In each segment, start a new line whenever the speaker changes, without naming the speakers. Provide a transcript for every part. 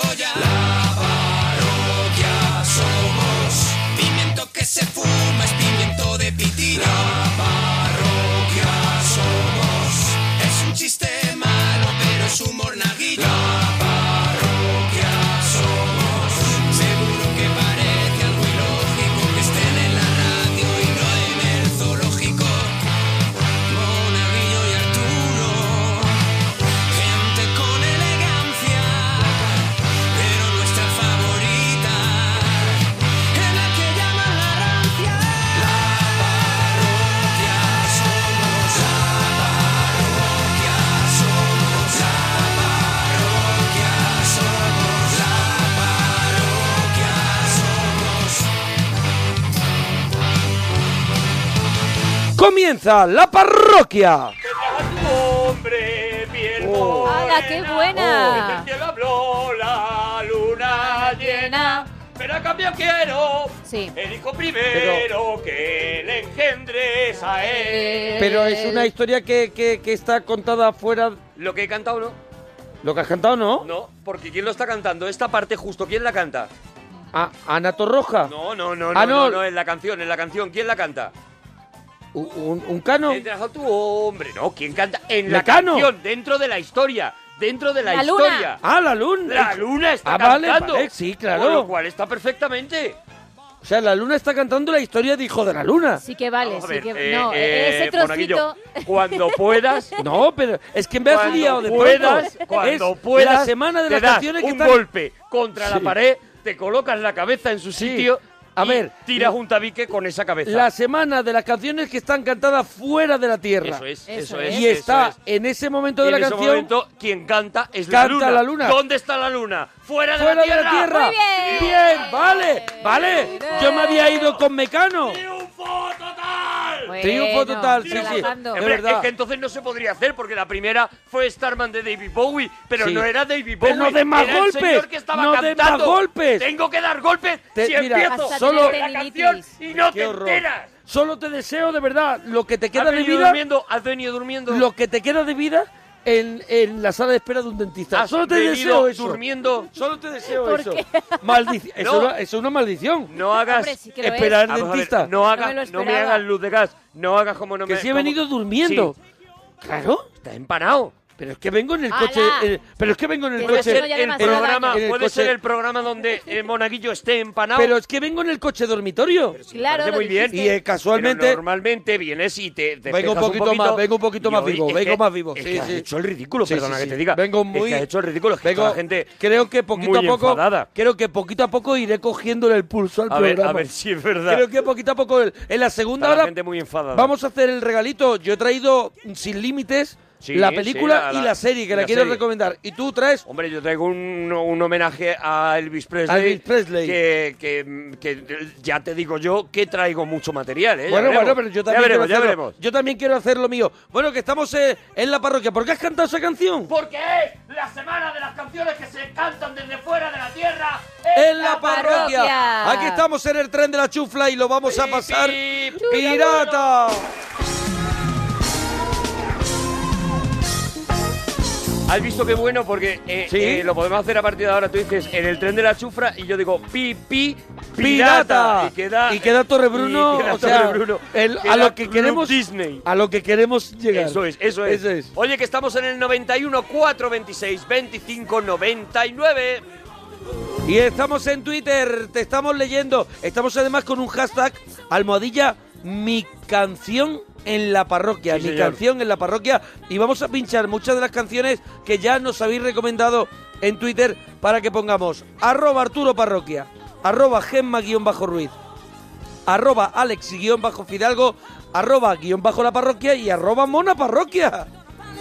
La paroquia somos. Pimiento que se fuma es pimiento de pitina. La parroquia somos. Es un chiste malo, pero es humor naguillo. La parroquia somos. Seguro que parece algo ilógico que estén en la radio y no en el zoológico. Monaguillo y Arturo. Gente con elegancia, pero nuestra favorita es la que llaman la rancia. La parroquia somos, la parroquia somos, la parroquia somos, la parroquia somos.
Comienza la parroquia.
hombre, Oh. bien ¡Hala,
qué buena!
Desde el cielo habló la luna llena. Pero a cambio quiero el hijo primero que le engendres a él.
Pero es una historia que, que- que está contada fuera.
Lo que he cantado, ¿no?
¿Lo que has cantado, no?
No, porque ¿quién lo está cantando? Esta parte justo, ¿quién la canta?
Ah, ¿Ana Torroja?
No, no, no,
Ah,
no, no,
no.
no, en la canción, en la canción, ¿quién la canta?
¿Un, un- un cano?
He trabajado tu hombre, no, ¿quién canta? En la
¿Mecano?
canción, dentro de la historia, dentro de la,
La luna.
historia.
Ah, la luna.
La luna está
Ah, vale,
cantando.
vale, sí, claro.
Con lo cual está perfectamente.
O sea, la luna está cantando la historia de Hijo de la Luna.
Sí que vale,
Vamos a
sí
ver,
que
eh,
e-,
No,
eh,
ese trocito.
Monaguillo, Cuando puedas.
No, pero es que me has
cuando
liado de
puedas,
pronto.
Cuando
Es
puedas.
la semana de
te
las
das
canciones que
un
están-
golpe contra la
Sí.
pared, te colocas la cabeza en su sitio.
A
y
ver,
Tiras un tabique con esa cabeza.
La semana de las canciones que están cantadas fuera de la Tierra.
Eso es, eso Eso es,
Y
eso
está
es.
en ese momento de
en
la
ese
canción.
momento, quien canta es la
Canta
luna.
la luna.
¿Dónde está la luna? ¡Fuera de
¡Fuera
la tierra!
Muy bien. vale, vale. Yo me había ido con Mecano. Triunfo total, sí, sí. De
Hombre,
verdad.
Es que entonces no se podría hacer porque la primera fue Starman de David Bowie, pero
Sí.
no era David Bowie.
Pero no des más
era el
golpes,
señor que estaba
no des
cantando.
más golpes.
Tengo que dar golpes
Te-
si
mira,
empiezo
Hasta solo-
la canción y no
Qué
te
horror.
enteras.
Solo te deseo de verdad lo que te queda
Has
de
venido
vida.
durmiendo, has venido durmiendo.
Lo que te queda de vida en, en la sala de espera de un dentista.
Has
Solo te
venido
deseo eso.
durmiendo.
Solo te deseo
¿Por
eso.
qué?
Maldici- es,
No.
una, es una maldición.
No hagas
esperar al
Vamos a ver,
dentista.
no hagas, no me hagas luz de gas. No hagas como no
Que
me.
si he
como-
venido durmiendo.
Sí.
Claro.
Está empanado.
Pero es que vengo en el
¡Hala!
coche. eh, pero es que vengo en el
Puede
coche.
ser el programa,
en el
puede ser
coche.
el programa donde el monaguillo esté empanado.
Pero es que vengo en el coche dormitorio.
Claro, Parece lo muy bien. dijiste.
Y eh,
Pero
casualmente.
normalmente vienes y te, te
Vengo un
despejas
poquito, más, vengo un poquito
y
más
hoy
vivo,
es
vengo
que-
más vivo.
es
sí,
que has
sí.
hecho el ridículo,
Sí, sí,
perdona que
sí.
te diga.
Vengo
Es que
muy
has hecho el ridículo, es que
vengo-
toda la gente
creo que poquito a
muy
poco
enfadada.
creo que poquito a poco iré cogiéndole el pulso al
A ver,
programa.
a ver si es verdad.
Creo que poquito a poco el- en la segunda
Está la
hora
gente muy enfadada.
vamos a hacer el regalito. Yo he traído sin límites
Sí,
la
sí,
película
la-
y
la-
la serie que
y
la,
la
quiero
serie.
recomendar. Y tú traes
Hombre, yo traigo un, un homenaje a Elvis Presley.
A Elvis Presley.
Que, que- que ya te digo yo que traigo mucho material, ¿eh? Ya
Bueno,
veremos.
bueno, pero yo también,
Ya veremos,
quiero
ya
hacerlo.
veremos.
yo también quiero hacer lo mío. Bueno, que estamos eh, en la parroquia. ¿Por qué has cantado esa canción?
Porque es la semana de las canciones que se cantan desde fuera de la tierra.
en la parroquia. Aquí estamos en el tren de la chufla y lo vamos a pasar pirata.
¿Has visto qué bueno? Porque eh,
Sí.
eh, lo podemos hacer a partir de ahora. Tú dices en el tren de la chufra y yo digo pi, pi, pirata.
Pirata. Y queda Torre Bruno,
y queda
o sea,
Torre Bruno.
el- a
Queda
lo que
Club
queremos-
Disney.
A lo que queremos llegar.
Eso es, eso es.
Eso es.
Oye, que estamos en el 91 426 25 99.
Y estamos en Twitter, te estamos leyendo. Estamos además con un hashtag almohadilla mi canción en la parroquia, mi
señor.
canción en la parroquia y vamos a pinchar muchas de las canciones que ya nos habéis recomendado en Twitter para que pongamos arroba Arturo Parroquia, arroba Gemma-Ruiz, arroba Alex-Fidalgo, arroba guión bajo la parroquia y arroba Mona Parroquia.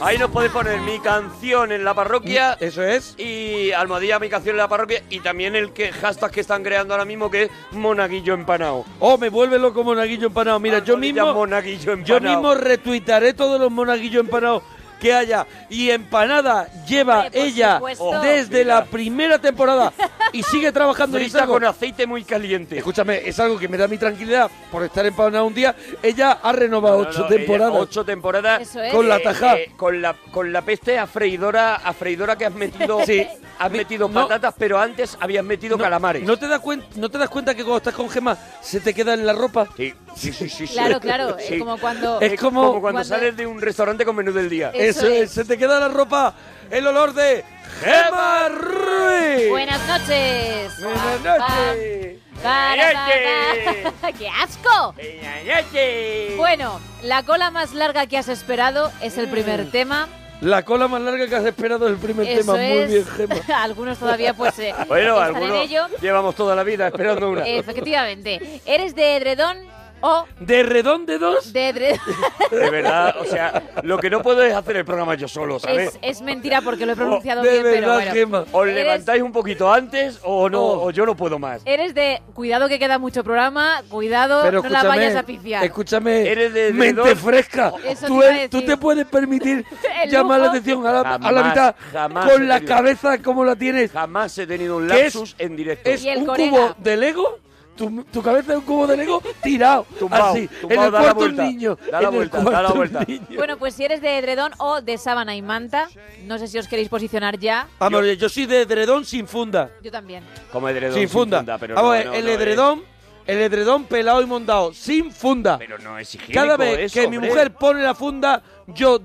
Ahí nos podéis poner mi canción en la parroquia.
Mm, Eso es.
Y almohadilla mi canción en la parroquia. Y también el que hashtag que están creando ahora mismo que es Monaguillo Empanado.
Oh, me vuelve loco
Ah,
monaguillo empanado. Mira, yo
Almohadilla
mismo
Monaguillo
yo
Empanado.
mismo retuitaré todos los monaguillos empanados que haya. Y empanada lleva
Hombre, por
ella
supuesto.
desde
Oh, Mira.
la primera temporada y sigue trabajando en
Frita con aceite muy caliente.
Escúchame, es algo que me da mi tranquilidad por estar empanada un día. Ella ha renovado
No, no,
ocho
no,
temporadas.
ella- Ocho temporadas. Eh,
Eso es. Con la tajá.
con, la, con la peste a freidora, a freidora que has metido.
Sí.
Has metido patatas, pero antes habías metido calamares.
¿No te, das cuen- ¿No te das cuenta que cuando estás con Gemma se te queda en la ropa?
Sí, sí, sí. sí,
Claro, claro, es como cuando-
Es como,
como cuando Cuando- sales
de un restaurante con menú del día.
Eso
Eso, es, se te queda la ropa, el olor de Gemma Ruiz.
Buenas noches.
Buenas
noches. ¡Qué asco! Bueno, la cola más larga que has esperado es el
Mm.
primer tema.
La cola más larga que has esperado es el primer
Eso
tema.
es.
Muy bien, Gemma.
algunos todavía pues eh,
Bueno,
están en
algunos
ello.
llevamos toda la vida esperando una.
Efectivamente. ¿Eres de edredón o
¿De redón de dos?
de edredón?
De verdad, o sea, lo que no puedo es hacer el programa yo solo, ¿sabes?
Es, es mentira porque lo
Oh,
he pronunciado bien, pero bueno.
Os
Eres-
levantáis un poquito antes o no,
Oh.
o yo no puedo más.
Eres de... Cuidado que queda mucho programa, cuidado,
Pero
no la
escúchame,
vayas a pifiar.
eh,
Escúchame, mente
edredón.
fresca.
Eso
Tú,
te iba a
tú
decir.
te puedes permitir
El
llamar la
lujo.
atención a la, a la
Jamás,
mitad
jamás he
con la
tenido.
cabeza como la tienes.
Jamás he tenido un
¿Qué es?
lapsus en directo.
Es un cubo de Lego. Tu, tu cabeza es un cubo de Lego tirado.
Tumbao,
así, en
tumbao,
el
da la
cuarto un
vuelta,
niño.
da la
en el
vuelta, da la
cuarto un
vuelta.
niño.
Bueno, pues si eres de edredón o de sábana y manta, no sé si os queréis posicionar ya.
Vamos, yo, soy de edredón sin funda.
Yo también.
Como edredón.
sin funda.
pero
Vamos,
no,
eh,
no,
el
no, eh.
edredón, el edredón pelado y montado, sin funda.
Pero no es higiénico
Cada vez
eso,
que mi
hombre.
mujer pone la funda, yo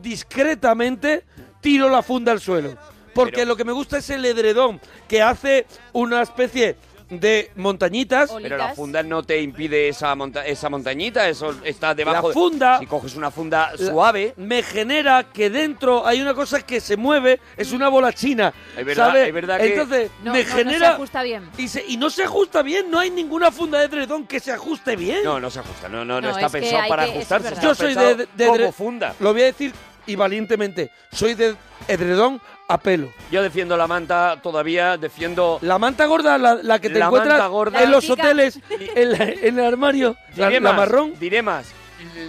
discretamente tiro la funda al suelo. Porque lo que me gusta es el edredón, que hace una especie de montañitas.
Pero la funda no te impide esa, monta- esa montañita, eso está debajo. de-
funda-
Si coges una funda
La-
suave.
me genera que dentro hay una cosa que se mueve, es una bola china.
Es verdad,
¿sabes?
es verdad que-
Entonces,
No,
me
no, no se
genera.
ajusta bien.
y, se- y no se ajusta bien, no hay ninguna funda de edredón que se ajuste bien.
No, no se ajusta, no, no, no,
No,
está
es que
pensado
hay
para
que- eso es
ajustarse.
verdad.
está
Yo soy
pensado
de, de- de
como
edre-
funda.
Lo voy a decir y valientemente. Soy de edredón a pelo.
Yo defiendo la manta todavía, defiendo.
La manta gorda, la, la que te
La
encuentras
manta gorda.
en los
La típica.
hoteles, en, la- en el armario, la,
Diré
la
más,
marrón.
Diré más.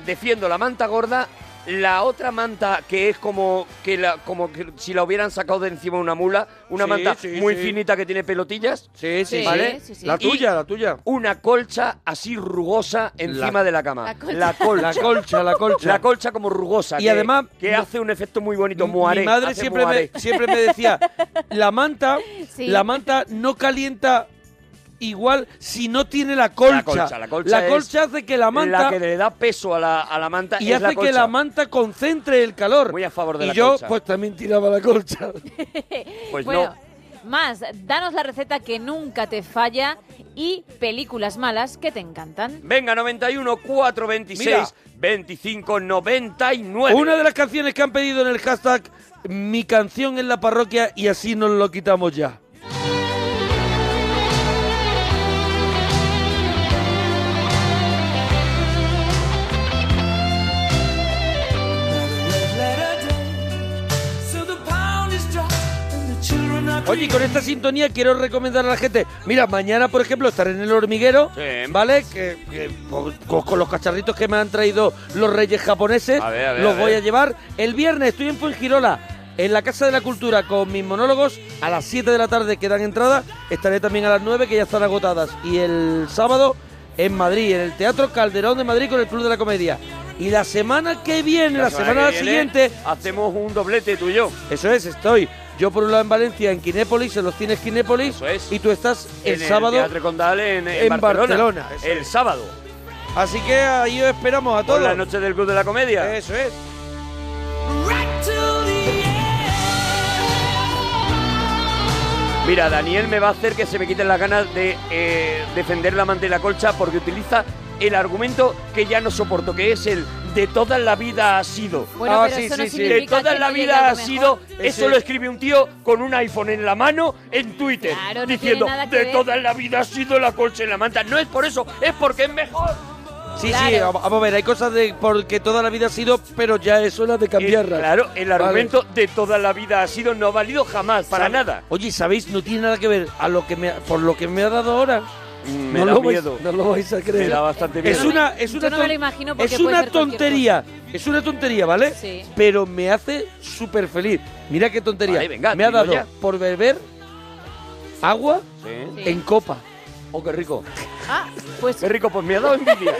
Defiendo la manta gorda, la otra manta que es como que la, como que si la hubieran sacado de encima una mula, una
Sí,
manta
sí,
muy
sí.
finita que tiene pelotillas.
Sí, sí,
Sí,
¿Vale?
sí, sí.
La
Y-
tuya, la tuya.
Una colcha así rugosa encima de la cama.
La colcha.
La colcha.
La colcha, la colcha.
La colcha como rugosa.
Y
que-
además-
Que hace un efecto muy bonito,
Mi-
moaré.
Mi madre
hace
siempre me,
moaré.
siempre me decía, la manta,
Sí.
la manta no calienta igual si no tiene la colcha.
La colcha, la colcha es
hace que la manta
La que le da peso a la, a la manta
y
es
hace
la
que
colcha.
la manta concentre el calor.
Muy a favor de
y
la
yo
colcha.
pues también tiraba la colcha.
Pues
bueno,
no.
más, danos la receta que nunca te falla y películas malas que te encantan.
Venga, 91, 4, 26,
Mira.
25, 99.
Una de las canciones que han pedido en el hashtag mi canción en la parroquia y así nos lo quitamos ya. Oye, y con esta sintonía quiero recomendar a la gente. Mira, mañana, por ejemplo, estaré en el hormiguero,
Sí.
¿vale? Que, que con, con- con los cacharritos que me han traído los reyes japoneses,
A ver, a ver,
los
a
voy
ver.
a llevar. El viernes estoy en Fuengirola, en la Casa de la Cultura, con mis monólogos. A las 7 de la tarde quedan entradas. Estaré también a las 9, que ya están agotadas. Y el sábado en Madrid, en el Teatro Calderón de Madrid, con el Club de la Comedia. Y la semana que viene, la, semana,
que viene
siguiente,
Hacemos un doblete tú y yo.
eso es, estoy. Yo por un lado en Valencia, en Kinépolis, en los cines Kinépolis.
Eso es.
Y tú estás el,
en
sábado.
El Teatro Condal en, en Barcelona.
en Barcelona, eso
el sábado.
Así que ahí os esperamos a
Por
todos.
la noche del Club de la Comedia.
Eso es.
Mira, Daniel me va a hacer que se me quiten las ganas de eh, defender la manta y la colcha porque utiliza el argumento que ya no soporto, que es el de toda la vida ha sido.
Bueno,
Ah,
pero
sí,
eso
sí,
no
sí.
significa
De toda
que
la
no llegue
vida
a
ha
lo
sido, eso
mejor. Ese-
lo escribe un tío con un iPhone en la mano en Twitter,
Claro, no tiene
diciendo,
nada que
de
ver".
toda la vida ha sido la colcha y la manta. No es por eso, es porque es mejor.
Sí, sí,
Claro.
vamos a ver, hay cosas de porque toda la vida ha sido, pero ya es hora de cambiarlas.
Eh, claro, el
Vale.
argumento de toda la vida ha sido no ha valido jamás, para
Sabe-
nada.
Oye, ¿sabéis? No tiene nada que ver a lo que me, por lo que me ha dado ahora.
Mm, me
no
da
lo vais-
miedo.
no lo vais a creer.
Me da bastante miedo.
Es una, es
Yo
una
no me lo
ton-
imagino porque
es
puede
una
ser cualquier
tontería. Es una tontería, ¿vale?
Sí.
Pero me hace súper feliz. Mira qué tontería.
Vale, venga,
me ha
dilo
dado
ya.
por beber agua
Sí.
en copa.
Oh, qué rico.
Ah, pues
Qué rico, pues me ha dado envidia.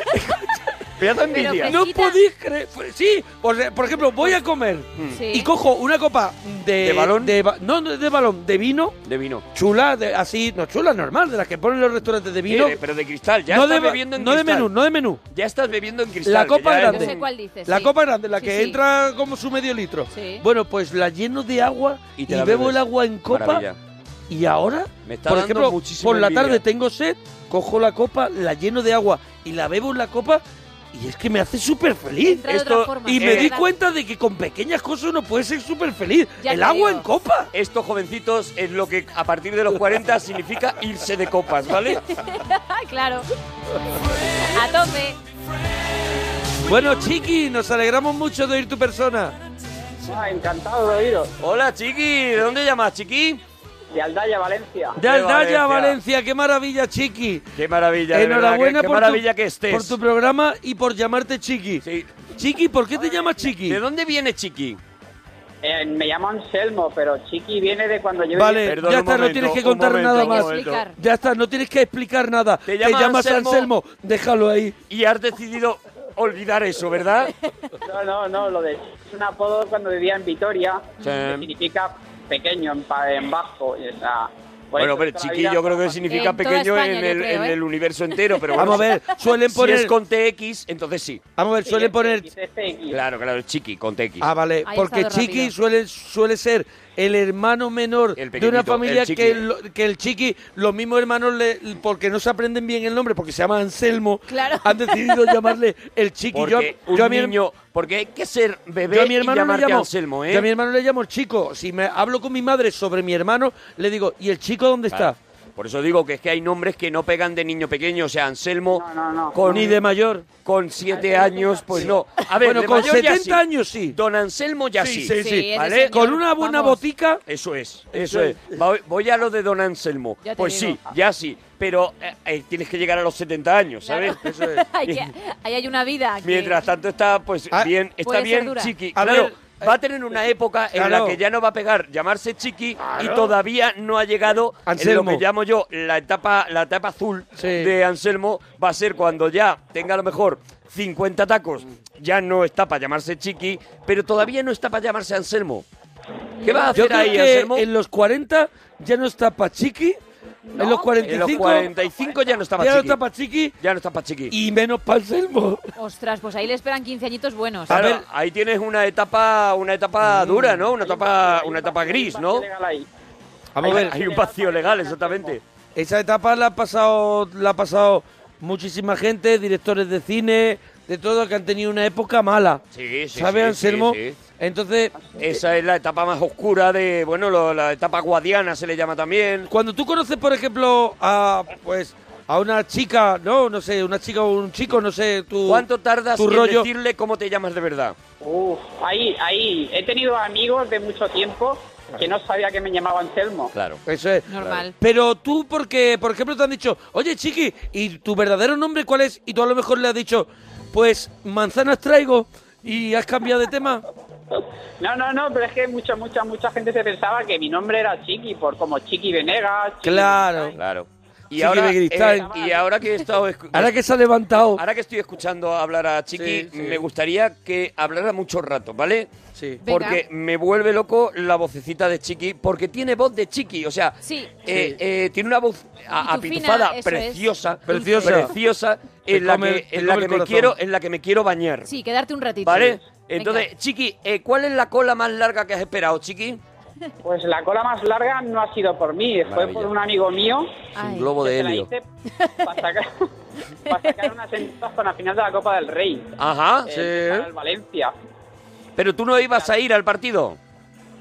me ha dado
Pero
envidia.
fresquita.
No podéis creer. fue- Sí, por, por ejemplo, voy a comer
Sí.
y cojo una copa de.
Mm. ¿De balón?
ba- no, no es de balón, de vino.
De vino.
Chula, de- así, no chula, normal, de las que ponen los restaurantes de vino.
Eh, pero de cristal, ya
no
estás
de, ba-
bebiendo en
no de
cristal.
menú, no de menú.
Ya estás bebiendo en cristal.
La
que
copa
ya es
grande.
yo sé
un-
cuál dices.
La
sí.
copa grande, la
Sí,
que
sí.
entra como su medio litro.
Sí.
Bueno, pues la lleno de agua
Y
y,
te la
bebo
bebes.
el agua en copa.
Maravilla.
Y ahora,
Me está
por
dando
ejemplo,
muchísima
por la
envidia.
tarde tengo sed, cojo la copa, la lleno de agua y la bebo en la copa. Y es que me hace súper feliz.
Entra de
Esto- Eh,
otra forma, Eh,
Y
es
me di
verdad.
cuenta de que con pequeñas cosas uno puede ser súper feliz.
Ya
el
te
agua
digo.
en copa.
Esto, jovencitos, es lo que a partir de los 40 significa irse de copas, ¿vale?
claro. A tope.
Bueno, Chiqui, nos alegramos mucho de oír tu persona.
Ah, encantado de oíros.
Hola, Chiqui. ¿De dónde llamas, Chiqui?
De Aldaya, Valencia.
De
De
Aldaya,
Valencia.
Valencia. qué maravilla, Chiqui.
Qué maravilla, de verdad,
Enhorabuena
qué, qué
por,
maravilla
tu,
que estés.
por tu programa y por llamarte Chiqui.
Sí.
Chiqui, ¿por qué te llamas Chiqui?
¿De dónde viene Chiqui?
Eh, me llamo Anselmo, pero Chiqui viene de cuando yo...
Vale,
Perdón,
ya
un
está,
momento,
no tienes que
un
contar
momento,
nada
un
más.
momento. Explicar.
Ya está, no tienes que explicar nada.
Te llamas
llamas
Anselmo.
Anselmo. déjalo ahí.
Y has decidido olvidar eso, ¿verdad?
No, no, no, lo de Chiqui es un apodo cuando vivía en Vitoria,
Sí.
que significa pequeño en, pa- en vasco. y, o sea, por
Bueno,
eso
hombre,
toda la
Chiqui
vida-
yo creo que significa
En toda
pequeño
España,
en,
yo
el,
creo,
en
¿eh?
el universo entero, pero
Vamos a
bueno,
ver, suelen
Si
poner.
es con TX, entonces sí.
Vamos a ver,
Sí,
suelen
es
poner.
TX, es TX.
Claro, claro, es Chiqui, con TX.
Ah, vale,
Ahí
porque
está de
Chiqui
rápido.
suele, suele ser el hermano menor
El
de una
pequeñito,
familia
el Chiqui.
que, el, que el Chiqui, los mismos hermanos, le, porque no se aprenden bien el nombre, porque se llama Anselmo,
Claro.
han decidido llamarle el Chiqui. Yo-
porque
yo,
un
a mi her-
niño... Porque hay que ser bebé
yo a mi
y
hermano le
llamarte
llamo
Anselmo, ¿eh?
yo a mi hermano le llamo el chico. Si me hablo con mi madre sobre mi hermano, le digo, ¿y el chico dónde
Claro.
está?
Por eso digo que es que hay nombres que no pegan de niño pequeño. O sea, Anselmo
No, no, no.
con,
Ni de mayor.
con siete años, pues no. A ver,
bueno,
de
con
mayor ya
70
sí.
años sí.
Don Anselmo ya sí.
Sí, sí,
Sí,
sí.
ese
¿Vale?
señor,
Con una buena
vamos.
botica.
Eso es, eso es. Va- Voy a lo de Don Anselmo.
Ya te
Pues
digo.
sí, ya sí. Pero eh, eh, tienes que llegar Pues a los 70 años, ¿sabes? Eso es.
Hay que- ahí hay una vida. que-
Mientras tanto está, pues
Ah,
bien, está
puede ser
bien
dura.
Chiqui.
A
claro,
ver, eh,
va a tener una época en la
claro.
que ya no va a pegar llamarse Chiqui y todavía no ha llegado en
Anselmo.
lo que llamo yo la etapa, la etapa azul
Sí.
de Anselmo. Va a ser cuando ya tenga a lo mejor 50 tacos, ya no está para llamarse Chiqui, pero todavía no está para llamarse Anselmo. ¿Qué va a
Yo
hacer
creo
ahí,
que
Anselmo?
en los 40 ya no está Pachiqui. en los 45
En los 45 ya no está
ya
para
no
Chiqui.
está Pachiqui
Ya no está para Chiqui.
y menos Anselmo.
Ostras, pues ahí le esperan 15 añitos buenos.
Claro,
ver.
ahí tienes una etapa, una etapa dura, ¿no? Una etapa,
Hay un
una etapa
vacío-
gris,
un
¿no?
vacío legal ahí.
Vamos a ver,
Hay un vacío legal, exactamente.
esa etapa la ha pasado, la ha pasado muchísima gente, directores de cine, de todo, que han tenido una época mala.
Sí, sí,
¿Sabes,
sí,
Anselmo?
sí, sí.
Entonces,
Esa es la etapa más oscura de, bueno, lo- la etapa guadiana se le llama también.
Cuando tú conoces, por ejemplo, a pues a una chica, no, no sé, una chica o un chico, no sé, tú.
¿Cuánto tardas
tu
en
rollo?
decirle cómo te llamas de verdad?
Uf, ahí, ahí. He tenido amigos de mucho tiempo que no sabía que me llamaba Anselmo.
Claro.
Eso es.
Normal.
Pero tú, porque, por ejemplo, te han dicho, oye, chiqui, ¿y tu verdadero nombre cuál es? Y tú a lo mejor le has dicho, pues manzanas traigo y has cambiado de tema.
No, no, no, pero es que mucha, mucha, mucha gente se pensaba que mi nombre era Chiqui, por como Chiqui Venegas. Chiqui-
claro.
Claro. Y
Sí,
ahora, eh,
que me gritáis.
y ahora que he estado escu-
Ahora que se ha levantado.
ahora que estoy escuchando hablar a Chiqui,
Sí, sí.
me gustaría que hablara mucho rato, ¿vale?
Sí.
Venga.
Porque me vuelve loco la vocecita de Chiqui, porque tiene voz de Chiqui, o sea,
Sí.
eh, eh, tiene una voz a-
Pitufina,
apitufada,
eso
preciosa,
es. Preciosa.
preciosa,
Te
en la
come-
que,
te
en la
come
que
el
me
corazón.
quiero, en la que me quiero bañar,
Sí, quedarte un ratito.
¿vale?
Venga.
Entonces, Chiqui, eh, ¿cuál es la cola más larga que has esperado, Chiqui?
Pues la cola más larga no ha sido por mí,
Maravilla.
fue por un amigo mío.
Ay.
Un globo de
que se la
helio.
hice para sacar, para sacar unas entradas para la final de la Copa del Rey.
Ajá.
eh, para el Valencia.
Pero tú no ibas a ir al partido.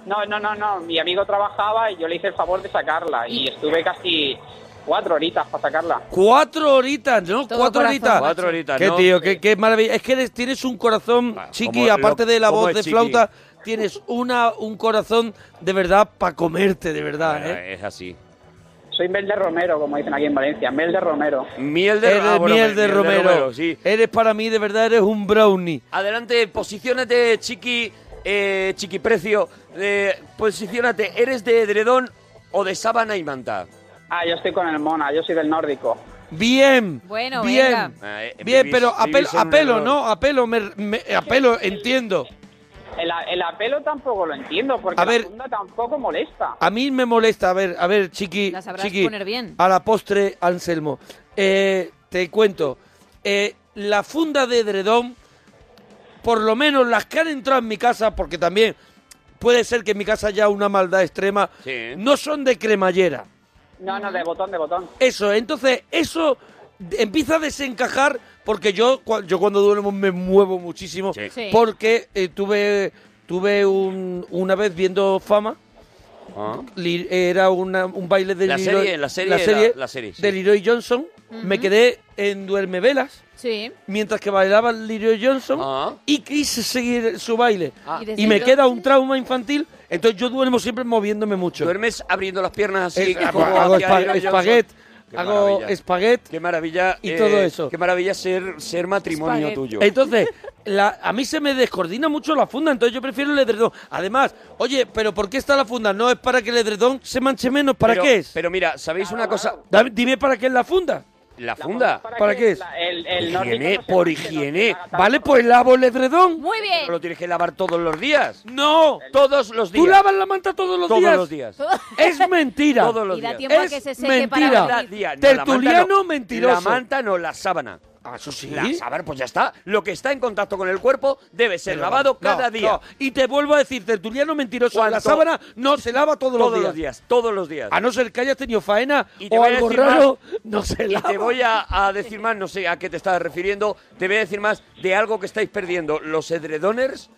No, no, no, no. Mi amigo trabajaba y yo le hice el favor de sacarla. Y estuve casi cuatro horitas para sacarla.
Cuatro horitas, ¿no?
Todo
Cuatro
corazón,
horitas.
macho.
Cuatro horitas,
Qué
¿no? Eh,
tío, qué, qué maravilla. Es que eres- tienes un corazón,
Ah,
Chiqui,
como
aparte
lo-
de la
como
voz
es
de
Chiqui.
flauta, tienes una un corazón de verdad para comerte, de verdad, ¿eh?
Ah, Es así.
Soy Mel de Romero, como dicen aquí en Valencia. Mel de Romero.
Miel de,
Eres
ah, bueno,
miel de Romero.
sí.
Eres para mí, de verdad, eres un brownie.
Adelante, posicionate, Chiqui, eh, Chiqui Precio. Eh, posicionate, ¿eres de edredón o de sábana y manta?
Ah, yo estoy con el Mona, yo soy del nórdico.
Bien.
Bueno,
bien.
venga.
Ah, eh,
Bien,
vivís-
pero apelo,
vivís en
apelo
error.
¿no? Apelo, me, me- apelo, entiendo.
El, a- el apelo tampoco lo entiendo, porque
A ver.
la funda tampoco molesta.
A mí me molesta, a ver, a ver, Chiqui.
La sabrás
Chiqui,
poner bien.
A la postre, Anselmo. Eh, te cuento. eh, la funda de edredón, por lo menos las que han entrado en mi casa, porque también puede ser que en mi casa haya una maldad extrema,
Sí.
no son de cremallera.
No, no, de botón, de botón.
Eso, entonces, eso de- empieza a desencajar porque yo, cua- yo cuando duermo me muevo muchísimo.
Sí.
Sí.
Porque eh, tuve, tuve un- una vez viendo fama,
Ah.
li- era una- un baile de
La
Leroy-
serie, la serie, la- la serie, sí.
de Leroy Johnson. Me quedé en duermevelas
Sí.
mientras que bailaba Leroy Johnson
Ah.
y quise seguir su baile.
Ah.
Y desde
Y me
entonces-
queda un trauma infantil, entonces yo duermo siempre moviéndome mucho.
Duermes abriendo las piernas así.
Es-
como
hago hago
hacía
espa-
Iron Johnson.
espaguet,
Qué
hago
maravilla.
espaguet
Qué maravilla. eh,
y todo eso.
Qué maravilla ser, ser matrimonio
Espaguet.
tuyo.
Entonces, la- a mí se me descoordina mucho la funda, entonces yo prefiero el edredón. Además, oye, pero ¿por qué está la funda? No es para que el edredón se manche menos, ¿para
Pero-
qué es?
Pero mira, ¿sabéis una cosa?
Da- Dime para qué es la funda.
La
La
funda.
funda
¿Para
que
qué es?
la- el, el
Higiene,
nórdico no se
por
manche, no se
higiene.
haga tanto.
Vale, pues lavo el edredón.
Muy
Pero lo
bien.
tienes que lavar todos los días.
No,
Todos los días.
tú lavas la manta todos los
todos
días.
los días.
Es mentira.
Todos los
Y da
días.
tiempo a
Es
que se seque
mentira.
para
Cada
venir.
día. No,
Tertuliano
la manta no.
mentiroso.
La manta no, la sábana.
Ah, eso sí.
La sábana, pues ya está. Lo que está en contacto con el cuerpo debe ser
Pero-
lavado
no,
cada día.
no. Y te vuelvo a decir, tertuliano mentiroso, la
¿Cuánto?
sábana no se lava todos,
Todos
los días.
los días. Todos los días.
A no ser que hayas tenido faena
Y te
o
voy a
algo
decir más.
raro, no se
Y
lava.
te voy a, a decir más, no sé a qué te estás refiriendo, te voy a decir más de algo que estáis perdiendo, los edredoners,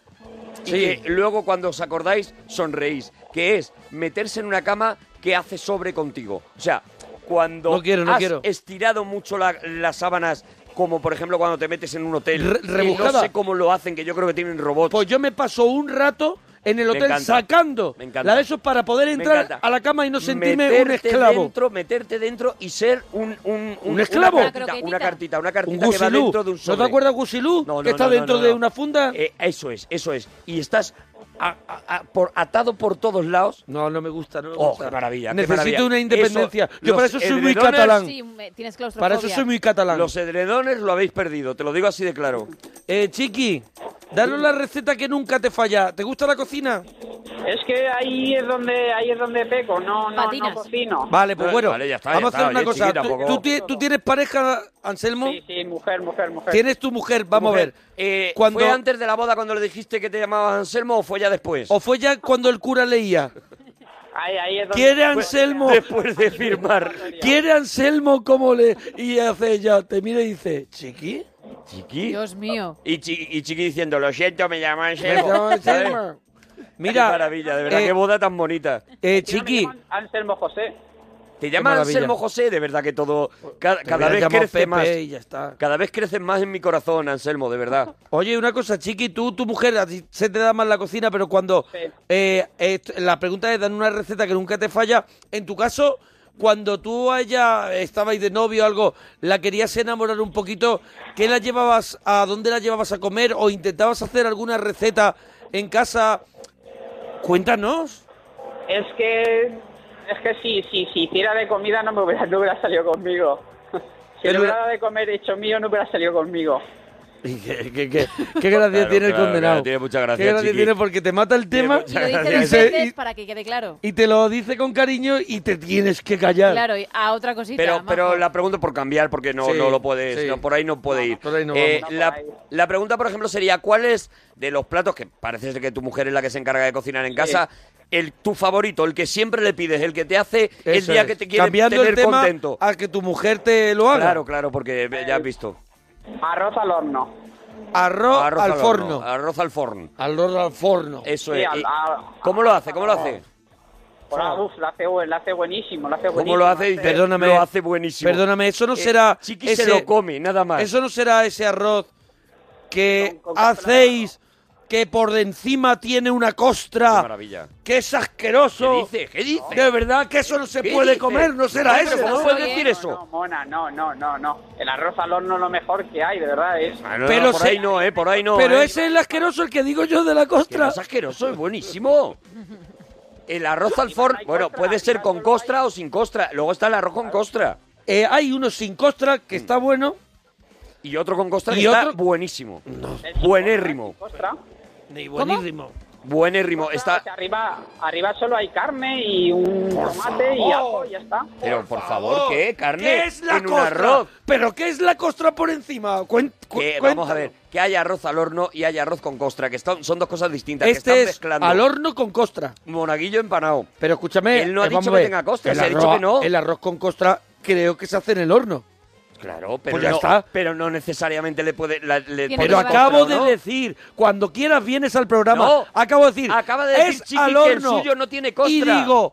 y
Sí.
que luego cuando os acordáis sonreís, que es meterse en una cama que hace sobre contigo. O sea, cuando
No quiero, no
has
quiero.
estirado mucho la- las sábanas, como por ejemplo cuando te metes en un hotel,
Re-
que
rebujada.
no sé cómo lo hacen, que yo creo que tienen robots.
Pues yo me paso un rato en el
Me
hotel
encanta.
sacando
Me encanta.
la de esos para poder
Me
entrar
encanta.
a la cama y no sentirme un
Meterte
esclavo.
Dentro, meterte dentro y ser un, un,
¿Un esclavo?
Una
Una
Ah, cartita, una
croquetita.
cartita, una cartita
Un
que va
gusilú.
dentro de un
¿No
sobre.
te acuerdas Gusilú?
No, no,
que está
no, no,
dentro
no,
de
no.
una funda.
Eh, eso es, eso es. Y estás a- a- a- por, atado por todos lados.
no, no me gusta, no me
Oh,
gusta.
qué maravilla, qué
Necesito
maravilla.
una independencia.
Eso,
Yo para
los
eso soy muy
edredones-
catalán.
Sí, me- tienes claustrofobia.
Para eso soy muy catalán.
Los edredones lo habéis perdido, te lo digo así de claro.
Eh, chiqui, danos la receta que nunca te falla. ¿Te gusta la cocina?
Es que ahí es donde, ahí es donde peco, no, no,
Patinas.
no cocino.
Vale, pues
Eh,
bueno.
vale, ya está, ya
vamos a
está,
hacer una
oye,
cosa.
chiqui,
¿Tú-
tampoco-
¿Tú, ti- tú tienes pareja, Anselmo?
Sí, sí, mujer, mujer, mujer.
¿Tienes tu mujer? Vamos
Eh. Mujer,
a ver.
eh,
cuando,
¿Fue antes de la boda cuando le dijiste que te llamabas Anselmo o fue ya después?
¿O fue ya cuando el cura leía?
Ahí, ahí es donde
¿Quiere Anselmo?
después de firmar.
¿Quiere Anselmo como le.? Y hace ella, te mira y dice, ¿Chiqui?
Chiqui.
Dios mío.
Y, Chi- y Chiqui diciendo, lo siento, me llamo
Me
Anselmo.
llamo
¿Sabes?
Anselmo.
Qué
Mira,
maravilla, de verdad,
eh,
qué boda tan bonita.
eh,
Si no me
Chiqui,
llaman Anselmo José.
Te llama
maravilla.
Anselmo José, de verdad que todo. Cada,
te
cada
hubieras
vez
llamado
crece
Pepe
más.
y ya está.
Cada vez creces más en mi corazón, Anselmo, de verdad.
Oye, una cosa, Chiqui, tú, tu mujer, a ti se te da más la cocina, pero cuando...
Sí.
eh, est- la pregunta es, dan una receta que nunca te falla. En tu caso, cuando tú a ella estabais de novio o algo, la querías enamorar un poquito, ¿qué la llevabas, a dónde la llevabas a comer o intentabas hacer alguna receta en casa? Cuéntanos.
Es que, es que si, si, si hiciera de comida no me hubiera, no hubiera salido conmigo. Si
Pero-
le hubiera dado de comer hecho mío no hubiera salido conmigo.
Y qué, qué- qué- qué gracia
Claro,
tiene el
claro,
condenado.
claro, tiene mucha gracia,
Qué gracia
Chiqui.
tiene porque te mata el
Tiene
tema
Y lo
mucha
dice
gracias.
dos
Se-
veces
y-
para que quede claro.
y te lo dice con cariño y te tienes que callar.
Claro, y a otra cosita.
Pero,
majo.
pero la pregunta por cambiar, porque no,
Sí,
no lo puedes,
sí.
no, por ahí no puede ir.
por ahí no
Eh,
vamos. No, por
la,
ahí.
la pregunta, por ejemplo, sería, ¿cuál es de los platos, que parece ser que tu mujer es la que se encarga de cocinar en casa, el tu favorito, el que siempre le pides, el que te hace el
Eso
día
es.
que te quiere
Cambiando
tener
el tema
contento?
a que tu mujer te lo haga.
Claro, claro, porque eh, ya has visto.
Arroz al horno.
Arroz, al, forno.
Arroz al forno.
Arroz al forno.
Eso
Sí,
es.
al-
Y-
al-
¿Cómo lo hace? ¿Cómo lo hace?
Por ahí, uf, lo hace, bu- lo hace buenísimo, lo hace buenísimo.
¿Cómo lo hace? Dice,
este.
Perdóname.
Lo hace buenísimo.
Perdóname, eso no
Eh,
será
Chiqui
ese-
se lo come, nada más.
Eso no será ese arroz que
Con- con cazuela de
hacéis que por de encima tiene una costra.
maravilla.
Que es asqueroso.
¿Qué dice? ¿Qué dice?
De verdad que eso no se
¿Qué
puede
dice?
comer, no será
Bueno,
eso.
pero
No
está
puedes
bien,
decir
no,
eso.
No, mona, no, no, no, no. El arroz al horno es lo mejor que hay, de verdad. Es...
Pero
por
se-
ahí no, eh, por ahí no.
Pero
eh.
ese es el asqueroso el que digo yo de la
Que no
costra.
es asqueroso, es buenísimo. El arroz al forno, bueno, puede ser con costra o sin costra. Luego está el arroz con costra.
Eh, hay uno sin costra que está bueno.
Y otro con costra
¿Y
que está
otro?
buenísimo. Buenérrimo.
Costra.
Ni
Buenérrimo. Está...
O sea, arriba, arriba solo hay carne y un tomate y ajo, y ya está.
Pero por favor, ¿qué? Carne
¿Qué es la
en un
costra?
arroz.
¿Pero qué es la costra por encima? Cuen- cu-
Que,
cuéntalo.
vamos a ver, que hay arroz al horno y hay arroz con costra, que están- son dos cosas distintas. que están
Este es
mezclando.
al horno con costra.
Monaguillo empanado.
Pero escúchame.
Él no ha
eh, vamos
dicho
a
que
ver.
tenga costra,
El
se ha dicho
arroz-
que no.
El arroz con costra creo que se hace en el horno.
Claro, pero,
Pues ya
no,
está.
pero no necesariamente le puede. la- le
Tiene
pone
Pero
que llevar-
costra,
acabo de
¿no?
decir, cuando quieras vienes al programa.
No.
acabo de decir,
Acaba de decir,
es
Chiqui,
al
que el
horno.
suyo no tiene costra.
Y digo,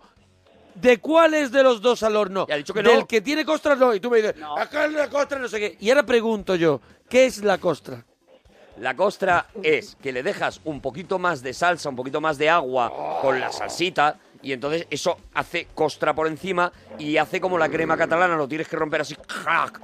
¿de cuál es de los dos al horno?
Ya ha dicho que
Del
no.
que tiene costra no. Y tú me dices,
No.
acá es la costra, no sé qué. Y ahora pregunto yo, ¿qué es la costra?
La costra es que le dejas un poquito más de salsa, un poquito más de agua con la salsita y entonces eso hace costra por encima y hace como la crema catalana, lo tienes que romper así, crack,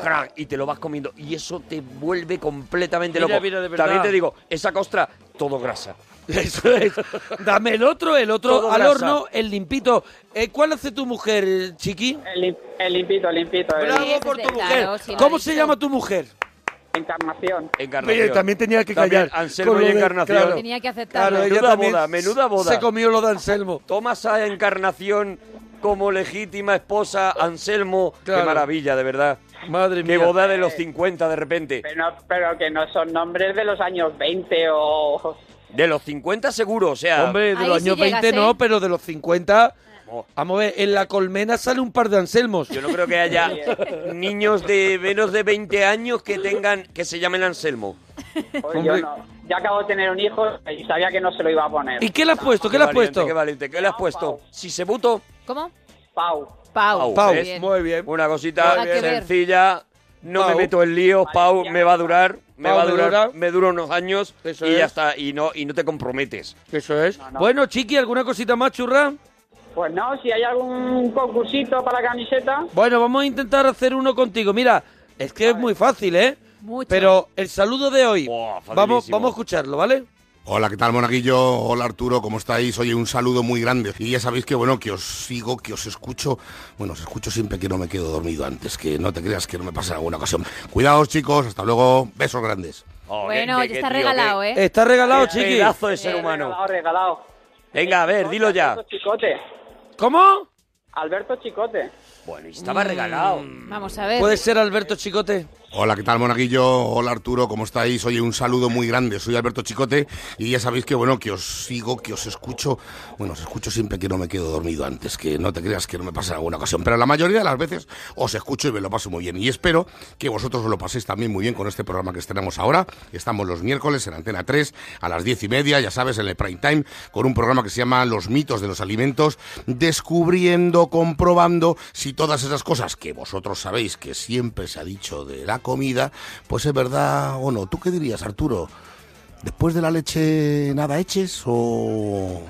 crack, y te lo vas comiendo y eso te vuelve completamente
Mira,
loco.
mira, de verdad.
También te digo, esa costra, todo grasa.
Eso es. Dame el otro, el otro
Todo
al
grasa.
horno, el limpito. Eh, ¿Cuál hace tu mujer, eh, Chiqui?
El, lim- el limpito, el limpito. el-
Sí,
Bravo
ese
por
es
tu
de-
mujer.
claro, sí, lo ha
¿Cómo se
dicho.
llama tu mujer?
Encarnación.
Encarnación.
Oye, también tenía que
También
callar.
Anselmo
con lo
y
de-
Encarnación.
claro.
Tenía que aceptarlo.
Claro, ella
Menuda
también
boda, menuda boda.
Se comió lo de Anselmo.
Tomas a Encarnación como legítima esposa, Anselmo.
Claro.
Qué maravilla, de verdad.
Madre
Qué
mía.
boda de los 50 de repente.
Pero, no- pero que no son nombres de los años 20 o...
De los 50 seguro, o sea...
Hombre, de
Ahí
los
sí
años
llegas,
20
¿eh?
no, pero de los 50...
mo-
Vamos a ver, en la colmena sale un par de Anselmos.
Yo no creo que haya niños de menos de 20 años que tengan que se llamen Anselmo.
Pues
Hombre.
yo no. Ya acabo de tener un hijo y sabía que no se lo iba a poner.
¿Y qué le has puesto? ¿Qué le has
valiente,
puesto?
Qué valiente, ¿qué le has puesto? Si se buto,
¿Cómo?
Pau.
Pau.
Pau,
Muy bien.
muy bien.
una
Nada
cosita
que ver.
sencilla, no
Pau.
me meto en líos, Pau, me va a durar, me
Pau,
va a
me
durar,
dura.
me dura unos años
Eso
y ya
es.
está, y no, y no te comprometes.
Eso es. Bueno, Chiqui, ¿alguna cosita más, churra?
Pues no, si hay algún concursito para la camiseta...
Bueno, vamos a intentar hacer uno contigo. Mira, es que es muy fácil, ¿eh?
Mucho.
Pero el saludo de hoy,
Buah,
vamos,
facilísimo.
vamos a escucharlo, ¿vale?
Hola, ¿qué tal, Monaguillo? Hola, Arturo, ¿cómo estáis? Oye, un saludo muy grande. Y ya sabéis que, bueno, que os sigo, que os escucho. Bueno, os escucho siempre que no me quedo dormido antes, que no te creas que no me pasa en alguna ocasión. Cuidaos, chicos, hasta luego. Besos grandes.
Oh, qué-
Bueno,
qué-
ya
qué
está
tío,
regalado,
qué
¿eh?
Está regalado, Chiqui.
Pedazo de ser humano.
Regalado, regalado.
Venga, a ver, dilo ya.
Alberto Chicote.
¿Cómo?
Alberto Chicote.
Bueno, y estaba regalado.
Mm. Vamos a ver.
Puede ser Alberto Chicote.
Hola, ¿qué tal, Monaguillo? Hola, Arturo, ¿cómo estáis? Oye, un saludo muy grande. Soy Alberto Chicote y ya sabéis que, bueno, que os sigo, que os escucho. Bueno, os escucho siempre que no me quedo dormido antes, que no te creas que no me pasa en alguna ocasión. Pero la mayoría de las veces os escucho y me lo paso muy bien. Y espero que vosotros os lo paséis también muy bien con este programa que estrenamos ahora. Estamos los miércoles en Antena 3 a las 10 y media, ya sabes, en el prime time, con un programa que se llama Los mitos de los alimentos, descubriendo, comprobando si todas esas cosas que vosotros sabéis que siempre se ha dicho de la comida, pues es verdad o no. ¿Tú qué dirías, Arturo? ¿Después de la leche nada eches o...?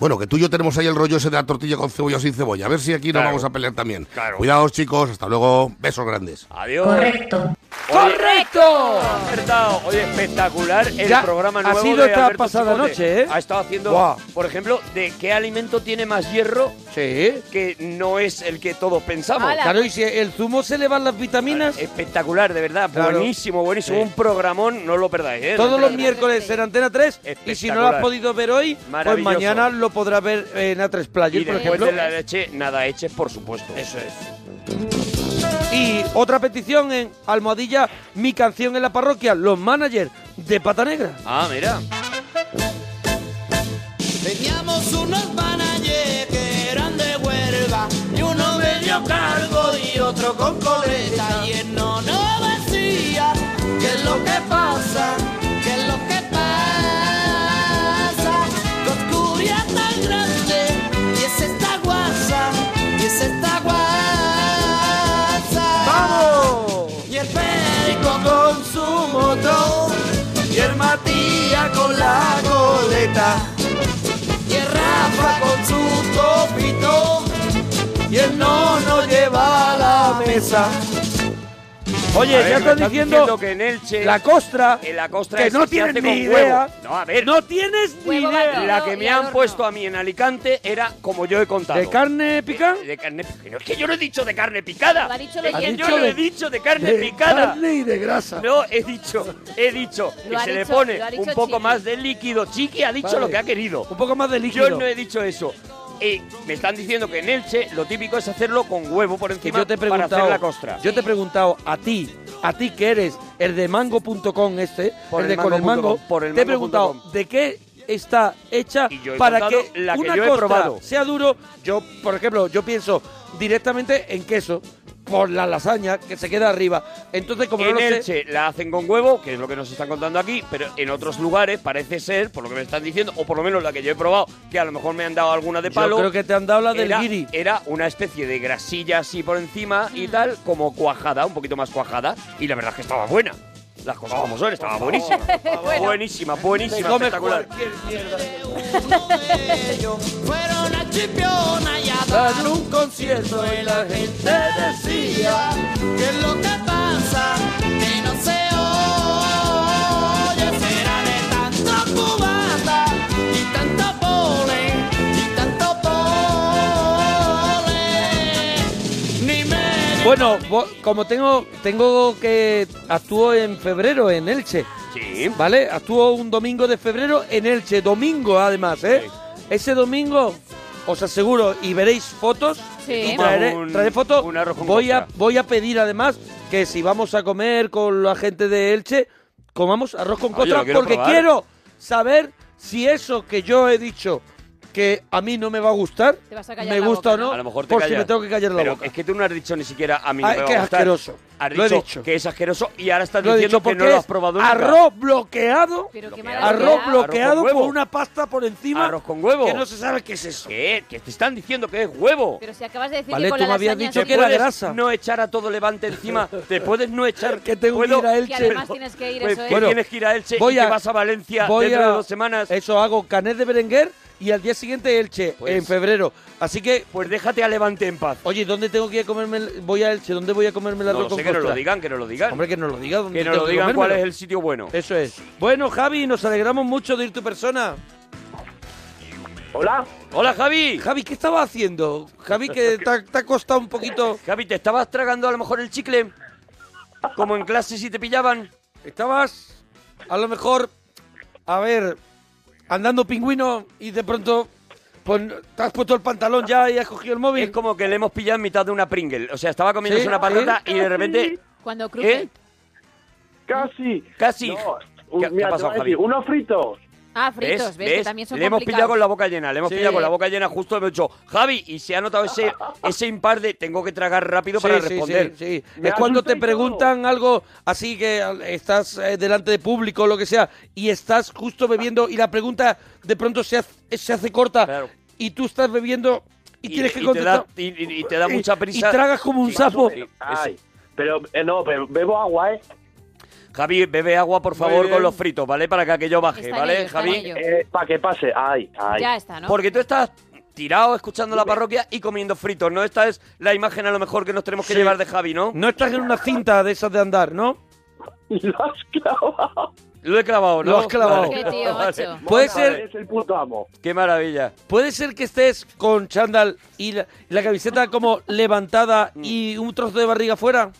Bueno, que tú y yo tenemos ahí el rollo ese de la tortilla con cebolla o sin cebolla. A ver si aquí
Claro.
nos vamos a pelear también.
Claro.
Cuidaos, chicos. Hasta luego. Besos grandes.
Adiós.
Correcto.
¡Correcto!
Acertado. Oye, espectacular el
Ya,
programa
ha
nuevo
sido
de
esta
Alberto
pasada
Chicote.
noche, ¿eh?
Ha estado haciendo,
Guau.
por ejemplo, de qué alimento tiene más hierro
Sí.
que no es el que todos pensamos. Ah,
Ala.
Claro, y si el zumo se le van las vitaminas,
Espectacular, de verdad.
Claro.
Buenísimo, buenísimo.
Sí.
Un programón, no lo perdáis, ¿eh?
todos
No
los
perdáis.
miércoles en Antena 3, y si no lo has
Espectacular.
podido ver hoy, pues
Maravilloso.
mañana lo podrás ver en A3 Player,
Y
por
después
ejemplo.
de la leche, nada eches, por supuesto. Eso es.
Y otra petición en Almohadilla, mi canción en la parroquia, Los Managers de Pata Negra.
Ah, mira.
Teníamos unos managers que eran de huelga Y uno medio cargo y otro con coleta Y él no nos decía qué es lo que pasa, qué es lo que pasa Qué oscuridad tan grande y es esta guasa, y es esta guasa
¡Vamos!
Y el perico con su motor Y el Matías Rafa con la goleta. Y el Rafa con su topito. Y el no nos lleva a la mesa.
Oye,
A ver,
ya
me
están
estás
diciendo,
diciendo que en Elche-
la costra,
En la costra
que
es-
no
se
tienen
hace
ni
con huevo.
idea.
No, a ver.
No tienes ni
Huevo
idea.
batido.
La que
y
me han
adorno.
puesto a mí en Alicante era como yo he contado.
¿De carne picada?
De carne picada. Es que yo no he dicho de carne picada.
Lo ha dicho el
Es que
oyente.
yo no
Ha
he
dicho de-
dicho de carne picada.
y de grasa.
No, he dicho, he dicho que
Lo ha
se le
dicho-
pone
lo ha dicho
un poco
Chiqui.
más de líquido. Chiqui ha dicho
Vale.
lo que ha querido.
Un poco más de líquido.
Yo no he dicho eso. Y me están diciendo que en Elche lo típico es hacerlo con huevo por
que
encima
yo te he
para hacer
preguntado,
la costra.
yo te he preguntado a ti, a ti que eres el de mango.com este,
Por
el
el
de con el
mango punto
mango,
com, por el
te he
mango punto
preguntado de qué está hecha
Y yo he
para
contado
que
la que
una
yo he
costra
probado.
sea duro. Yo, por ejemplo, yo pienso directamente en queso por la lasaña que se queda arriba. Entonces, como
en
no lo sé,
Elche la hacen con huevo, que es lo que nos están contando aquí, pero en otros lugares parece ser, por lo que me están diciendo, o por lo menos la que yo he probado, que a lo mejor me han dado alguna de
yo
palo.
creo que te han dado la del
era,
guiri.
era una especie de grasilla así por encima y
Mm.
tal, como cuajada, un poquito más cuajada, y la verdad es que estaba buena. Las cosas como son, estaba buenísima.
Oh. Bueno.
Buenísima,
Te
buenísima,
comes
espectacular.
cualquier mierda.
Fueron a Chipiona y a
Dan
dar
un concierto y la gente decía.
¿Qué es lo que pasa? Que no se oye. Será de tanto cubata y tanto pole y tanto pole. Ni me
Bueno, vo- como tengo, tengo que actúo en febrero en Elche,
Sí.
¿vale? Actúo un domingo de febrero en Elche, domingo además, ¿eh? Ese domingo os aseguro y veréis fotos
Sí.
y traeré,
Un-
traeré fotos.
un arroz con
Voy a,
costra.
voy a pedir además que si vamos a comer con la gente de Elche, comamos arroz con
Oye,
costra
lo quiero
porque
probar.
quiero saber si eso que yo he dicho que a mí no me va a gustar,
Te vas a callar
me
la
gusta
boca,
o no,
A lo mejor te
por si
callas.
me tengo que callar la
Pero
boca.
es que tú no has dicho ni siquiera a mí no
Ah,
me
es
va
que
a
es
gustar.
asqueroso.
Has
Lo he
dicho,
dicho.
que es asqueroso y ahora estás
Lo he
diciendo
dicho porque
que no lo
es
has probado nunca.
arroz bloqueado,
Pero qué
Bloqueado.
mala
arroz
idea.
bloqueado
Arroz con
con
huevo.
una pasta por encima
Arroz con huevo.
que no se sabe qué es eso.
¿Qué? Que te están diciendo que es huevo.
Pero si acabas de decir
Vale,
que con
tú
la
me habías
lasaña
dicho
se
que era
puedes
puede-
grasa.
no echar a todo Levante encima. Te puedes no echar.
Que tengo que
puedo-
ir a
Que
Elche.
además tienes que ir,
Pues,
eso es.
que tienes que ir a Elche
Voy
y
a-
que vas a Valencia
voy
dentro
a-
de dos semanas.
Eso hago canet de berenguer y al día siguiente Elche
Pues-
en febrero. Así que
Pues déjate a Levante en paz.
Oye, ¿dónde tengo que ir a comerme? el- Voy a Elche, ¿dónde voy a comerme la
No lo sé, que nos lo digan, que nos lo digan.
Hombre, que nos lo diga. ¿dónde
que nos
tengo
lo digan cuál
comérmelo? Eh,
es el sitio bueno.
Eso es. Bueno, Javi, nos alegramos mucho de ir tu persona.
Hola.
Hola, Javi.
Javi, ¿qué estaba haciendo? Javi, que te ha, te ha costado un poquito.
Javi, ¿te estabas tragando a lo mejor el chicle? Como en clase si te pillaban.
Estabas, a lo mejor, a ver, andando pingüino y de pronto pues, te has puesto el pantalón ya y has cogido el móvil.
Es como que le hemos pillado en mitad de una Pringle. O sea, estaba comiéndose
Sí,
una patata y de repente.
Cuando cruje.
¿Eh?
Casi.
Casi.
No,
¿Qué,
mira,
qué ha
te
pasado,
voy a
Javi?
decir, unos fritos.
Ah, fritos, ves, que también son
le hemos pillado con
complicados.
la boca llena, le hemos
Sí.
pillado con la boca llena justo hemos hecho Javi y se ha notado ese ese impar de tengo que tragar rápido para
Sí, sí,
responder.
sí, sí.
Me
Es cuando te
asusté y todo.
preguntan algo así que al- estás eh, delante de público o lo que sea y estás justo bebiendo y la pregunta de pronto se hace, se hace corta
Claro.
y tú estás bebiendo y, tienes que
y te da,
contestar.
y, y- y te da
Y-
mucha
Y
prisa.
tragas como un
Sí,
sapo.
más o menos.
Ay, pero eh, no, pero bebo agua, ¿eh?
Javi, bebe agua por favor
bien.
con los fritos, ¿vale? Para que aquello baje,
Está en
¿vale,
ello, está en
Javi?
ello.
Para Eh, que pase. Ay, ay.
Ya está, ¿no?
Porque tú estás tirado escuchando la parroquia y comiendo fritos, ¿no? Esta es la imagen a lo mejor que nos tenemos que
Sí.
llevar de Javi, ¿no?
No estás en una cinta de esas de andar, ¿no?
Lo has clavado.
Lo he clavado, ¿no?
Lo has clavado.
Qué tío, macho.
Puede
Mona,
ser-
Es el puto amo.
Qué maravilla.
Puede ser que estés con chándal y la, y la camiseta como levantada y un trozo de barriga fuera.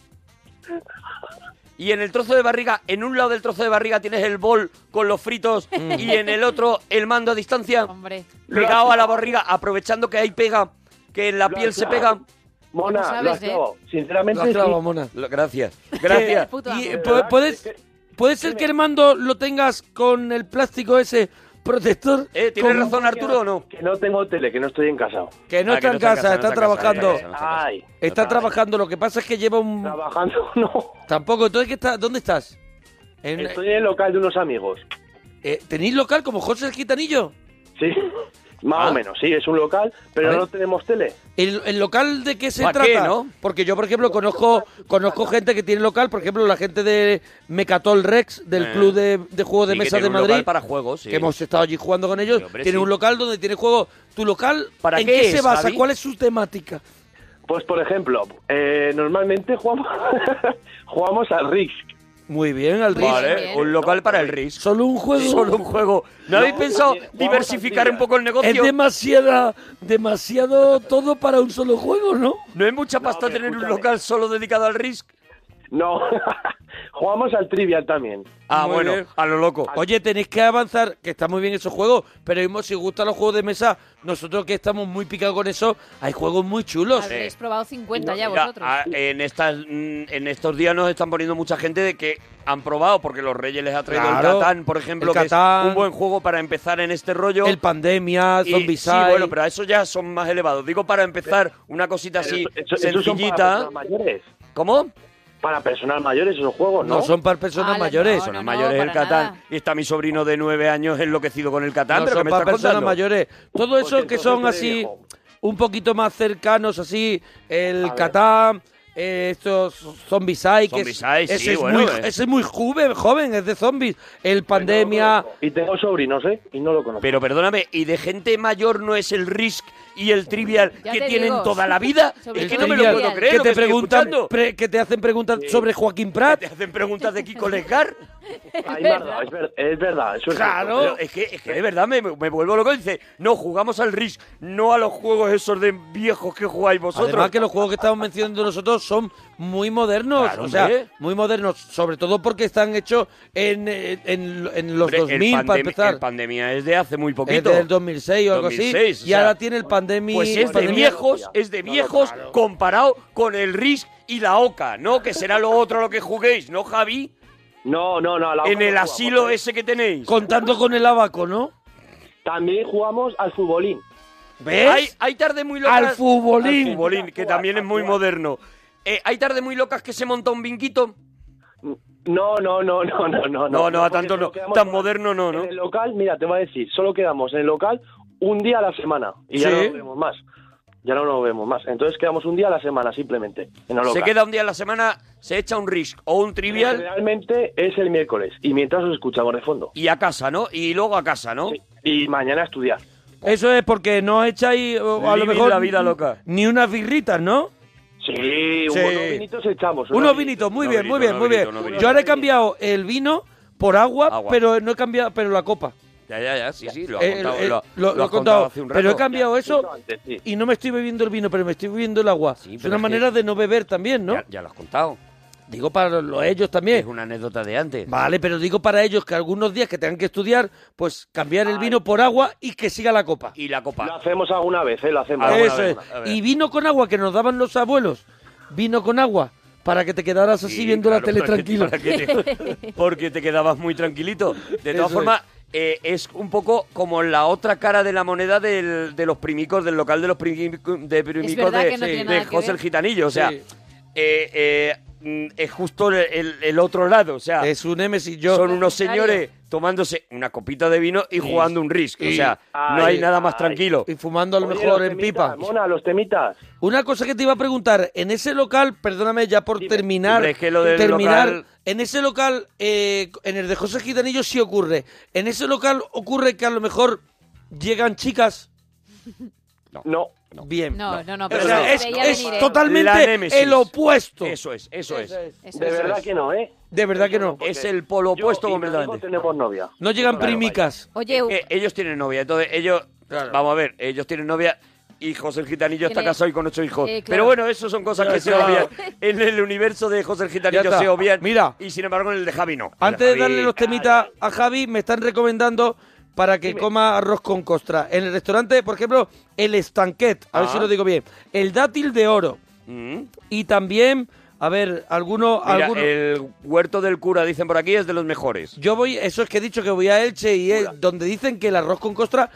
Y en el trozo de barriga, en un lado del trozo de barriga tienes el bol con los fritos y en el otro el mando a distancia.
Mm. Hombre,
pegado a la barriga, aprovechando que hay pega, que en la
Lo
piel
has
se
clavado.
pega.
¿Cómo
Mona, lo
sabes,
has
eh?
clavado.
Lo has
Sinceramente,
clavado,
sí.
mona.
Lo- Gracias, gracias.
puto
Y,
amo.
eh, pu- puedes, puede ser que el mando lo tengas con el plástico ese protector.
Eh, ¿Tienes
Como-
razón Arturo o no?
Que no tengo tele, que no estoy en casa.
Que no
Ah,
está en casa, está,
no
trabajando.
no está en casa, no está en
Ay,
casa.
Está trabajando, lo que pasa es que lleva un...
trabajando, no.
Tampoco, entonces, ¿qué está? ¿dónde estás? En-
Estoy en el local de unos amigos.
eh, ¿Tenéis local como José el Gitanillo?
Sí. Más
Ah.
o menos, sí, es un local, pero
A ver.
no tenemos tele.
¿El, el local de qué se
¿Pa'
trata?
qué, no?
Porque yo, por ejemplo, conozco conozco gente que tiene local, por ejemplo, la gente de Mecatol Rex, del
Eh.
club de, de juego de
Sí, que
mesa
tiene
de
un
Madrid.
local para juegos, sí.
Que hemos estado allí jugando con ellos.
hombre,
tiene
sí.
un local donde tiene juegos. ¿Tu local
¿Para
en
qué
qué, se
es,
basa?
Javi?
¿Cuál es su temática?
Pues, por ejemplo, eh, normalmente jugamos, jugamos al Risk.
Muy bien, al Risk.
Vale, un local para el Risk.
Solo un juego.
Solo un juego. ¿No habéis pensado
vamos a
diversificar
tira.
un poco el
Es
negocio?
demasiada, demasiado todo para un solo juego, ¿no?
¿No es mucha pasta
pero
tener un
escúchame.
local solo dedicado al Risk?
No, jugamos al Trivial también.
Ah,
Muy
bueno,
bien.
a lo loco.
Oye, tenéis que avanzar, que está muy bien esos juegos, pero mismo si os gustan los juegos de mesa, nosotros que estamos muy picados con eso, hay juegos muy chulos.
Habréis probado 50 ya
Mira,
vosotros.
a- en, estas, mm, en estos días nos están poniendo mucha gente de que han probado, porque los Reyes les ha traído
Claro,
el Catán, por ejemplo,
el
que
Catán.
es un buen juego para empezar en este rollo.
El Pandemia,
Y- sí,
Zombicide.
bueno, pero a eso ya son más elevados. Digo, para empezar una cosita así
Pero eso- eso- esos son para
sencillita.
personas mayores.
¿Cómo?
Para personas mayores esos juegos, ¿no?
no son para personas
Ala,
mayores.
Ah, no,
Las
no,
mayores del
para
Catán.
nada.
Y está mi sobrino de nueve años enloquecido con el Catán,
No
pero
son
que me
para
estás
personas
contando.
mayores. Todo
Porque
eso que
entonces
son
eres
así,
viejo.
un poquito más cercanos, así, el
ver.
Catán, eh, estos Zombicide, que es,
Zombicide, sí,
ese es
bueno,
muy,
eh.
ese es muy joven, joven, es de zombies. El Pandemia,
Y tengo sobrinos, ¿eh? Y no lo conozco.
Pero perdóname, ¿y de gente mayor no es el Risk y el Trivial
Ya
que
te
tienen
digo.
toda la vida?
Sobre
Es que
todo
no me
el
lo
Trivial.
puedo creer.
que
lo
te
estoy
preguntan,
escuchando.
pre- que te hacen preguntas sobre Joaquín
Te
Prat.
hacen preguntas de Kiko Lesgar.
Ay, verdad, es, ver- es verdad, eso es
Claro.
cierto.
Pero es que, es que de verdad me, me vuelvo loco y dice, no, jugamos al Risk, no a los juegos esos de viejos que jugáis vosotros.
Además que los juegos que estamos mencionando nosotros son muy modernos,
Claro,
o sea,
hombre.
muy modernos, sobre todo porque están hechos en, eh, en- en los
Hombre,
2000
el
para
pandem-
empezar.
El pandemia es de hace muy
Es
poquito.
del 2006 o algo
2006, o
así. Y
sea,
ahora tiene el pandemia.
Pues es de
pandemia-
viejos, es de viejos comparado con el Risk y la Oca, ¿no? Que será lo otro lo que juguéis, ¿no, Javi?
No, no, no. a la
En
otra
el
no jugamos,
asilo
¿eh?
ese que tenéis.
Contando con el abaco, ¿no?
También jugamos al futbolín.
¿Ves?
Hay, hay tardes muy locas.
Al futbolín.
Al futbolín, que también es muy moderno. Eh, hay tardes muy locas que se monta un vinquito.
No, no, no, no, no, no.
No, no, a tanto
porque
no.
quedamos
Tan
en-
moderno no, ¿no?
En el local, mira, te voy a decir, solo quedamos en el local un día a la semana y ya
Sí.
no nos vemos más. Ya no nos vemos más. Entonces quedamos un día a la semana simplemente en el local.
Se queda un día a la semana, se echa un risk o un trivial
Realmente es el miércoles y mientras os escuchamos de fondo.
y a casa, ¿no? Y luego a casa, ¿no?
Sí, Y mañana a estudiar.
Eso es porque no echáis, eh, o a lo
Living
mejor,
la vida loca.
ni unas birritas, ¿no?
Sí,
Sí.
unos vinitos echamos.
Unos vinitos, muy
unos
bien, muy
vinitos,
bien,
unos
muy
vinitos,
bien.
unos vinitos.
Yo ahora he cambiado el vino por agua,
Agua.
pero no he cambiado, pero la copa.
Ya, ya, ya, sí, sí, lo ha
Eh,
contado,
eh,
lo,
lo-
lo
lo
has
he contado,
hace un rato.
pero he cambiado eso
antes, sí.
y no me estoy bebiendo el vino, pero me estoy bebiendo el agua.
Sí,
es
pero
una
es
manera
que-
de no beber también, ¿no?
Ya, ya lo has contado.
Digo para los, ellos
Es
también.
una anécdota de antes.
Vale, pero digo para ellos que algunos días que tengan que estudiar, pues cambiar el vino por agua y que siga la copa.
Y la
Lo
copa.
hacemos alguna vez, ¿eh? Lo hacemos.
Alguna
Eso
vez,
es.
alguna vez.
Y vino con agua que nos daban los abuelos. Vino con agua para que te quedaras así viendo la tele tranquilo.
tranquilo. porque te quedabas muy tranquilito. De
Eso
todas
es.
formas, eh, es un poco como la otra cara de la moneda del- de los primicos, del local de los primi- de primicos
verdad
de,
que no
de
tiene nada que
José
ver.
el Gitanillo. O sea,
Sí.
eh, eh, mm, es justo el, el- el otro lado. O sea,
Es un Nemesis. Yo,
son unos
Contrario.
señores tomándose una copita de vino y jugando un risk. O sea, no
Ay,
hay nada más
ay.
tranquilo.
y fumando a lo
Oye,
mejor
los
en pipa.
temitas, Mona, los temitas.
Una cosa que te iba a preguntar, en ese local, perdóname ya por terminar,
Hombre, es que lo del
terminar,
local-
en ese local, eh, en el de José Gitanillo sí ocurre. En ese local ocurre que a lo mejor llegan chicas.
No.
Bien.
No, no, no,
O
pero
sea,
no,
es,
veía
es
venir, ¿eh?
La
totalmente
némesis.
el opuesto.
Eso es, eso, es.
Eso es.
Eso
de
es.
verdad que no, ¿eh?
De verdad que no.
Es el polo
Yo
opuesto
y mi
completamente.
amigo tenemos novia.
No llegan
Claro,
primicas.
Oye,
Eh, ellos tienen novia, entonces ellos, vamos a ver, ellos tienen novia. Y José el Gitanillo está
Tiene-
casado y con ocho hijos.
Eh, claro.
Pero bueno, eso son cosas que se
está.
obvian. En el universo de José el
Ya
Gitanillo
está.
se obvian.
Mira.
Y sin embargo, en el de Javi no. El
Antes de
Javi-
darle los temitas a Javi, me están recomendando para que coma arroz con costra. En el restaurante, por ejemplo, el estanquet, a ver
Ah.
si lo digo bien, el dátil de oro
Mm.
y también, a ver, alguno,
Mira,
alguno-
el huerto del cura, dicen por aquí, es de los mejores.
Yo voy, eso es que he dicho que voy a Elche y es donde dicen que el arroz con costra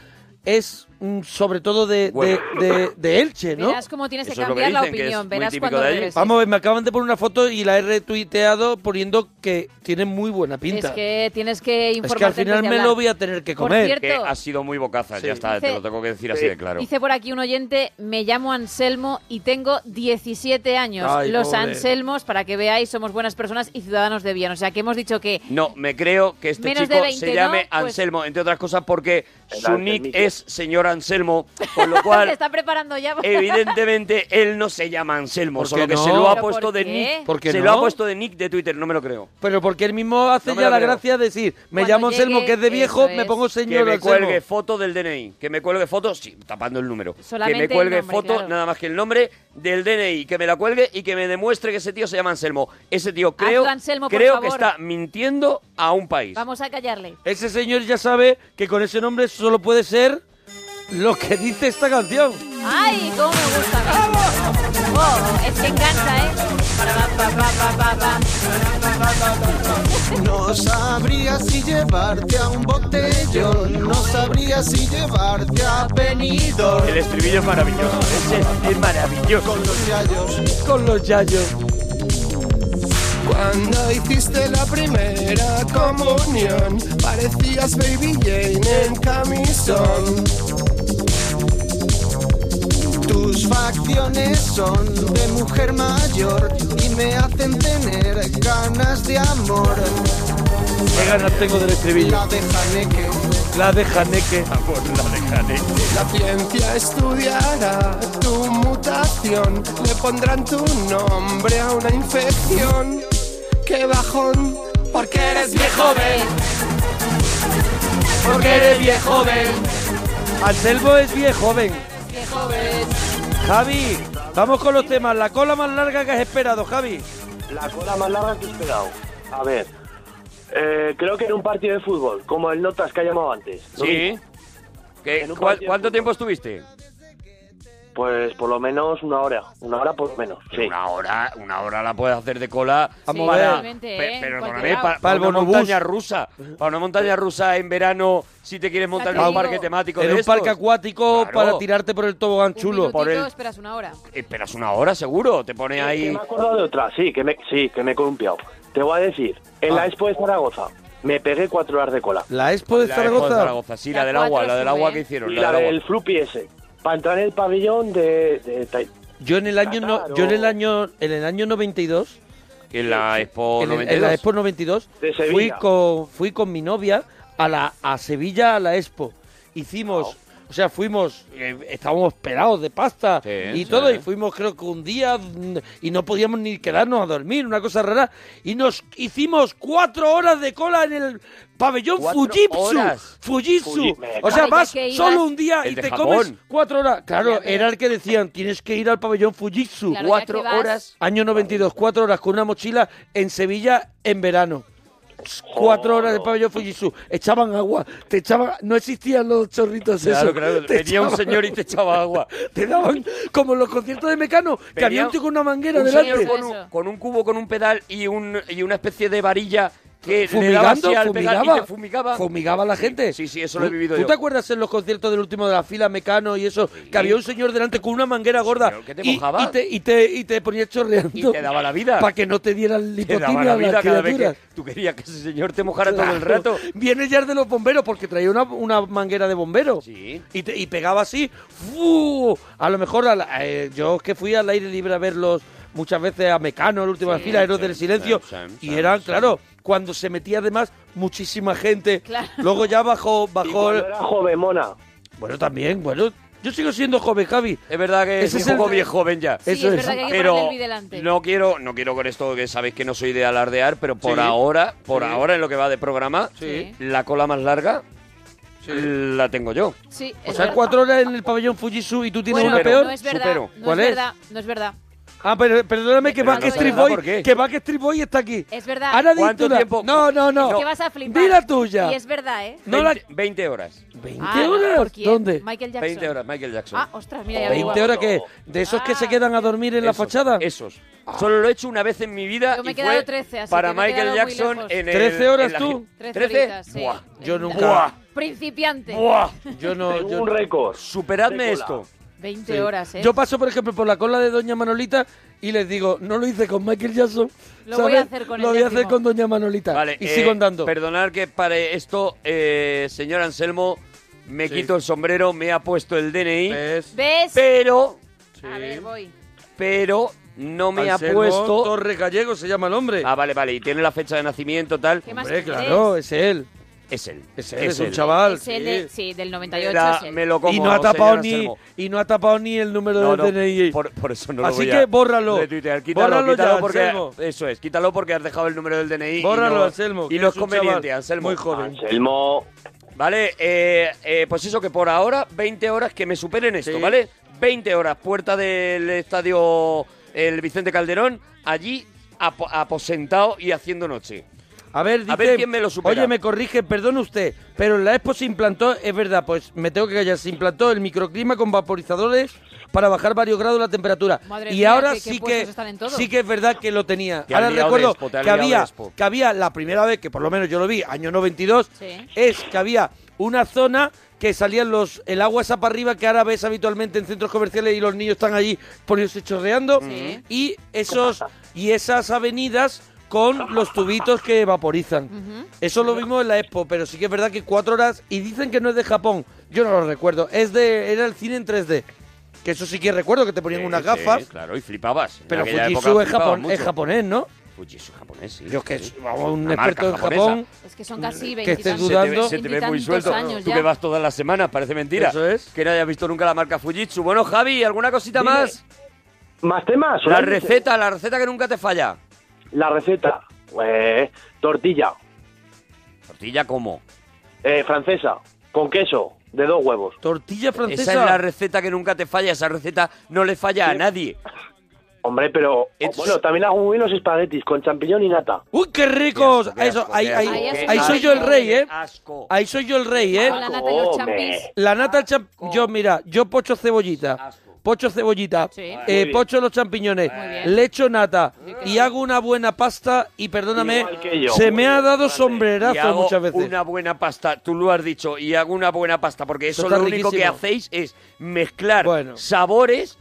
es mm, sobre todo de, de- de- de Elche, ¿no?
Verás cómo tienes que cambiar la opinión. Verás cuando regreses.
Vamos a ver, me acaban de poner una foto y la he retuiteado poniendo que tiene muy buena pinta.
Es que tienes que
Es que
informarte.
al final
antes de
me
hablar.
lo voy a tener que
Por
comer.
cierto-
Que has sido muy bocazas, ya está, te
Dice-
lo tengo que decir así de claro.
Dice por aquí un oyente, me llamo Anselmo y tengo 17 años.
Ay,
Los
pobre.
Anselmos, para que veáis, somos buenas personas y ciudadanos de bien. O sea, que hemos dicho que
No, me creo que este
Menos
chico
de 20,
se llame
¿no? Pues-
Anselmo, entre otras cosas porque su nick
Anselmillo.
es señor Anselmo, con lo
se
cual
está preparando ya. para-
evidentemente él no se llama Anselmo,
¿Por
solo
qué
que se
no?
lo ha
¿Pero
puesto
por
de
qué?
nick,
¿Por qué
se
no?
lo ha puesto de nick de Twitter, no me lo creo.
Pero porque él mismo hace
No me
ya
lo
la
creo.
gracia de decir, me
Cuando
llamo Anselmo,
llegue,
que es de viejo,
eso
me
es.
pongo
Que
señor
me
Anselmo.
cuelgue foto del DNI. Que me cuelgue foto, sí, tapando el número.
Solamente
que me cuelgue
el nombre,
foto,
claro.
nada más que el nombre del DNI. Que me la cuelgue y que me demuestre que ese tío se llama Anselmo. Ese tío creo,
Hazlo, Anselmo, por
creo
favor.
que está mintiendo a un país.
Vamos a callarle.
Ese señor ya sabe que con ese nombre solo puede ser lo que dice esta canción.
¡Ay, cómo me gusta! Oh, es que encanta, ¿eh?
No sabría si llevarte a un botellón, no sabría si llevarte a Benidorm.
El estribillo es maravilloso, es, es maravilloso.
Con los yayos,
con los yayos.
Cuando hiciste la primera comunión, parecías Baby Jane en camisón. Tus facciones son de mujer mayor y me hacen tener ganas de amor.
Qué ganas tengo del estribillo.
La de Haneke.
La de Janeque.
Ah, la de Janeque.
La ciencia estudiará tu mutación, le pondrán tu nombre a una infección. ¡Qué bajón! Porque eres viejo, ven. Porque eres viejo, ven.
Anselmo es viejo, ven.
Viejo, ven.
Javi, vamos con los temas. La cola más larga que has esperado, Javi.
La cola más larga que he esperado. A ver. eh, creo que en un partido de fútbol, como el Notas que ha llamado antes. ¿no?
Sí. ¿Qué- cuál- ¿Cuánto tiempo estuviste?
Pues por lo menos una hora. Una hora por lo menos. Sí.
Una hora, una hora la puedes hacer de cola.
Vamos
para-
a ver.
Totalmente,
pe-
¿eh?
pero
En cualquier
perdóname,
lado.
para,
Para el
una
bonobús.
montaña rusa. Para una montaña rusa en verano, si te quieres montar en
Ya
un
te
parque
digo.
temático.
En
de
un
estos.
parque acuático
Claro.
para tirarte por el tobogán chulo.
Un
Por
minutito,
el-
esperas una hora.
Esperas una hora seguro, te pone
Que
ahí.
me he acordado de otra, sí, que me, sí, que me he columpiado. Te voy a decir, en
Ah.
la Expo de Zaragoza me pegué cuatro horas de cola.
La Expo de
La
Zaragoza.
de Zaragoza, sí, la, del agua, la del agua que hicieron.
¿eh? Y
La,
la
del
del
agua.
Flupi ese, para entrar en el pabellón de... de Tai-
Yo en el año no, yo en el año en el año 92
En la Expo
en, el- en
92.
la Expo 92
De Sevilla.
fui con fui con mi novia a la a Sevilla a la Expo. Hicimos, o sea, fuimos eh, estábamos pelados de pasta y
sí.
todo y fuimos creo que un día mm, y no podíamos ni quedarnos a dormir, una cosa rara y nos hicimos cuatro horas de cola en el pabellón
¿Cuatro
Fujitsu.
horas?
Fujitsu.
Fuji-
O sea,
Ay,
vas
¿de qué ibas?
solo un día
El
y
de
te
Japón.
comes cuatro horas. Claro,
Fíjate.
era el que decían, tienes que ir al pabellón Fujitsu.
Claro, ya
Cuatro
que vas-
horas.
Año 92, cuatro horas con una mochila en Sevilla en verano. Cuatro horas de pabellón Fujitsu. Echaban agua, te echaban... No existían los chorritos
Claro,
esos.
claro.
Te
Venía un
echaban-
señor y te echaba agua.
Te daban como en los conciertos de Mecano, que había
Venía
un tío con una manguera
un
delante.
señor con
Eso,
un,
eso.
con un cubo, con un pedal y, un, y una especie de varilla que le daba
fumigando,
así al pedal
fumigaba,
y te fumigaba.
fumigaba a la gente.
Sí, sí, eso lo he
¿Tú-
vivido
¿Tú
yo.
te acuerdas en los conciertos del último de la fila, Mecano y eso, que había un señor delante con una manguera gorda
señor que te
y,
mojaba.
y te, y, te, y te ponía chorreando
Y te daba la vida.
para que no te dieran
Te daba
lipotimia
la
a las
vida cada vez que
criaturas?
tú querías que ese señor te mojara todo el
Claro.
rato.
Viene ya el de los bomberos porque traía una, una manguera de bombero.
Sí.
Y, te- y pegaba así. ¡fu! A lo mejor a la- eh, yo es que fui al aire libre a verlos muchas veces a Mecano, en la última fila, Héroes del Silencio.
sí, sí,
y
sí,
eran,
sí.
claro, cuando se metía además muchísima gente.
Claro.
Luego ya bajó,
Y
bajó.
cuando era joven, mona.
Bueno, también, bueno. Yo sigo siendo joven, Javi.
Es verdad que
Ese
es
es
un
el
poco
de-
bien joven ya.
Sí,
Eso
es
es.
verdad que hay que
pero
ponerle el vi delante.
no quiero no quiero con esto que sabéis que no soy de alardear pero por
Sí.
ahora por
Sí.
ahora en lo que va de programa
Sí.
la cola más larga la tengo yo
Sí,
O
es
sea,
verdad.
cuatro horas en el pabellón Fujitsu y tú tienes
Bueno,
una peor.
No es verdad,
Supero.
no
¿Cuál
es
es?
verdad, no es verdad.
Ah, pero perdóname que
Pero
va que
no
Street
sé,
Boy,
¿por qué?
que va que Street Boy está aquí.
Es verdad.
Ahora di
¿Cuánto
tú la-
tiempo?
No, no, no.
Es que vas a flipar.
Di la tuya.
Y es verdad, ¿eh?
No la-
20, 20 horas
20
Ah,
horas.
¿por quién?
¿Dónde?
Michael Jackson.
20 horas Michael Jackson
Ah, ostras, mira, ya digo.
20 horas que de esos que se quedan a dormir en la
Esos,
fachada.
esos
Ah.
solo lo he hecho una vez en mi vida
Yo me he
y
quedado
fue
13, así
para
que me he
Michael
quedado muy
Jackson
lejos.
en el
13 horas
en la
tú.
gi-
13
13
horitas, sí.
Buah.
Yo nunca
Buah.
Principiante.
Yo no.
Tengo
yo-
un
récord.
Superadme
de cola.
esto.
20
Sí.
horas, ¿eh?
Yo paso, por ejemplo, por la cola de Doña Manolita y les digo, no lo hice con Michael Jackson.
Lo
¿sabes?
voy a hacer con
Lo
el
voy a hacer
décimo.
con Doña Manolita.
Vale,
y
eh,
sigo andando.
Perdonad que para esto, eh, señor Anselmo, me quito el sombrero, me ha puesto el DNI,
Pues,
¿Ves?
Pero...
A ver, voy.
pero no me
Anselmo
ha puesto.
Torre Gallego se llama el hombre.
Ah, vale, vale, y tiene la fecha de nacimiento, tal.
¿Qué más Hombre, quieres? claro,
No, es él.
Es él.
Es él, es un chaval.
Es el de- sí, del 98
Era-
es él.
me lo como,
y no ha tapado
señor
ni
Anselmo.
y no ha tapado ni el número
No,
del
no,
DNI.
Por, eso no lo
Así
voy
que
a
bórralo.
retuitear. Quítalo,
bórralo
quítalo
ya,
porque
Anselmo.
eso es, quítalo porque has dejado el número del DNI. y
Bórralo,
no-
Anselmo,
Y
que
no es
es un
conveniente,
chaval
Anselmo.
muy joven.
Anselmo.
Vale, eh, eh, pues eso que por ahora 20 horas que me superen esto,
Sí.
¿vale? 20 horas puerta del estadio el Vicente Calderón, allí apo- aposentado y haciendo noche.
A ver,
A ver
dicen,
quién me lo supera.
Oye, me corrige, perdone usted, pero en la Expo se implantó, es verdad, pues me tengo que callar, se implantó el microclima con vaporizadores para bajar varios grados la temperatura.
Madre
y
mía,
ahora
qué- qué
sí que
puestos están en todo.
sí que es verdad que lo tenía.
Te han
ahora
liado de
recuerdo
Expo, te han
que
liado de
había
Expo.
que había la primera vez que por lo menos yo lo vi, año 92,
Sí.
es que había una zona que salían los el agua esa para arriba que ahora ves habitualmente en centros comerciales y los niños están allí poniéndose chorreando
Sí.
y esos y esas avenidas con los tubitos que vaporizan. Eso lo vimos en la Expo, pero sí que es verdad que cuatro horas y dicen que no es de Japón. Yo no lo recuerdo. Es de era el cine en 3D. Que eso sí que recuerdo que te ponían
Sí,
unas
sí,
gafas.
claro, y flipabas. En
Pero
aquella
Fujitsu
época
es,
flipabas
Japón- es
mucho.
japonés, ¿no?
Fujitsu es japonés, sí.
Yo que
sí.
soy vamos, un
Una marca
experto en
japonesa.
Japón.
Es que son casi
Que estés
20
dudando.
Se te ve muy
Veintitantos
suelto.
años
Tú
ya.
que vas todas las semanas, parece mentira.
Eso es.
Que no hayas visto nunca la marca Fujitsu. Bueno, Javi, ¿alguna cosita
Dime.
más?
¿Más temas?
La
Solamente.
receta, la receta que nunca te falla.
La receta. Eh, tortilla
Tortilla como.
eh, francesa con queso de dos huevos.
Tortilla francesa.
Esa es la receta que nunca te falla. Esa receta no le falla a nadie.
Hombre, pero
It's-
bueno, también hago muy bien los espaguetis con champiñón y nata.
¡Uy, qué ricos!
Qué
Eso,
asco,
ahí,
qué
ahí,
asco, qué
ahí soy yo el
asco,
rey,
qué
¿eh?
Asco.
Ahí soy yo el rey, ¿eh?
Con la nata y los
Come.
champis.
La nata, el champ- yo mira, yo pocho cebollita,
Asco.
pocho cebollita,
Sí.
eh,
Muy bien.
pocho los champiñones,
Muy bien.
le echo nata y hago una buena pasta y perdóname,
Igual que yo,
se
muy
me ha
bien,
dado
grande.
Y
sombrerazo
hago
muchas veces.
una buena pasta, tú lo has dicho, y hago una buena pasta, porque eso
Eso está
lo único que
riquísimo.
hacéis es mezclar
Bueno.
sabores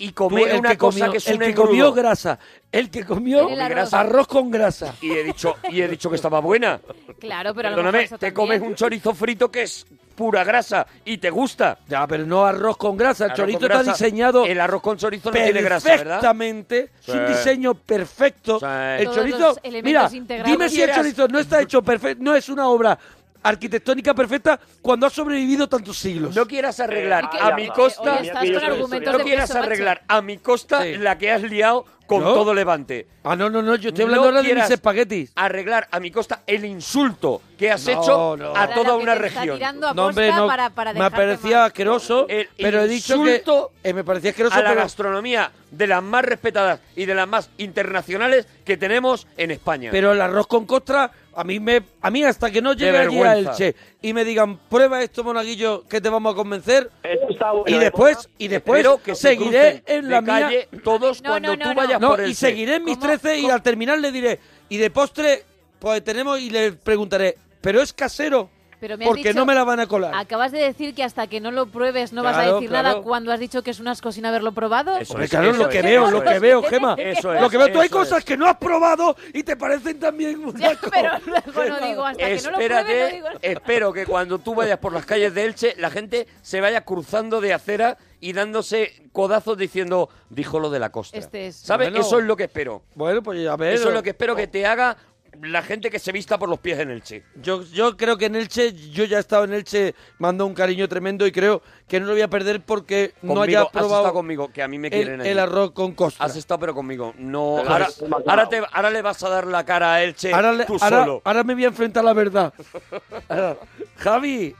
y
Tú,
comer
el
una
que
cosa
comió,
que es
el
un
que
engrudo.
comió grasa, el que comió
El
arroz.
arroz.
con grasa.
y he dicho y he dicho que estaba buena.
Claro, pero a lo
Perdóname,
mejor eso
te
también.
comes un chorizo frito que es pura grasa y te gusta.
Ya, pero no arroz con grasa, el
Arroz
chorito
con
está
grasa.
diseñado
El arroz con chorizo no tiene grasa, ¿verdad?
perfectamente, es un
Sí.
diseño perfecto.
Sí.
El
Todos
chorizo,
los elementos
mira,
integrados.
dime si el
Quieras.
chorizo no está hecho perfecto, no es una obra arquitectónica perfecta cuando ha sobrevivido tantos siglos.
No quieras arreglar
Y que-
a mi
oye,
costa,
Oye,
Ya
estás
que yo
con
soy
argumentos
no
de
quieras
peso, macho.
arreglar a mi costa
Sí.
la que has liado con
¿No?
todo Levante.
Ah, no, no, no, yo estoy
No
hablando ahora de mis
quieras-
espaguetis.
Arreglar a mi costa el insulto que has
No,
hecho
no.
a toda
Ahora la que
una
te está
región.
tirando a
No, hombre,
posta
no,
para- para
me
dejarte
parecía
mal.
asqueroso,
El
pero he dicho que
insulto
eh, me parecía asqueroso,
A la
pero
gastronomía de las más respetadas y de las más internacionales que tenemos en España.
Pero el arroz con costra, a mí, me, a mí hasta que no llegue allí a
vergüenza.
Elche y me digan, prueba esto, monaguillo, que te vamos a convencer.
Eso está bueno,
Y
¿eh,
después,
Borja?
y después
Espero que se
seguiré
crucen
en la
de
mía.
calle todos
No,
cuando
no, no,
tú vayas
No,
por el
y seguiré en mis
¿Cómo?
13 y
¿Cómo?
al terminar le diré, y de postre, pues tenemos y le preguntaré, pero es casero,
Pero me has
porque
dicho-
no me la van a colar.
Acabas de decir que hasta que no lo pruebes no vas a
Claro,
decir
claro.
nada cuando has dicho que es un asco sin haberlo probado.
Eso
Hombre,
es,
claro,
eso
lo que
es,
veo,
eso
lo que
es.
veo, Gema.
Eso es,
Lo que veo, tú hay
eso
cosas
es.
que no has probado y te parecen también un
Ya,
asco.
pero luego no digo hasta que no lo pruebe, no
Espérate,
digo nada.
espero que cuando tú vayas por las calles de Elche, la gente se vaya cruzando de acera y dándose codazos diciendo, dijo lo de la costa.
Este es.
¿Sabes?
Bueno.
Eso es lo que espero.
Bueno, pues a ver.
Eso es lo que espero que te haga la gente que se vista por los pies en Elche.
Yo, yo creo que en Elche, yo ya he estado en Elche, mando un cariño tremendo y creo que no lo voy a perder porque no
Conmigo,
haya
has estado
probado
conmigo, que a mí me quieren
el,
allí.
el arroz con costra.
Has estado pero conmigo. No,
Pero
ahora,
es un macabro.
ahora, te, ahora le vas a dar la cara a Elche
Ahora, le-
tú
ahora-
solo.
ahora me voy a enfrentar a la verdad. Ahora, Javi,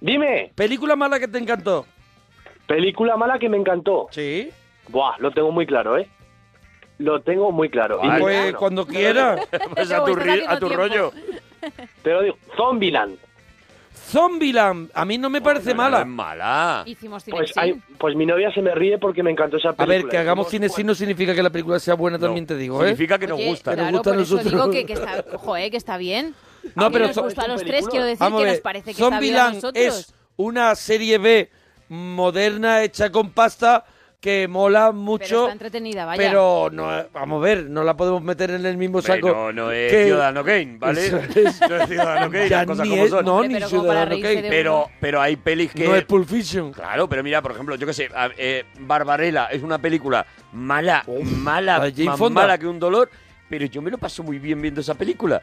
Dime,
película mala que te encantó.
película mala que me encantó.
Sí.
Buah, lo tengo muy claro, ¿eh? Lo tengo muy claro. Y
Vale.
me-
Pues
bueno,
cuando quiera.
Pues a tu,
Estás
ri-
haciendo
a tu
tiempo.
rollo.
Te lo digo, Zombieland.
Zombieland, a mí no me parece
No, no
mala.
es mala.
Hicimos
Pues,
Cinexin.
hay- pues mi novia se me ríe porque me encantó esa
A
película.
ver, que hagamos
Hicimos-
cine sí no significa que la película sea buena, también
No,
te digo, ¿eh?
Significa que nos
Oye,
gusta.
Que nos
Claro,
gusta a
por eso
nosotros.
digo que, que está, joder, que está bien.
No,
A mí
pero
nos
son-
gusta a los tres, quiero decir
Vamos a
que
ver,
nos parece que está
Zombieland
bien a nosotros.
es una serie B moderna hecha con pasta que mola mucho.
Pero está entretenida, vaya.
Pero no, vamos a ver, no la podemos meter en el mismo
Hombre,
saco.
no, no es Ciudadano Kane, ¿vale?
Eso es.
No es Ciudadano Kane,
Ya
las cosas
ni
como
es-
son.
no, ni Pero como para Ciudadano reírse Kane. de
Pero,
uno.
pero hay pelis que...
No es Pulp Fiction.
Claro, pero mira, por ejemplo, yo qué sé, a- eh, Barbarella es una película mala, mala,
la de Jane
más
Fonda.
mala que un dolor, pero yo me lo paso muy bien viendo esa película.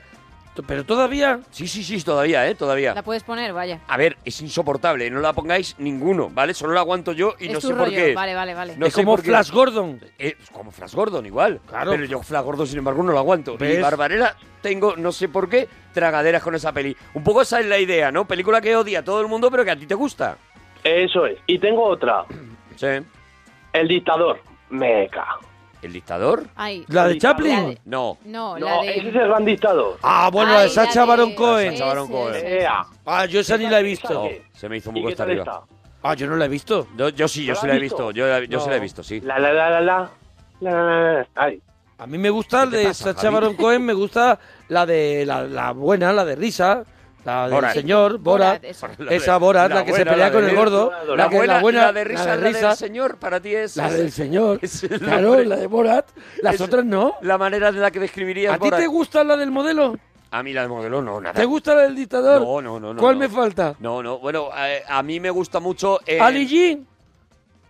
¿Pero todavía?
Sí, sí, sí, todavía, ¿eh? Todavía.
La puedes poner, vaya.
A ver, es insoportable, no la pongáis ninguno, ¿vale? Solo la aguanto yo y
es
no
tu
sé
rollo.
por qué.
Vale, vale, vale.
No
es
sé
como
por qué.
Flash Gordon.
Eh, como Flash Gordon, igual.
Claro.
Pero yo Flash Gordon, sin embargo, no lo aguanto.
¿Ves?
Y Barbarella tengo, no sé por qué, tragaderas con esa peli. Un poco esa es la idea, ¿no? Película que odia a todo el mundo, pero que a ti te gusta.
Eso es. Y tengo otra.
Sí.
El dictador. Meca.
¿El dictador?
Ay.
¿La de
La
Chaplin?
de-
No.
No, la
No,
de...
ese es el gran dictador.
Ah, bueno, la
Ay,
de Sacha Baron Cohen.
ese,
Sacha Baron
ese,
Cohen.
ese.
Ea.
Ah, yo esa ni la he visto.
Oh, se me hizo muy
¿Y qué
cuesta
tal
arriba.
está?
Ah, yo no la he visto.
Yo, yo sí, yo
¿No
sí
la
la he
has
visto.
visto?
Yo, la- yo sí
No.
la he visto, sí.
La la la la la. La la la la. Ay.
A mí me gusta la
¿Qué te
de
pasa,
Sacha
Javi?
Baron Cohen, me gusta la de la, la buena, la de Risa, la del
Borat.
señor, Borat.
Borat, eso.
La de-
esa Borat, la, que
buena,
se pelea
la
con
de-
el gordo.
la
La,
que-
buena, la
buena,
de risa,
la de
la
risa,
del señor, para ti es...
la
es-
del señor.
es el
claro,
hombre.
la de Borat. Las
es
otras no.
La manera de la que describirías
¿A ti te gusta la del modelo?
A mí la de modelo no, nada.
¿Te gusta la del dictador?
No, no, no, no,
¿Cuál
no.
me falta?
No, no, bueno, eh, a, mí me gusta mucho... eh,
¿Ali G?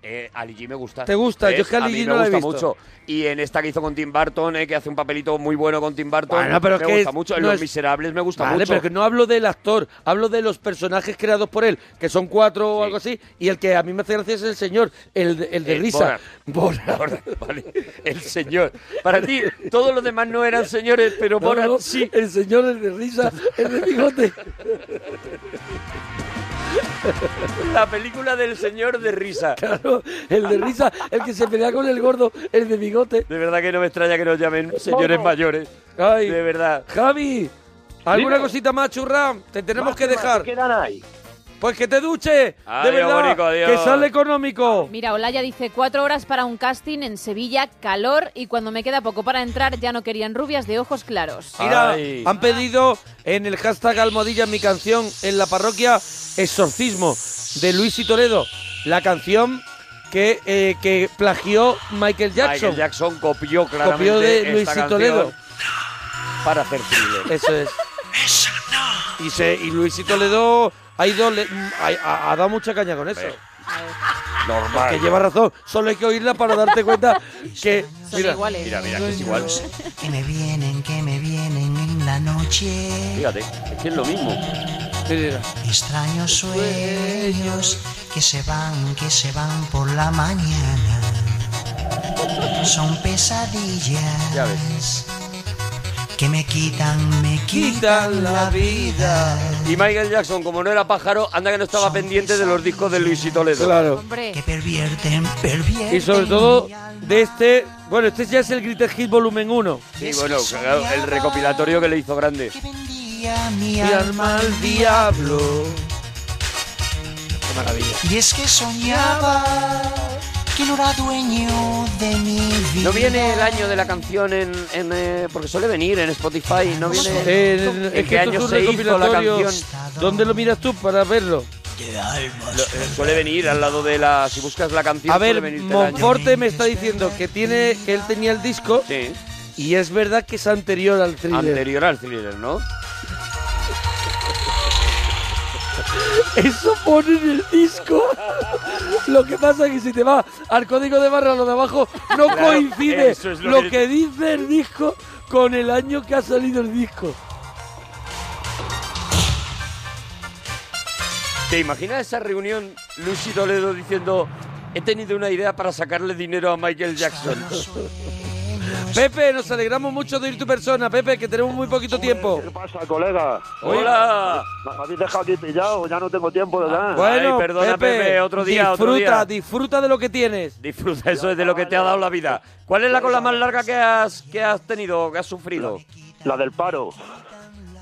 Eh, Ali G me gusta.
¿Te gusta? Yo
¿Ves?
es que Ali
a mí
G
me
no la he
gusta
visto.
mucho. Y en esta que hizo con Tim Burton, eh, que hace un papelito muy bueno con Tim Burton.
Bueno, pero
me
que
gusta
es-
mucho. En
no
Los
es-
Miserables me gusta
Vale,
mucho.
pero que no hablo del actor, hablo de los personajes creados por él, que son cuatro o
Sí.
algo así, y el que a mí me hace gracia es el señor, el, de- el de
Eh,
risa. Borat.
Ahora, vale, el señor. Para ti, todos los demás no eran señores, pero
No,
Borat
no,
sí.
El señor, el de risa, el de bigote.
La película del señor de risa.
Claro, el de risa, el que se pelea con el gordo, el de bigote.
De verdad que no me extraña que nos llamen señores mayores.
Ay.
De verdad.
Javi, ¿alguna
Dime.
cosita más, churra? Te tenemos que
Más temas
dejar.
quedan ahí.
Pues que te duche.
Adiós,
de verdad,
bonico, adiós.
que sale económico.
Mira, Olaya dice, cuatro horas para un casting en Sevilla, calor, y cuando me queda poco para entrar ya no querían rubias de ojos claros.
Mira,
Ay.
han pedido en el hashtag Almohadilla mi canción en la parroquia Exorcismo de Luis y Toledo. La canción que, eh, que plagió Michael Jackson.
Michael Jackson copió claramente
Copió de
esta
Luis y
canción
Toledo.
para hacer thriller.
Eso es. Y, se, y Luis y Toledo ha, ido, le- ha- ha, ha dado mucha caña con eso.
Normal.
Que lleva razón. Solo hay que oírla para darte cuenta que.
Son
Mira,
iguales.
Mira, mira, que es igual.
Que me vienen, que me vienen en la noche.
Fíjate, es que es lo mismo.
mira,
Extraños sueños que se van, que se van por la mañana. Son
Ya
pesadillas que me quitan, me
Quitan
quitan
la
la vida.
Y Michael Jackson, como no era pájaro, anda que no estaba pendiente de los discos de Luis y Toledo.
Claro.
Hombre,
Que pervierten, pervierten.
Y sobre todo
mi alma.
de este. Bueno, este ya es el Greatest Hit Volumen 1.
Sí, bueno, claro, el recopilatorio que le hizo grande.
Que vendía mi
Mi
alma
alma al diablo. Qué maravilla.
Y es que soñaba que no era dueño de mi vida.
No viene el año de la canción en, en, eh, porque suele venir en Spotify, no viene.
Eh, es que
qué
esto
año
es un
se hizo
recopilatorio.
la canción?
¿Dónde lo miras tú para verlo?
De almas
lo- eh, suele venir al lado de la. Si buscas la canción,
A
suele
ver,
venirte el año.
Monforte me está diciendo que tiene que él tenía el disco
Sí,
y es verdad que es anterior al thriller.
anterior al thriller, ¿no?
Eso pone en el disco. lo que pasa es que si te vas al código de barra lo de abajo no coincide
eso es lo
lo,
que-
que... dice el disco con el año que ha salido el disco.
¿Te imaginas esa reunión, Luis y Toledo diciendo. He tenido una idea para sacarle dinero a Michael Jackson.
Pepe, nos alegramos mucho de ir tu persona, Pepe, que tenemos muy poquito tiempo.
¿Qué pasa, colega?
¡Hola!
Me habéis dejado aquí pillado, ya no tengo tiempo de nada.
Bueno,
Ay, perdona, Pepe, otro día,
disfruta,
otro día.
disfruta de lo que tienes.
Disfruta, eso es de lo que te ha dado la vida. ¿Cuál es la cola más larga que has, que has tenido, que has sufrido?
La del paro.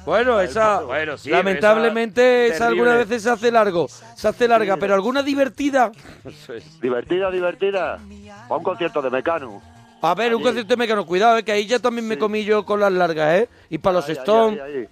Bueno, esa
Bueno, sí,
lamentablemente
esa
esa algunas
terrible.
veces se hace largo, se hace larga, pero alguna divertida.
Divertida, divertida. A un concierto de Mecano.
A
Ah,
ver, un concierto de Mecano, cuidado, eh, que ahí ya también me comí yo con las largas, ¿eh? Y para los
Ahí, ahí,
Stones.
ahí, ahí.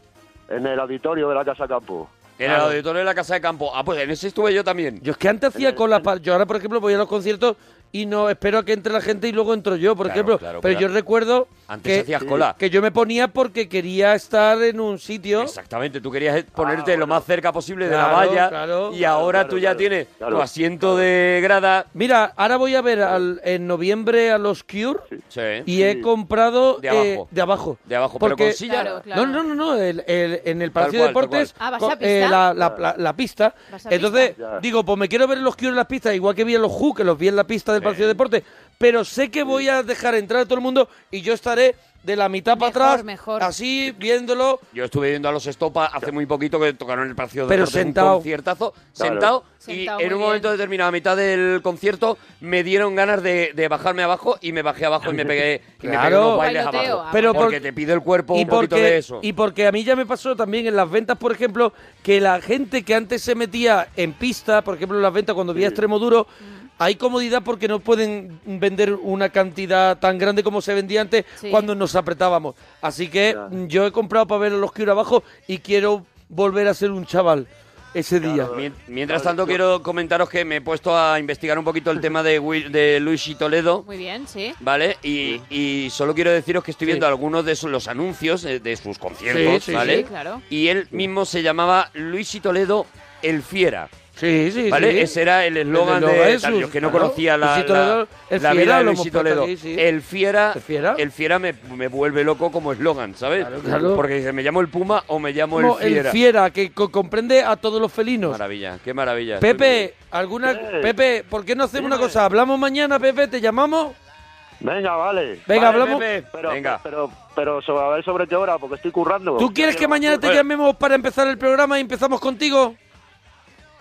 en el auditorio de la Casa Campo.
En el auditorio de la Casa de Campo. Ah, pues en ese estuve yo también.
Yo es que antes hacía con las... pa- Yo ahora, por ejemplo, voy a los conciertos y no espero a que entre la gente y luego entro yo, por
Claro,
ejemplo.
claro,
pero
claro.
yo recuerdo
Antes
que,
hacías cola.
que yo me ponía porque quería estar en un sitio. Ah,
Exactamente, tú querías ponerte lo más cerca posible de
Claro,
la valla
claro.
y ahora
Claro,
tú ya
claro,
tienes
claro.
tu asiento de grada.
Mira, ahora voy a ver al- en noviembre a los Cure y
Sí.
he comprado
¿eh? De
eh,
abajo.
de abajo.
De abajo, pero
Porque-
con silla.
Claro, claro.
No, no, no, no, el- el- en el Palacio
cual,
de Deportes,
tal cual.
Ah, ¿vas a
co- eh,
pista?
la, la- la- la pista.
¿Vas a
Entonces,
pista?
digo, pues me quiero ver los Cure en las pistas, igual que vi a los Who, que los vi en la pista del Palacio de Deportes, pero sé que voy a dejar entrar a todo el mundo y yo estaré de la mitad
Mejor,
para atrás,
mejor.
así viéndolo.
Yo estuve viendo a los Estopa hace muy poquito que tocaron el Palacio de
Pero
Deportes, un
sentado.
conciertazo,
Claro.
sentado,
Sentado,
y en
muy
un momento
bien.
determinado, a mitad del concierto, me dieron ganas de, de bajarme abajo y me bajé abajo y me pegué, y me pegué
Claro.
unos bailes
Bailoteo,
abajo.
ah,
Pero
porque
por-
te pide el cuerpo
y
un poquito
porque,
de eso.
Y porque a mí ya me pasó también en las ventas, por ejemplo, que la gente que antes se metía en pista, por ejemplo, en las ventas cuando vi a Extremo Duro, hay comodidad porque no pueden vender una cantidad tan grande como se vendía antes
Sí.
cuando nos apretábamos. Así que
Ya.
mm, yo he comprado para ver a los Cure abajo y quiero volver a ser un chaval ese día.
Mien- Mientras tanto, quiero comentaros que me he puesto a investigar un poquito el tema de, Will- de Luis y Toledo.
Muy bien, sí.
¿Vale? Y, y solo quiero deciros que estoy viendo
Sí.
algunos de su- los anuncios eh, de sus conciertos,
Sí, sí,
¿vale?
sí, claro.
Y él mismo se llamaba Luis y Toledo el Fiera,
Sí, sí,
¿vale?
sí.
Ese era el eslogan
El
de,
eslogan
tal,
es sus-
yo que no
claro.
conocía la,
Luisito
la-
Toledo, el
la
Fiera,
vida de Luis
lo
y
hemos puesto
Toledo.
aquí, sí.
El Fiera,
¿El Fiera?
el Fiera me, me vuelve loco como eslogan, ¿sabes?
Claro, claro.
Porque dice, ¿me llamo el Puma o me llamo el
Como el
Fiera?
fiera que co- comprende a todos los felinos.
Maravilla, qué maravilla.
Pepe, alguna Pepe, ¿por qué no hacemos una cosa? Hablamos mañana, Pepe, te llamamos.
Venga, vale.
Venga,
Vale,
hablamos.
Pepe.
Pero,
Venga.
Pero, pero sobre, a ver sobre qué hora, porque estoy currando.
¿Tú quieres que mañana te
Bueno,
llamemos para empezar el programa y empezamos contigo?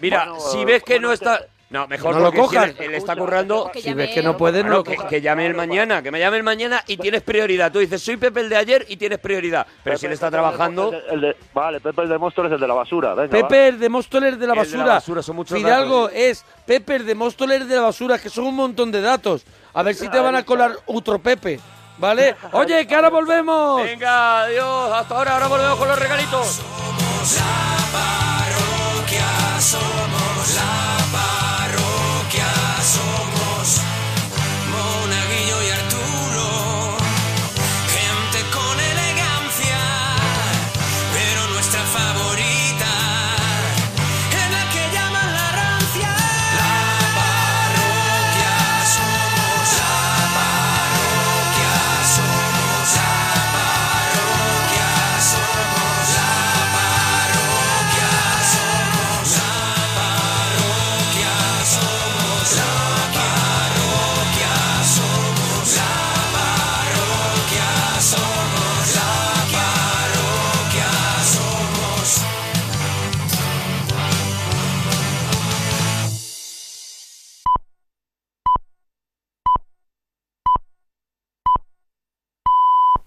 Mira,
Bueno,
si ves que
bueno,
no
que-
está... No, mejor
No lo
porque si
cojas.
él- él está currando...
Que
Si
llame
ves que
él.
no puedes, no
Bueno,
lo
que,
cojas.
que llame el mañana, que me llame el mañana y tienes prioridad. Tú dices, soy Pepe el de ayer y tienes prioridad. Pero
Pepe,
si él está
Pepe el de-
trabajando,
el de- vale, Pepe el de Móstoles es el de la basura. Venga, va.
Pepe el de Móstoler de la
El de la
basura.
basura, son muchos
Fidalgo
datos.
es Pepe el de Móstoler de la basura, que son un montón de datos. A ver si te van a colar otro Pepe, ¿vale? Oye, que ahora volvemos.
venga, adiós, hasta ahora, ahora volvemos con los regalitos.
Monaguillo y Arturo, gente con elegancia, pero nuestra favorita es la que llaman la rancia. La parroquia somos, la parroquia somos, la parroquia somos, la parroquia somos, la parroquia somos, la parroquia somos, la parroquia somos, la parroquia somos.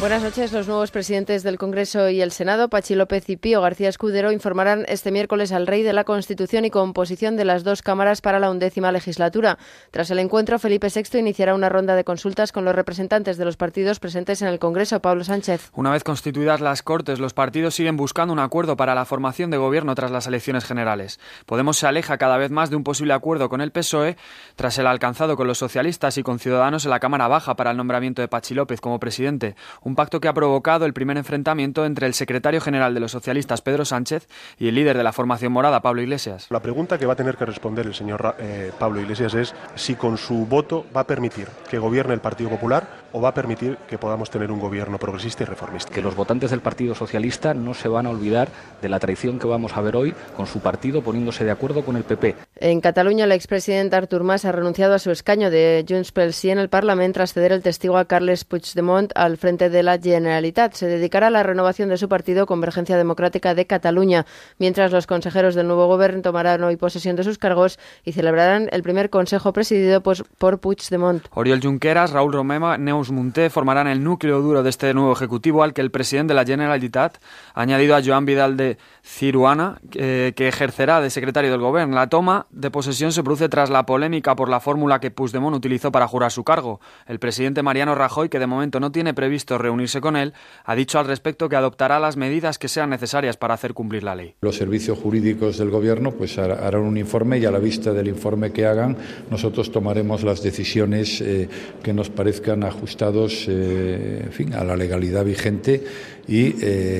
Buenas noches. Los nuevos presidentes del Congreso y el Senado, Pachi López y Pío García Escudero, informarán este miércoles al rey de la Constitución y composición de las dos cámaras para la undécima legislatura. Tras el encuentro, Felipe VI iniciará una ronda de consultas con los representantes de los partidos presentes en el Congreso, Pablo Sánchez.
Una vez constituidas las Cortes, los partidos siguen buscando un acuerdo para la formación de gobierno tras las elecciones generales. Podemos se aleja cada vez más de un posible acuerdo con el PSOE E tras el alcanzado con los socialistas y con Ciudadanos en la Cámara Baja para el nombramiento de Pachi López como presidente, un pacto que ha provocado el primer enfrentamiento entre el secretario general de los socialistas Pedro Sánchez y el líder de la formación morada Pablo Iglesias.
La pregunta que va a tener que responder el señor Ra- eh, Pablo Iglesias es si con su voto va a permitir que gobierne el Partido Popular o va a permitir que podamos tener un gobierno progresista y reformista.
que los votantes del Partido Socialista no se van a olvidar de la traición que vamos a ver hoy con su partido poniéndose de acuerdo con el PP.
En Cataluña, el expresidente Artur Mas ha renunciado a su escaño de Junts pel Sí en el Parlament tras ceder el testigo a Carles Puigdemont al frente de de la Generalitat. Se dedicará a la renovación de su partido Convergencia Democrática de Cataluña, mientras los consejeros del nuevo gobierno tomarán hoy posesión de sus cargos y celebrarán el primer consejo presidido pues, por Puigdemont.
Oriol Junqueras, Raúl Romeva, Neus Munté formarán el núcleo duro de este nuevo ejecutivo al que el presidente de la Generalitat ha añadido a Joan Vidal de Ciruana, eh, que ejercerá de secretario del gobierno. La toma de posesión se produce tras la polémica por la fórmula que Puigdemont utilizó para jurar su cargo. El presidente Mariano Rajoy, que de momento no tiene previsto reunirse con él, ha dicho al respecto que adoptará las medidas que sean necesarias para hacer cumplir la ley.
Los servicios jurídicos del Gobierno pues har- harán un informe y a la vista del informe que hagan nosotros tomaremos las decisiones eh, que nos parezcan ajustados eh, en fin, a la legalidad vigente y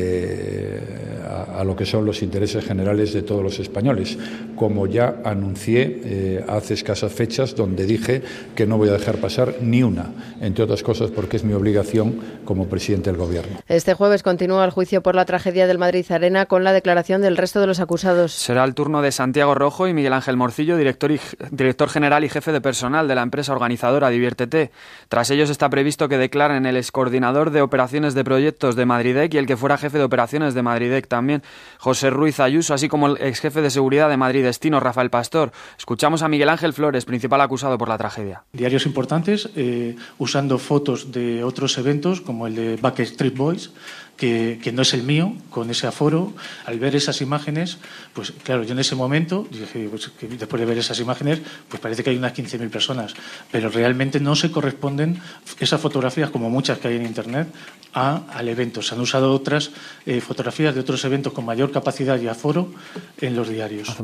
eh, a, a lo que son los intereses generales de todos los españoles, como ya anuncié eh, hace escasas fechas, donde dije que no voy a dejar pasar ni una, entre otras cosas porque es mi obligación como presidente del Gobierno.
Este jueves continúa el juicio por la tragedia del Madrid Arena con la declaración del resto de los acusados.
Será el turno de Santiago Rojo y Miguel Ángel Morcillo, director, y- director general y jefe de personal de la empresa organizadora Diviértete. Tras ellos está previsto que declaren el excoordinador de operaciones de proyectos de Madridec y el que fuera jefe de operaciones de Madridec también, José Ruiz Ayuso, así como el exjefe de seguridad de Madrid Destino, Rafael Pastor. Escuchamos a Miguel Ángel Flores, principal acusado por la tragedia.
diarios importantes eh, usando fotos de otros eventos como el de Backstreet Boys, que, que no es el mío, con ese aforo. Al ver esas imágenes, pues claro, yo en ese momento, dije, pues, que después de ver esas imágenes, pues parece que hay unas 15.000 personas, pero realmente no se corresponden esas fotografías, como muchas que hay en Internet, a- al evento. Se han usado otras eh, fotografías de otros eventos con mayor capacidad y aforo en los diarios.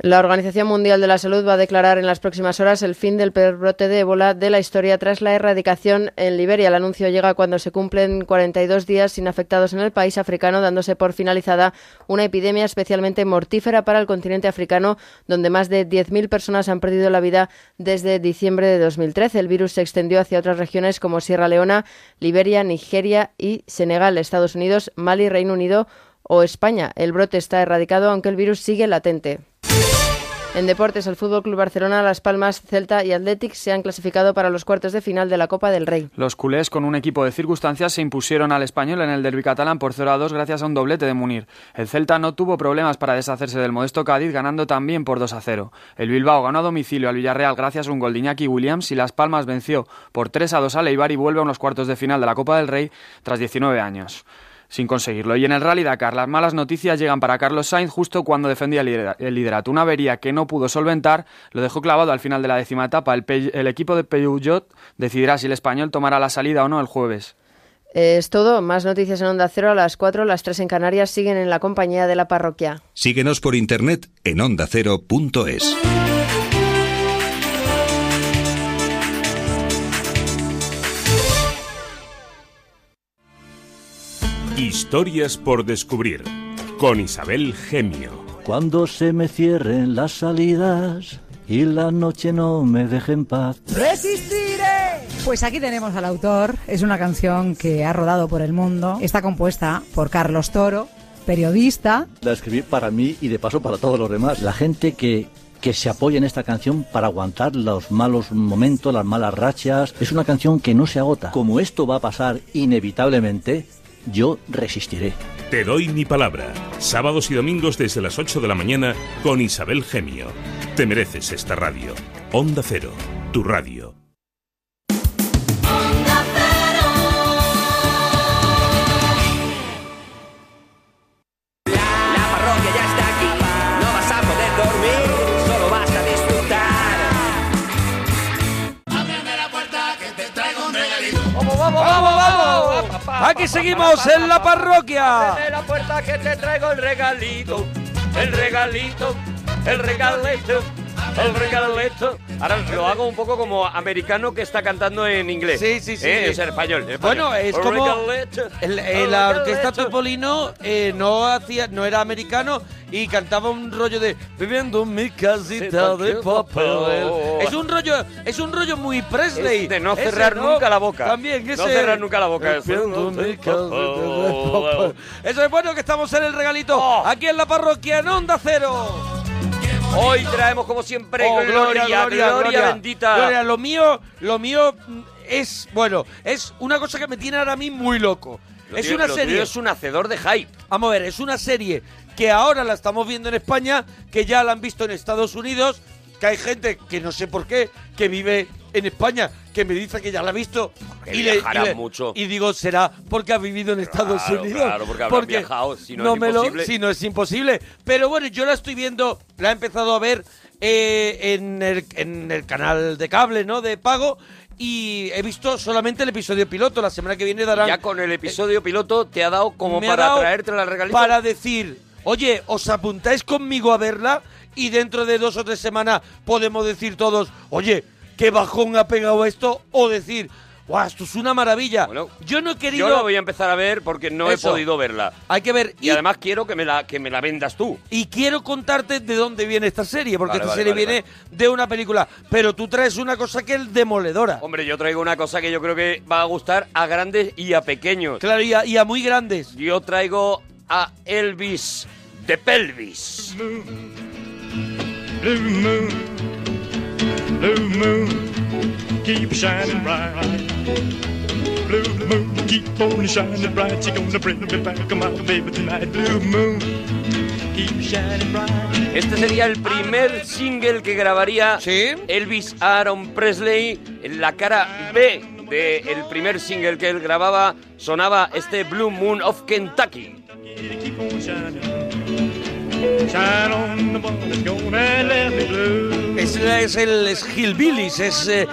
La Organización Mundial de la Salud va a declarar en las próximas horas el fin del peor brote de ébola de la historia tras la erradicación en Liberia. El anuncio llega cuando se cumplen 42 días sin afectados en el país africano, dándose por finalizada una epidemia especialmente mortífera para el continente africano, donde más de 10.000 personas han perdido la vida desde diciembre de 2013. El virus se extendió hacia otras regiones como Sierra Leona, Liberia, Nigeria y Senegal, Estados Unidos, Mali, Reino Unido o España. El brote está erradicado, aunque el virus sigue latente. En deportes, el Fútbol Club Barcelona, Las Palmas, Celta y Athletic se han clasificado para los cuartos de final de la Copa del Rey.
Los culés, con un equipo de circunstancias, se impusieron al español en el derbi catalán por 0 a 2 gracias a un doblete de Munir. El Celta no tuvo problemas para deshacerse del modesto Cádiz, ganando también por 2 a 0. El Bilbao ganó a domicilio al Villarreal gracias a un gol de Iñaki Williams y Las Palmas venció por 3 a 2 a Leibar y vuelve a unos cuartos de final de la Copa del Rey tras 19 años sin conseguirlo. Y en el Rally Dakar, las malas noticias llegan para Carlos Sainz justo cuando defendía el lidera- el liderato. Una avería que no pudo solventar lo dejó clavado al final de la décima etapa. El, Pe- el equipo de Peugeot decidirá si el español tomará la salida o no el jueves.
Eh, Es todo. Más noticias en Onda Cero a las 4. Las 3 en Canarias siguen en la compañía de la parroquia.
Síguenos por internet en ondacero.es.
Historias por descubrir con Isabel Gemio.
Cuando se me cierren las salidas y la noche no me deje en paz.
¡Resistiré! Pues aquí tenemos al autor. Es una canción que ha rodado por el mundo. Está compuesta por Carlos Toro, periodista.
La escribí para mí y de paso para todos los demás. La gente que, que se apoya en esta canción para aguantar los malos momentos, las malas rachas. Es una canción que no se agota. Como esto va a pasar inevitablemente, yo resistiré.
Te doy mi palabra. Sábados y domingos desde las 8 de la mañana con Isabel Gemio. Te mereces esta radio. Onda Cero, tu radio.
parroquia ya está aquí. No vas a poder dormir, solo vas a disfrutar. Ábreme la puerta que te traigo un regalito.
¡Vamos, vamos, vamos! Aquí seguimos en la parroquia.
la puerta que te traigo el regalito. El regalito, el regalito.
El regaleto. Ahora lo hago un poco como americano que está cantando en inglés.
Sí, sí, sí.
¿Eh? O sea, español, español.
Bueno, es
El
como
regaleto,
el- eh,
el
la orquesta
regaleto.
Topolino eh, no hacía, no era americano y cantaba un rollo de viviendo en mi casita de papel. Es un rollo, es un rollo muy Presley.
Es de no
Ese,
cerrar nunca la boca.
También,
No
ese.
cerrar nunca la boca. Oh,
Viviendo en mi casita de
papel.
papel. Eso es bueno que estamos en el regalito
Oh.
aquí en la parroquia en Onda Cero.
Hoy traemos como siempre
Oh,
gloria, gloria,
gloria,
bendita.
Gloria, lo mío, lo mío mm, es, bueno, es una cosa que me tiene ahora a mí muy loco.
Lo
es
tuyo-
una
lo
serie.
tuyo es un hacedor de hype.
Vamos a ver, es una serie que ahora la estamos viendo en España, que ya la han visto en Estados Unidos, que hay gente que no sé por qué, que vive en España, que me dice que ya la ha visto.
Que viajarán mucho.
Y digo, será porque ha vivido en Estados
Claro,
Unidos.
claro, porque habrán viajado, si no es
me lo-
imposible.
si no es imposible. Pero bueno, yo la estoy viendo, la he empezado a ver eh, en, el, en el canal de cable, ¿no? De pago. Y he visto solamente el episodio piloto. La semana que viene darán.
Ya con el episodio piloto te ha dado como
Me ha
para
dado
traerte la regalita.
Para decir, oye, os apuntáis conmigo a verla y dentro de dos o tres semanas podemos decir todos, oye, qué bajón ha pegado esto, o decir, guau, esto es una maravilla. yo no he querido.
Yo la voy a empezar a ver porque no he
Eso.
podido verla.
Hay que ver.
Y, además quiero que me la que me la vendas tú.
Y quiero contarte de dónde viene esta serie, porque
Vale,
esta
vale,
serie
vale,
viene de una película. Pero tú traes una cosa que es demoledora.
Hombre, yo traigo una cosa que yo creo que va a gustar a grandes y a pequeños.
Claro, y a, y a muy grandes.
Yo traigo a Elvis de Pelvis.
Blue moon, blue moon, keep shining bright. Blue moon, keep on shining bright. You're gonna bring me back, my baby, tonight. Blue moon, keep shining bright.
Este sería el primer single que grabaría Elvis Aaron Presley. En la cara B del primer single que él grababa sonaba este Blue Moon of Kentucky.
Keep on shining. Shine on the one that's gonna let me blue.
Es, es el es Hillbillies, es eh,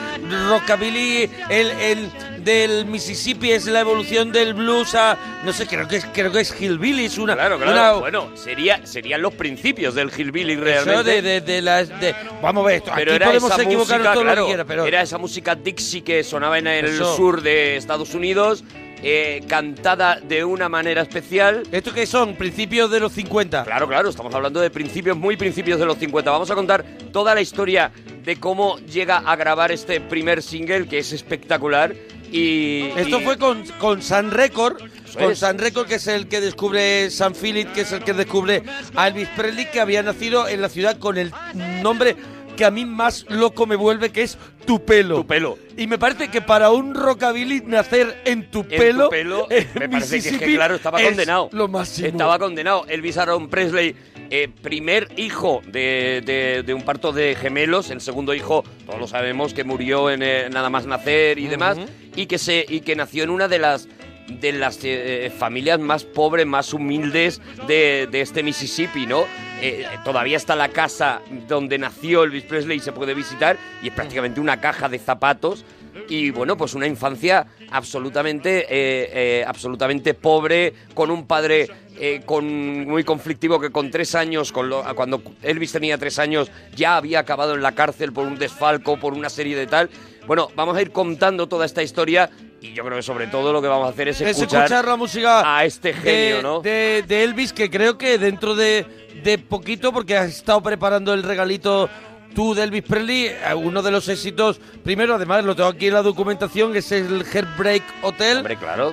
Rockabilly, el, el del Mississippi, es la evolución del blues a. No sé, creo que es, creo que es Hillbillies, una.
Claro, claro.
una-
bueno, sería, serían los principios del hillbilly
eso
realmente.
de, de- de las. de- vamos a ver esto.
pero
aquí
era
podemos
esa
equivocarnos
música,
todo lo
claro,
que quiera, pero.
era esa música Dixie que sonaba en el
Eso.
sur de Estados Unidos, eh, cantada de una manera especial.
¿Esto qué son? ¿Principios de los 50?
Claro, claro, estamos hablando de principios, muy principios de los 50. Vamos a contar toda la historia de cómo llega a grabar este primer single, que es espectacular. Y,
Esto
y-
fue con, con San Record.
Eso
Con
es.
San Record, que es el que descubre San Philip, que es el que descubre a Elvis Presley, que había nacido en la ciudad con el nombre que a mí más loco me vuelve, que es Tu Pelo. Tu
Pelo.
Y me parece que para un rockabilly nacer en Tu
en
Pelo.
tu pelo, eh, me parece que, es que, claro, estaba condenado.
Lo máximo.
Estaba condenado. Elvis Aaron Presley, eh, primer hijo de, de- de un parto de gemelos, el segundo hijo, todos lo sabemos, que murió en, eh, nada más nacer y demás, y que se y que nació en una de las de las eh, familias más pobres, más humildes de, de este Mississippi, ¿no? Eh, todavía está la casa donde nació Elvis Presley y se puede visitar, y es prácticamente una caja de zapatos. Y bueno, pues una infancia absolutamente, eh, eh, absolutamente pobre, con un padre eh, con, muy conflictivo que con tres años, con lo- cuando Elvis tenía tres años, ya había acabado en la cárcel por un desfalco, por una serie de tal. Bueno, vamos a ir contando toda esta historia y yo creo que sobre todo lo que vamos a hacer es
Es
escuchar,
escuchar la música
a este genio,
de,
¿no?
de- de Elvis, que creo que dentro de, de poquito, porque has estado preparando el regalito tú de Elvis Presley, eh, uno de los éxitos, primero, además lo tengo aquí en la documentación, que es el Heartbreak Hotel,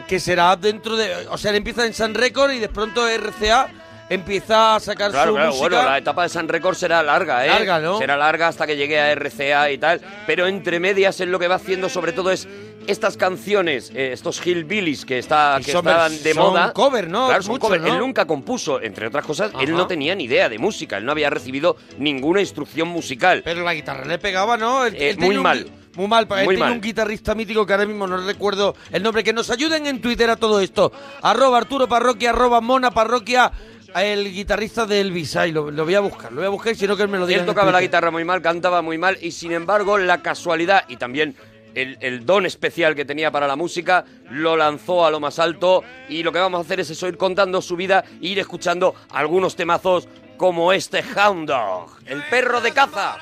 que será dentro de... O sea, él empieza en San Record y de pronto RCA empieza a sacar
Claro,
su
claro,
música.
bueno, la etapa de San Record será larga, ¿eh?
Larga, ¿no?
Será larga hasta que llegue a RCA y tal, pero entre medias él lo que va haciendo sobre todo es estas canciones, eh, estos hillbillies que, está,
Y
que
son
estaban
vers-
de
son
moda.
cover, ¿no?
Claro, son
Mucho,
cover.
¿no?
Él nunca compuso, entre otras cosas, él
Ajá.
no tenía ni idea de música, él no había recibido ninguna instrucción musical.
Pero la guitarra le pegaba, ¿no? Él-
Eh,
él
muy
tenía un-
mal.
Muy mal, él
Muy
tiene
mal.
un guitarrista mítico que ahora mismo no recuerdo el nombre, que nos ayuden en Twitter a todo esto. Arroba Arturo Parroquia, arroba Mona Parroquia, el guitarrista de Elvis. Ay, lo, lo voy a buscar, lo voy a buscar, si no que él me lo diga.
Él
en
tocaba la
Twitter.
guitarra muy mal, cantaba muy mal y sin embargo la casualidad y también el, el don especial que tenía para la música lo lanzó a lo más alto y lo que vamos a hacer es eso, ir contando su vida e ir escuchando algunos temazos como este Hound Dog, el perro de caza.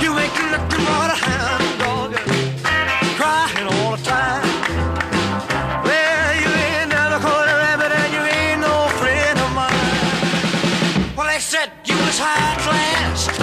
You ain't looking what a hound dog is. crying all the time. Well, you ain't another quarter rabbit and you ain't no friend of mine. Well, they said you was high class.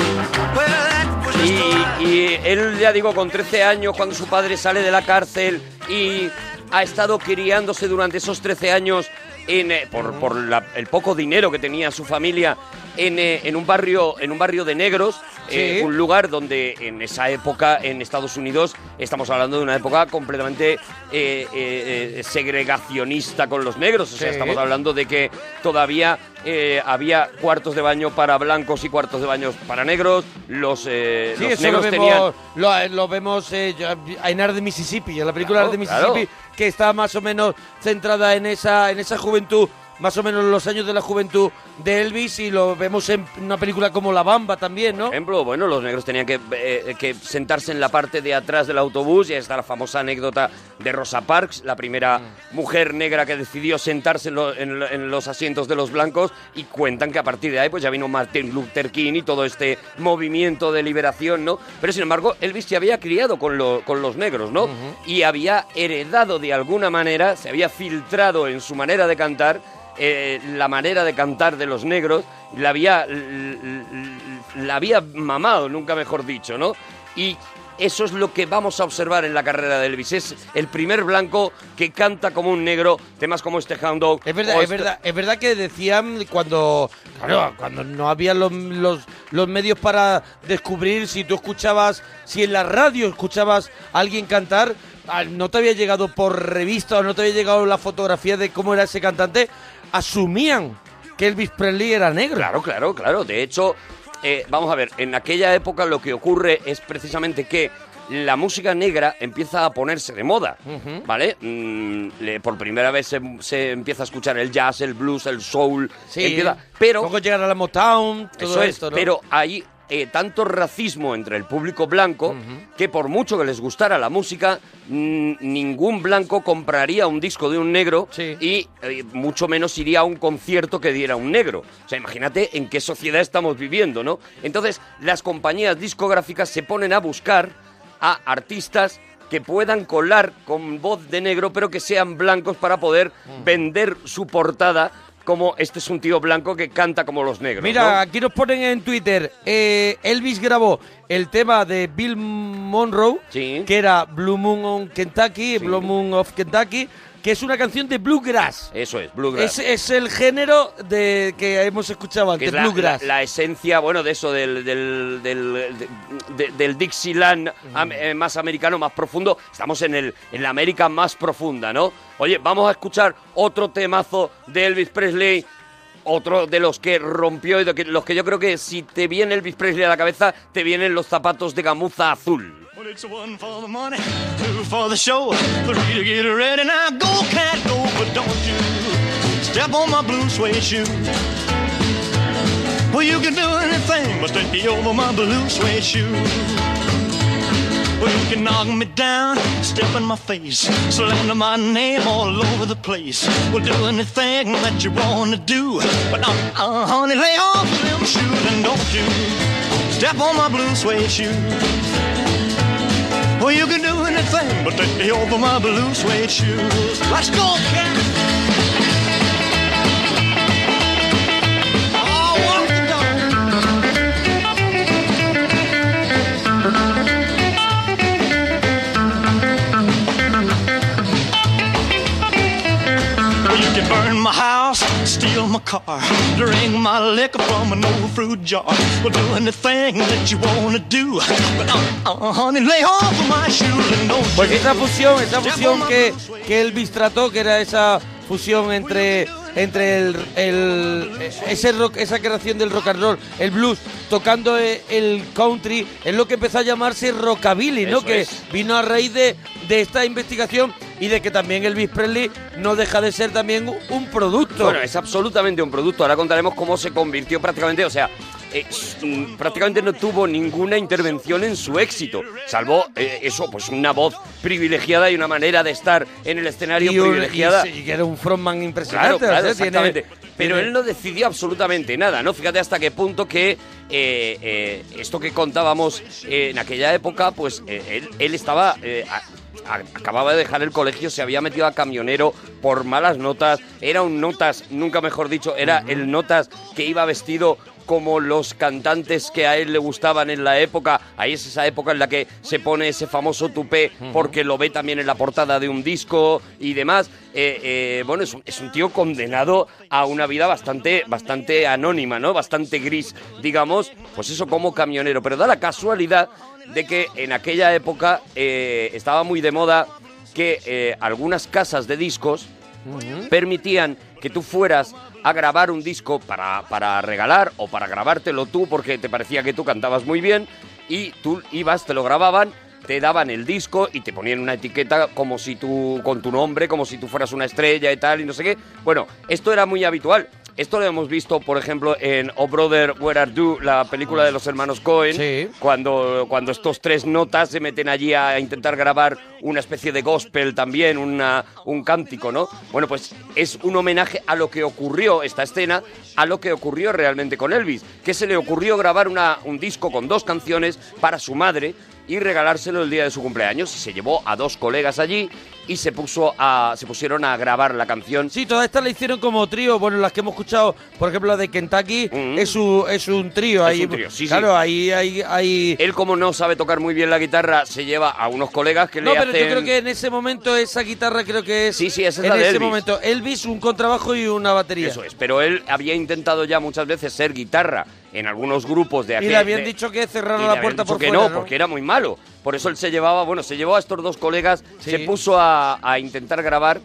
Well, that was just a lie.
Y, y él, ya digo, con 13 años, cuando su padre sale de la cárcel y ha estado criándose durante esos 13 años en, eh, por, por la- el poco dinero que tenía su familia en, eh, en un barrio en un barrio de negros eh,
Sí.
un lugar donde en esa época en Estados Unidos estamos hablando de una época completamente eh, eh, eh, segregacionista con los negros o sea
Sí.
estamos hablando de que todavía eh, había cuartos de baño para blancos y cuartos de baño para negros los, eh,
Sí,
los
eso lo
negros
vemos,
tenían
lo, lo vemos eh, yo- en Ar de Mississippi, en la película
Claro,
Ar de Mississippi, que está más o menos centrada en esa, en esa juventud, más o menos en los años de la juventud de Elvis, y lo vemos en una película como La Bamba también, ¿no?
Por ejemplo, bueno, los negros tenían que, eh, que sentarse en la parte de atrás del autobús y ahí está la famosa anécdota de Rosa Parks, la primera
Mm.
mujer negra que decidió sentarse en, lo- en lo- en los asientos de los blancos y cuentan que a partir de ahí pues ya vino Martin Luther King y todo este movimiento de liberación, ¿no? Pero sin embargo, Elvis se había criado con, lo- con los negros, ¿no? Y había heredado de alguna manera, se había filtrado en su manera de cantar eh, la manera de cantar de los negros, la había, l- l- l- la había mamado, nunca mejor dicho, ¿no? Y eso es lo que vamos a observar en la carrera de Elvis. Es el primer blanco que canta como un negro, temas como este Hound Dog.
Es verdad,
o
es
este-
verdad, es verdad que decían cuando, claro, cuando no había los, los, los medios para descubrir si tú escuchabas, si en la radio escuchabas a alguien cantar, ah, no te había llegado por revista o no te había llegado la fotografía de cómo era ese cantante, asumían que Elvis Presley era negro.
Claro, claro, claro. De hecho, eh, vamos a ver, en aquella época lo que ocurre es precisamente que la música negra empieza a ponerse de moda.
Ujú.
¿Vale? Mm, le- por primera vez se, se empieza a escuchar el jazz, el blues, el soul.
Sí,
empieza- pero
luego llegar a la Motown, todo
eso es,
esto, ¿no?
pero hay eh, tanto racismo entre el público blanco que por mucho que les gustara la música, mm, ningún blanco compraría un disco de un negro y eh, mucho menos iría a un concierto que diera un negro. O sea, imagínate en qué sociedad estamos viviendo, ¿no? Entonces, las compañías discográficas se ponen a buscar a artistas que puedan colar con voz de negro, pero que sean blancos para poder
Mm.
vender su portada como este es un tío blanco que canta como los negros.
Mira,
¿no?
aquí nos ponen en Twitter, eh, Elvis grabó el tema de Bill Monroe, que era Blue Moon on Kentucky, Blue Moon of Kentucky, que es una canción de bluegrass.
Eso es, Bluegrass.
Es, eh, es el género de que hemos escuchado
que
antes,
es la,
bluegrass.
la- la esencia, bueno, de eso, del, del, del, de- del Dixieland
Mm.
am- eh, más americano, más profundo. Estamos en, el, en la América más profunda, ¿no? Oye, vamos a escuchar otro temazo de Elvis Presley. Otro de los que rompió y de que- los que yo creo que si te viene Elvis Presley a la cabeza, te vienen los zapatos de gamuza azul.
Well, it's a one for the money, two for the show, three to get ready. Now go, cat, go, but don't you step on my blue suede shoe. Well, you can do anything, but take me over my blue suede shoe. Well, you can knock me down, step in my face, slander my name all over the place. Well, do anything that you want to do, but not, uh, honey, lay off them shoes and don't you step on my blue suede shoe. Well, you can do anything but take me over my blue suede shoes. Let's go, cat. Oh, what you done? Well, you can burn my house, steal my car, drink my liquor from an old fruit jar. Well, do anything that you wanna do, but uh, uh, honey, lay off of my shoes and don't
Pues esa fusión, esa fusión que, que Elvis trató, que era esa fusión entre entre el, el- ese rock, esa creación del rock and roll, el blues, tocando e- el country, es lo que empezó a llamarse rockabilly, ¿no?
Eso
que
es.
vino a raíz de, de esta investigación y de que también Elvis Presley no deja de ser también un producto.
Bueno, es absolutamente un producto. Ahora contaremos cómo se convirtió prácticamente, o sea, eh, s- mm, prácticamente no tuvo ninguna intervención en su éxito, salvo eh, eso, pues una voz privilegiada y una manera de estar en el escenario
Y un- y
privilegiada.
sí, y que era un frontman impresionante.
Claro, claro,
o sea, tiene-
exactamente. Pero
tiene-
él no decidió absolutamente nada, ¿no? Fíjate hasta qué punto que eh, eh, esto que contábamos eh, en aquella época, pues eh, él, él estaba... eh, a- a- acababa de dejar el colegio, se había metido a camionero por malas notas, era un notas, nunca mejor dicho, era el notas que iba vestido como los cantantes que a él le gustaban en la época. Ahí es esa época en la que se pone ese famoso tupé porque lo ve también en la portada de un disco y demás. Eh, eh, bueno, es un, es un tío condenado a una vida bastante, bastante anónima, ¿no? Bastante gris, digamos. Pues eso como camionero. Pero da la casualidad de que en aquella época eh, estaba muy de moda que eh, algunas casas de discos permitían que tú fueras a grabar un disco para, para regalar o para grabártelo tú porque te parecía que tú cantabas muy bien y tú ibas, te lo grababan, te daban el disco y te ponían una etiqueta como si tú, con tu nombre, como si tú fueras una estrella y tal y no sé qué. Bueno, esto era muy habitual. Esto lo hemos visto, por ejemplo, en Oh Brother, Where Are You, la película de los hermanos Cohen, cuando, cuando estos tres notas se meten allí a intentar grabar una especie de gospel también, una, un cántico, ¿no? Bueno, pues es un homenaje a lo que ocurrió esta escena, a lo que ocurrió realmente con Elvis, que se le ocurrió grabar una- un disco con dos canciones para su madre y regalárselo el día de su cumpleaños y se llevó a dos colegas allí y se puso a se pusieron a grabar la canción
Sí, todas estas la hicieron como trío. Bueno, las que hemos escuchado, por ejemplo, la de Kentucky, es, un, es un trío.
Mm. Es
ahí,
un trío, sí, sí.
claro, ahí, ahí, ahí.
Él, como no sabe tocar muy bien la guitarra, se lleva a unos colegas que
No,
le
pero
hacen...
yo creo que en ese momento esa guitarra creo que es. Sí, sí,
esa es
En
la de
ese
Elvis.
momento, Elvis, un contrabajo y una batería.
Eso es, pero él había intentado ya muchas veces ser guitarra en algunos grupos de
Y
aquel...
le habían
de-
dicho que
y le
cerraron la
habían
puerta
dicho
por
que
fuera.
no, porque era muy malo. Por eso él se llevaba, bueno, se llevó a estos dos colegas, se puso a, a intentar grabar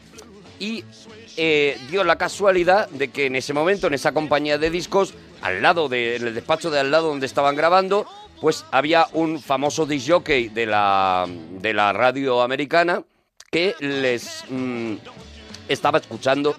y eh, dio la casualidad de que en ese momento, en esa compañía de discos, al lado del despacho de al lado donde estaban grabando, pues había un famoso disc jockey de la, de la radio americana que les mm, estaba escuchando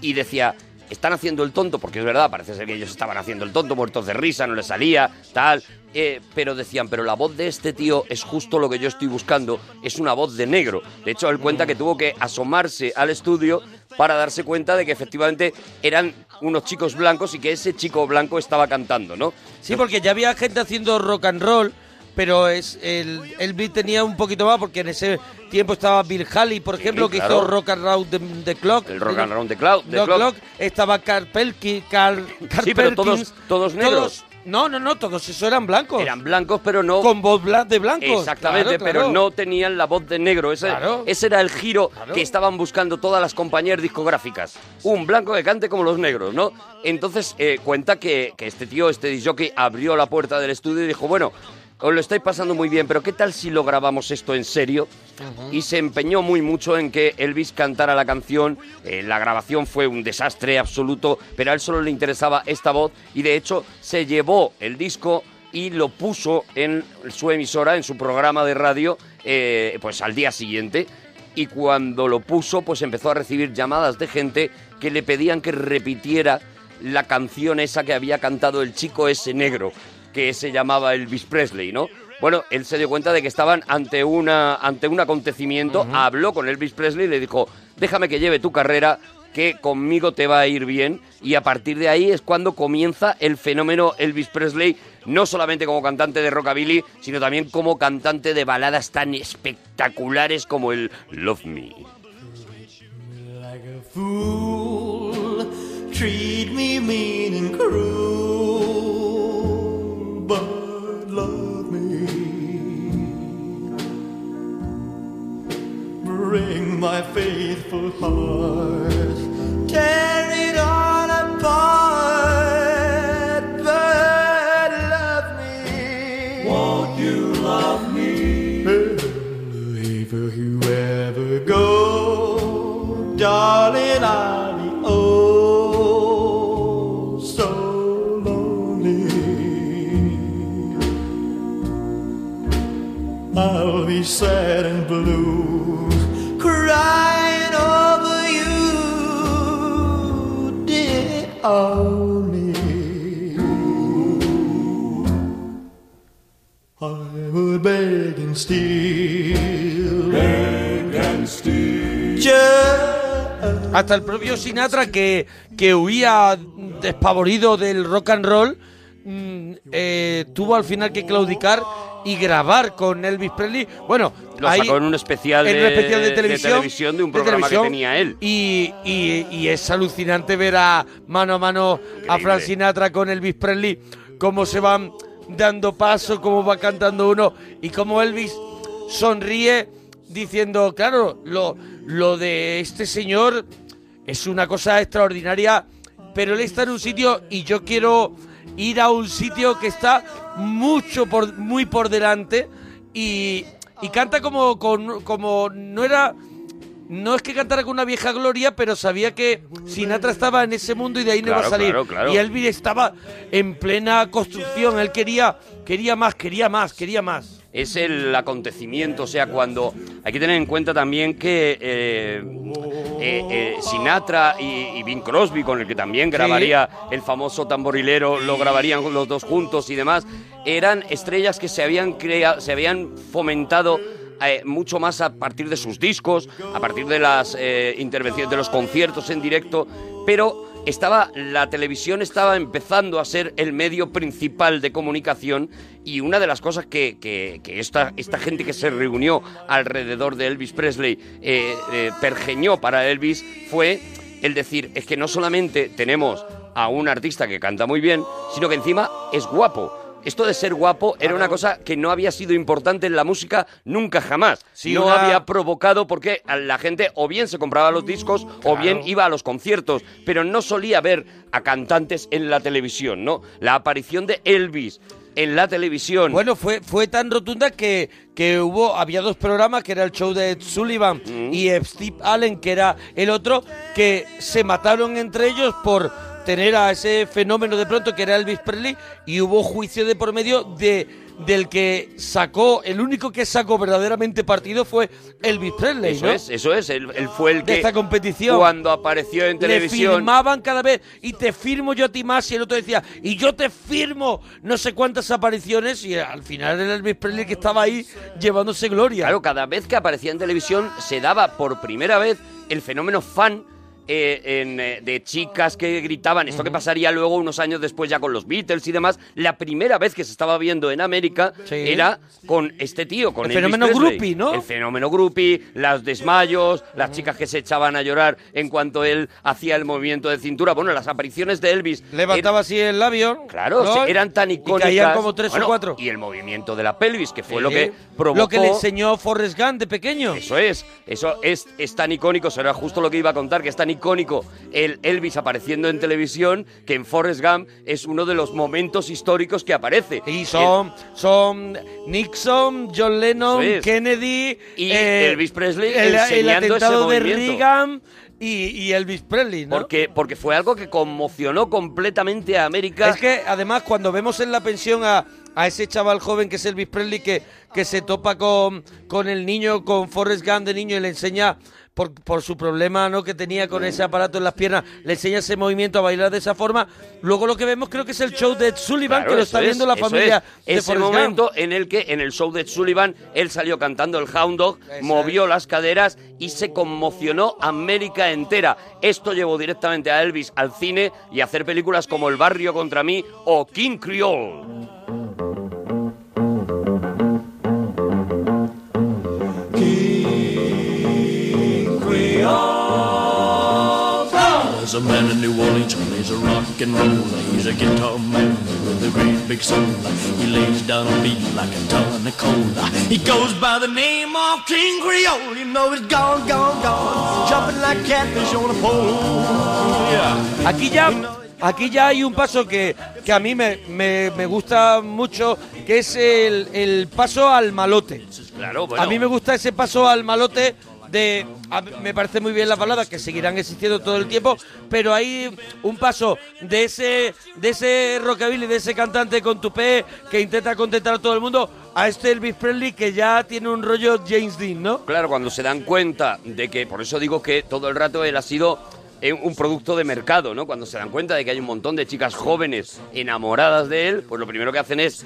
y decía, están haciendo el tonto, porque es verdad, parece ser que ellos estaban haciendo el tonto, muertos de risa, no les salía, tal. eh, pero decían, pero la voz de este tío es justo lo que yo estoy buscando, es una voz de negro. De hecho, él cuenta que tuvo que asomarse al estudio para darse cuenta de que efectivamente eran unos chicos blancos y que ese chico blanco estaba cantando, ¿no?
Sí, porque ya había gente haciendo rock and roll, pero es el, el beat tenía un poquito más, porque en ese tiempo estaba Bill Haley, por ejemplo, que
claro.
hizo Rock Around the, the Clock.
El rock and round de Cloud.
The Clock. Estaba Carl Pelki, Carl, Carl
Sí, pero
Perkins,
todos, todos negros.
no, no, no, todos esos eran blancos.
Eran blancos, pero no.
Con voz bla- de blancos.
Exactamente,
Claro,
pero
claro.
no tenían la voz de negro. Ese,
Claro.
ese era el giro
Claro.
que estaban buscando todas las compañías discográficas. Un blanco que cante como los negros, ¿no? Entonces eh, cuenta que, que este tío, este disc jockey, abrió la puerta del estudio y dijo, bueno, os lo estáis pasando muy bien, pero ¿qué tal si lo grabamos esto en serio? y se empeñó muy mucho en que Elvis cantara la canción. Eh, la grabación fue un desastre absoluto, pero a él solo le interesaba esta voz y de hecho se llevó el disco y lo puso en su emisora, en su programa de radio, eh, pues al día siguiente. Y cuando lo puso, pues empezó a recibir llamadas de gente que le pedían que repitiera la canción esa que había cantado el chico ese negro, que se llamaba Elvis Presley, ¿no? Bueno, él se dio cuenta de que estaban ante, una, ante un acontecimiento, habló con Elvis Presley y le dijo, déjame que lleve tu carrera, que conmigo te va a ir bien. Y a partir de ahí es cuando comienza el fenómeno Elvis Presley, no solamente como cantante de rockabilly, sino también como cantante de baladas tan espectaculares como el Love Me.
Like a fool, treat me mean and cruel, but love me. Bring my faithful heart, tear it all apart, but love me. Won't you love me? Wherever you ever go darling, I'll be oh so lonely. I'll be sad and blue, crying over you, dear only. I will beg and steal, beg and steal.
Hasta el propio Sinatra, que, que huía despavorido del rock and roll, mm, eh, tuvo al final que claudicar y grabar con Elvis Presley. Bueno,
Lo
ahí-
sacó en un especial
en
de-
un especial de
de
televisión.
televisión de un programa que
televisión.
tenía él.
Y, y- y es alucinante ver a mano a mano a Frank Sinatra con Elvis Presley, cómo se van dando paso, cómo va cantando uno y cómo Elvis sonríe diciendo, claro, lo, lo de este señor es una cosa extraordinaria, pero él está en un sitio y yo quiero ir a un sitio que está mucho por, muy por delante y, y canta como, con- como no era... No es que cantara con una vieja gloria, pero sabía que Sinatra estaba en ese mundo y de ahí no iba a
Claro,
salir.
claro, claro.
Y Elvis estaba en plena construcción, él quería, quería más, quería más, quería más.
es el acontecimiento, o sea, cuando hay que tener en cuenta también que eh, eh, eh, Sinatra y, y Bing Crosby, con el que también grabaría el famoso tamborilero, lo grabarían los dos juntos y demás, eran estrellas que se habían crea- se habían fomentado eh, mucho más a partir de sus discos, a partir de las eh, intervenciones, de los conciertos en directo, pero estaba la televisión estaba empezando a ser el medio principal de comunicación y una de las cosas que, que- que esta, esta gente que se reunió alrededor de Elvis Presley eh, eh, pergeñó para Elvis fue el decir es que no solamente tenemos a un artista que canta muy bien, sino que encima es guapo. Esto de ser guapo era una cosa que no había sido importante en la música nunca jamás.
Sí,
no
una-
había provocado porque a la gente o bien se compraba los discos o bien
Claro.
iba a los conciertos, pero no solía ver a cantantes en la televisión, ¿no? La aparición de Elvis en la televisión.
Bueno, fue, fue tan rotunda que, que hubo, había dos programas, que era el show de Ed Sullivan y Ed Steve Allen, que era el otro, que se mataron entre ellos por tener a ese fenómeno de pronto que era Elvis Presley y hubo juicio de por medio de del que sacó, el único que sacó verdaderamente partido fue Elvis Presley,
eso
¿no?
es, eso es. Él, él fue el
De
que
esta competición.
cuando apareció en
Le
televisión.
firmaban cada vez y te firmo yo a ti más y el otro decía y yo te firmo no sé cuántas apariciones y al final era Elvis Presley que estaba ahí llevándose gloria.
Claro, cada vez que aparecía en televisión se daba por primera vez el fenómeno fan eh, en, eh, de chicas que gritaban, esto que pasaría luego unos años después ya con los Beatles y demás, la primera vez que se estaba viendo en América era con este tío, con
El
Elvis
fenómeno
Presley.
groupie, ¿no?
El fenómeno groupie, los desmayos, las chicas que se echaban a llorar en cuanto él hacía el movimiento de cintura, bueno, las apariciones de Elvis.
Levantaba así el labio.
Claro,
¿no?
se- eran tan
Y
icónicas.
caían como tres
Bueno,
o cuatro.
Y el movimiento de la pelvis, que fue lo
Sí.
que provocó...
Lo que le enseñó Forrest Gump de pequeño.
Eso es, eso es, es tan icónico, eso era justo lo que iba a contar, que es tan icónico el Elvis apareciendo en televisión, que en Forrest Gump es uno de los momentos históricos que aparece.
Y son, son Nixon, John Lennon,
Eso es.
Kennedy
Y
eh,
Elvis Presley
el, el
enseñando ese
atentado de
movimiento.
Reagan y, y Elvis Presley, ¿no?
Porque, porque fue algo que conmocionó completamente a América.
Es que además cuando vemos en la pensión a, a ese chaval joven que es Elvis Presley que, que se topa con, con el niño, con Forrest Gump de niño y le enseña por, por su problema ¿no? que tenía con ese aparato en las piernas, le enseña ese movimiento a bailar de esa forma. Luego lo que vemos creo que es el show de Ed Sullivan
Claro,
que lo
eso
está viendo
es,
la
eso
familia
es.
de
Ese
Forrest Gump.
momento en el que en el show de Sullivan él salió cantando el Hound Dog, movió las caderas y se conmocionó América entera. Esto llevó directamente a Elvis al cine y a hacer películas como El Barrio contra mí o King Creole.
There's a man in New Orleans, he's a rock and roller, he's a guitar man with a great big soul. He lays down a beat like a ton of cola. He goes by the name of King Creole, you know he's gone, gone, gone, jumping like catfish on a pole. Yeah.
Aquí ya, aquí ya hay un paso que, que a mí me, me- me gusta mucho, que es el, el paso al malote.
Claro, bueno.
A mí me gusta ese paso al malote de... a- me parece muy bien las baladas, que seguirán existiendo todo el tiempo, pero hay un paso de ese, de ese rockabilly, de ese cantante con tupé que intenta contentar a todo el mundo, a este Elvis Presley que ya tiene un rollo James Dean, ¿no?
Claro, cuando se dan cuenta de que, por eso digo que todo el rato él ha sido eh, un producto de mercado, ¿no? Cuando se dan cuenta de que hay un montón de chicas jóvenes enamoradas de él, pues lo primero que hacen es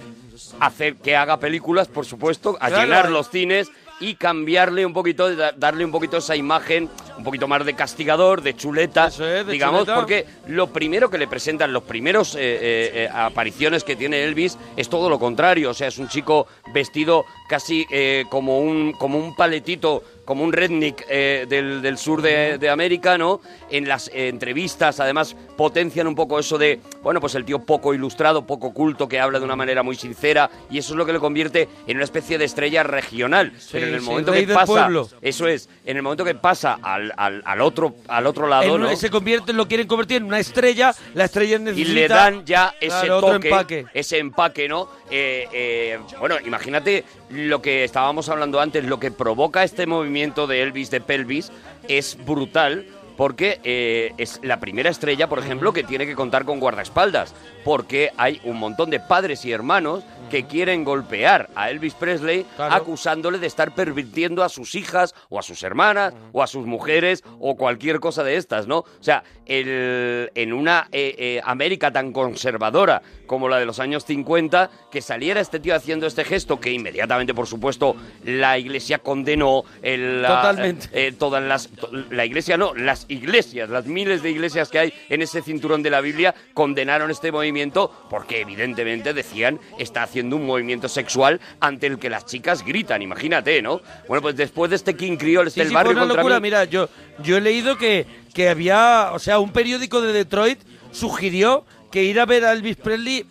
hacer que haga películas, por supuesto, a
Claro.
llenar los cines y cambiarle un poquito, da- darle un poquito esa imagen un poquito más de castigador, de chuleta,
de
digamos,
chuleta.
porque lo primero que le presentan, los primeros eh, eh, eh, apariciones que tiene Elvis es todo lo contrario, o sea, es un chico vestido casi eh, como, un, como un paletito, como un redneck eh, del, del sur de, de América, ¿no? En las eh, entrevistas, además, potencian un poco eso de, bueno, pues el tío poco ilustrado, poco culto, que habla de una manera muy sincera, y eso es lo que le convierte en una especie de estrella regional. Pero en el
sí,
momento
rey
que
del
pasa,
pueblo.
eso es, en el momento que pasa al, al- al otro, al otro
En
lado,
una-
¿no?
Se convierte, lo quieren convertir en una estrella, la estrella
y
necesita...
le dan ya ese
claro, otro
toque,
empaque.
ese empaque, ¿no? Eh, eh, bueno, imagínate lo que estábamos hablando antes, lo que provoca este movimiento de Elvis de pelvis es brutal. Porque eh, es la primera estrella, por ejemplo, que tiene que contar con guardaespaldas. Porque hay un montón de padres y hermanos que quieren golpear a Elvis Presley acusándole de estar pervirtiendo a sus hijas o a sus hermanas o a sus mujeres o cualquier cosa de estas, ¿no? O sea, el- en una eh, eh, América tan conservadora como la de los años 50, que saliera este tío haciendo este gesto que inmediatamente, por supuesto, la iglesia condenó. el- la-
Totalmente.
eh, todas las to- la iglesia no las iglesias las miles de iglesias que hay en ese cinturón de la Biblia condenaron este movimiento porque evidentemente decían está haciendo un movimiento sexual ante el que las chicas gritan imagínate no bueno pues después de este King Creole este
Sí,
el
sí, fue
barrio
una
contra
locura.
mí,
Mira, yo, yo he leído que, que había, o sea, un periódico de Detroit sugirió que ir a ver a Elvis Presley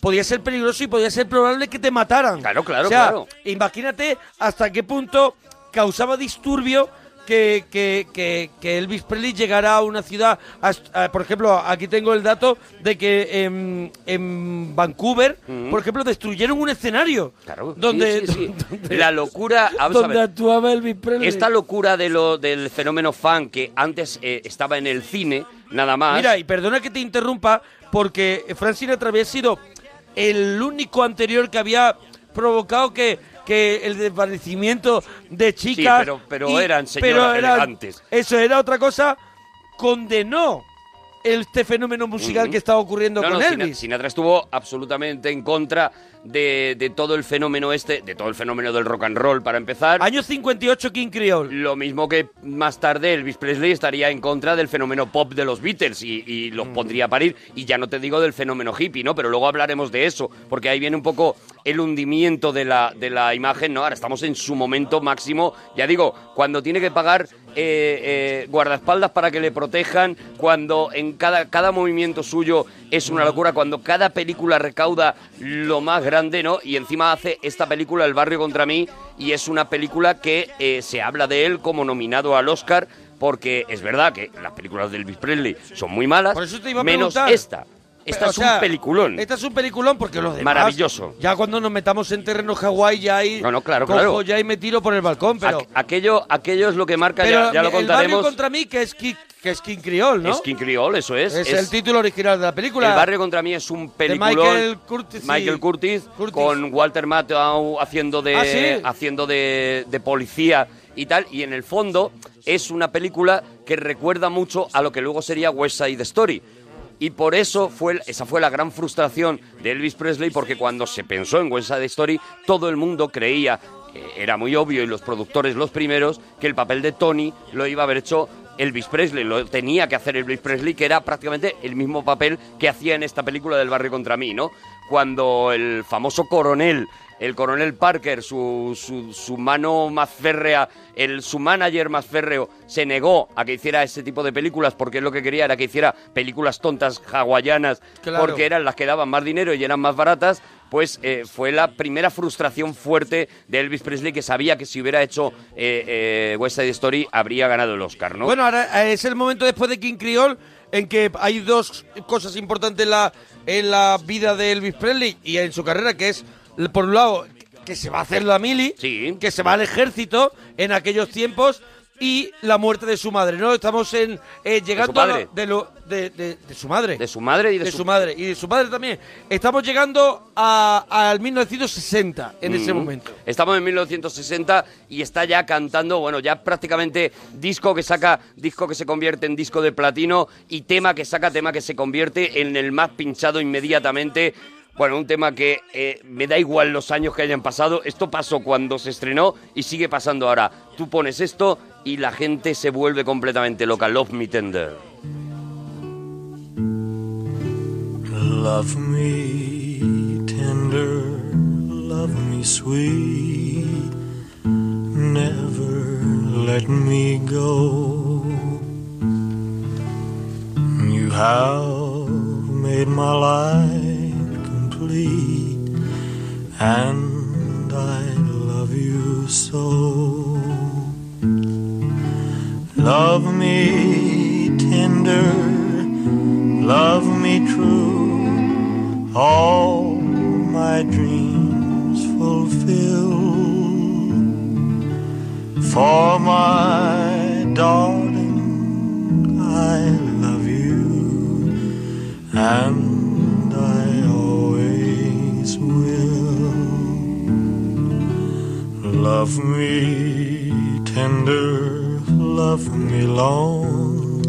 podía ser peligroso y podía ser probable que te mataran. Claro,
claro,
o sea,
claro.
Imagínate hasta qué punto causaba disturbio que, que, que, que Elvis Presley llegara a una ciudad. as- a- por ejemplo, aquí tengo el dato de que en, en Vancouver, por ejemplo, destruyeron un escenario.
Claro. Sí,
Donde,
sí, sí.
donde-
la locura vamos a
donde
ver.
actuaba Elvis Presley.
Esta locura de lo, del fenómeno fan que antes eh, estaba en el cine, nada más.
Mira, y perdona que te interrumpa, porque Frank Sinatra había sido el único anterior que había provocado que, que el desvanecimiento de chicas.
pero- pero eran señoras elegantes.
Eso era otra cosa. Condenó este fenómeno musical
Ujú.
que estaba ocurriendo
No,
con
no, Sina-
Elvis.
Sinatra estuvo absolutamente en contra de, de todo el fenómeno este, de todo el fenómeno del rock and roll, para empezar.
Año 58, King Creole.
Lo mismo que más tarde Elvis Presley estaría en contra del fenómeno pop de los Beatles y, y
Mm.
los pondría a parir. Y ya no te digo del fenómeno hippie, ¿no? Pero luego hablaremos de eso, porque ahí viene un poco el hundimiento de la, de la imagen, ¿no? Ahora estamos en su momento máximo, ya digo, cuando tiene que pagar eh, eh, guardaespaldas para que le protejan, cuando en cada, cada movimiento suyo es una locura, cuando cada película recauda lo más grande, ¿no? Y encima hace esta película, El barrio contra mí, y es una película que eh, se habla de él como nominado al Oscar, porque es verdad que las películas de Elvis Presley son muy malas,
Por eso te iba a
menos
preguntar.
esta. Esta
O
es
sea,
un peliculón.
Esta es un peliculón porque los demás...
Maravilloso.
Ya cuando nos metamos en terreno Hawái ya ahí...
No, no, claro,
cojo
claro.
ya y me tiro por el balcón, pero...
Aqu- aquello, aquello es lo que marca,
pero
ya, ya lo
el barrio
contaremos.
contra mí que es, Ki- que es King Creole, ¿no?
Es King Creole, eso es.
Es el título original de la película.
El barrio contra mí es un peliculón.
Michael Curtis y-
Michael Curtis, con Walter Matthau haciendo de
Ah, ¿sí?
haciendo de, de policía y tal. Y en el fondo es una película que recuerda mucho a lo que luego sería West Side Story. Y por eso fue el- esa fue la gran frustración de Elvis Presley, porque cuando se pensó en West Side Story, todo el mundo creía, eh, era muy obvio, y los productores los primeros, que el papel de Tony lo iba a haber hecho Elvis Presley, lo tenía que hacer Elvis Presley, que era prácticamente el mismo papel que hacía en esta película del barrio contra mí, ¿no? Cuando el famoso coronel, el coronel Parker, su, su- su mano más férrea, el, su manager más férreo, se negó a que hiciera ese tipo de películas porque él lo que quería era que hiciera películas tontas hawaianas
Claro.
porque eran las que daban más dinero y eran más baratas, pues eh, fue la primera frustración fuerte de Elvis Presley que sabía que si hubiera hecho eh, eh, West Side Story habría ganado el Oscar, ¿no?
Bueno, ahora eh, es el momento después de King Creole en que hay dos cosas importantes en la, en la vida de Elvis Presley y en su carrera, que es, l- por un lado, que se va a hacer la mili, que se va al ejército en aquellos tiempos y la muerte de su madre, ¿no? Estamos en eh, llegando a la-
padre.
de, lo, de, de- de su madre.
De su madre y de
de
su-
su madre. Y de su padre también. Estamos llegando a- al 1960 en ese
Mm.
momento.
Estamos en 1960 y está ya cantando, bueno, ya prácticamente disco que saca, disco que se convierte en disco de platino y tema que saca, tema que se convierte en el más pinchado inmediatamente. Bueno, un tema que eh, me da igual los años que hayan pasado. Esto pasó cuando se estrenó y sigue pasando ahora. Tú pones esto y la gente se vuelve completamente loca. Love Me Tender.
Love me tender, love me sweet. Never let me go. You have made my life complete, and I love you so. Love me tender, love me true, all my dreams fulfill. For my darling, I love you, and I always will. Love me tender, love me long,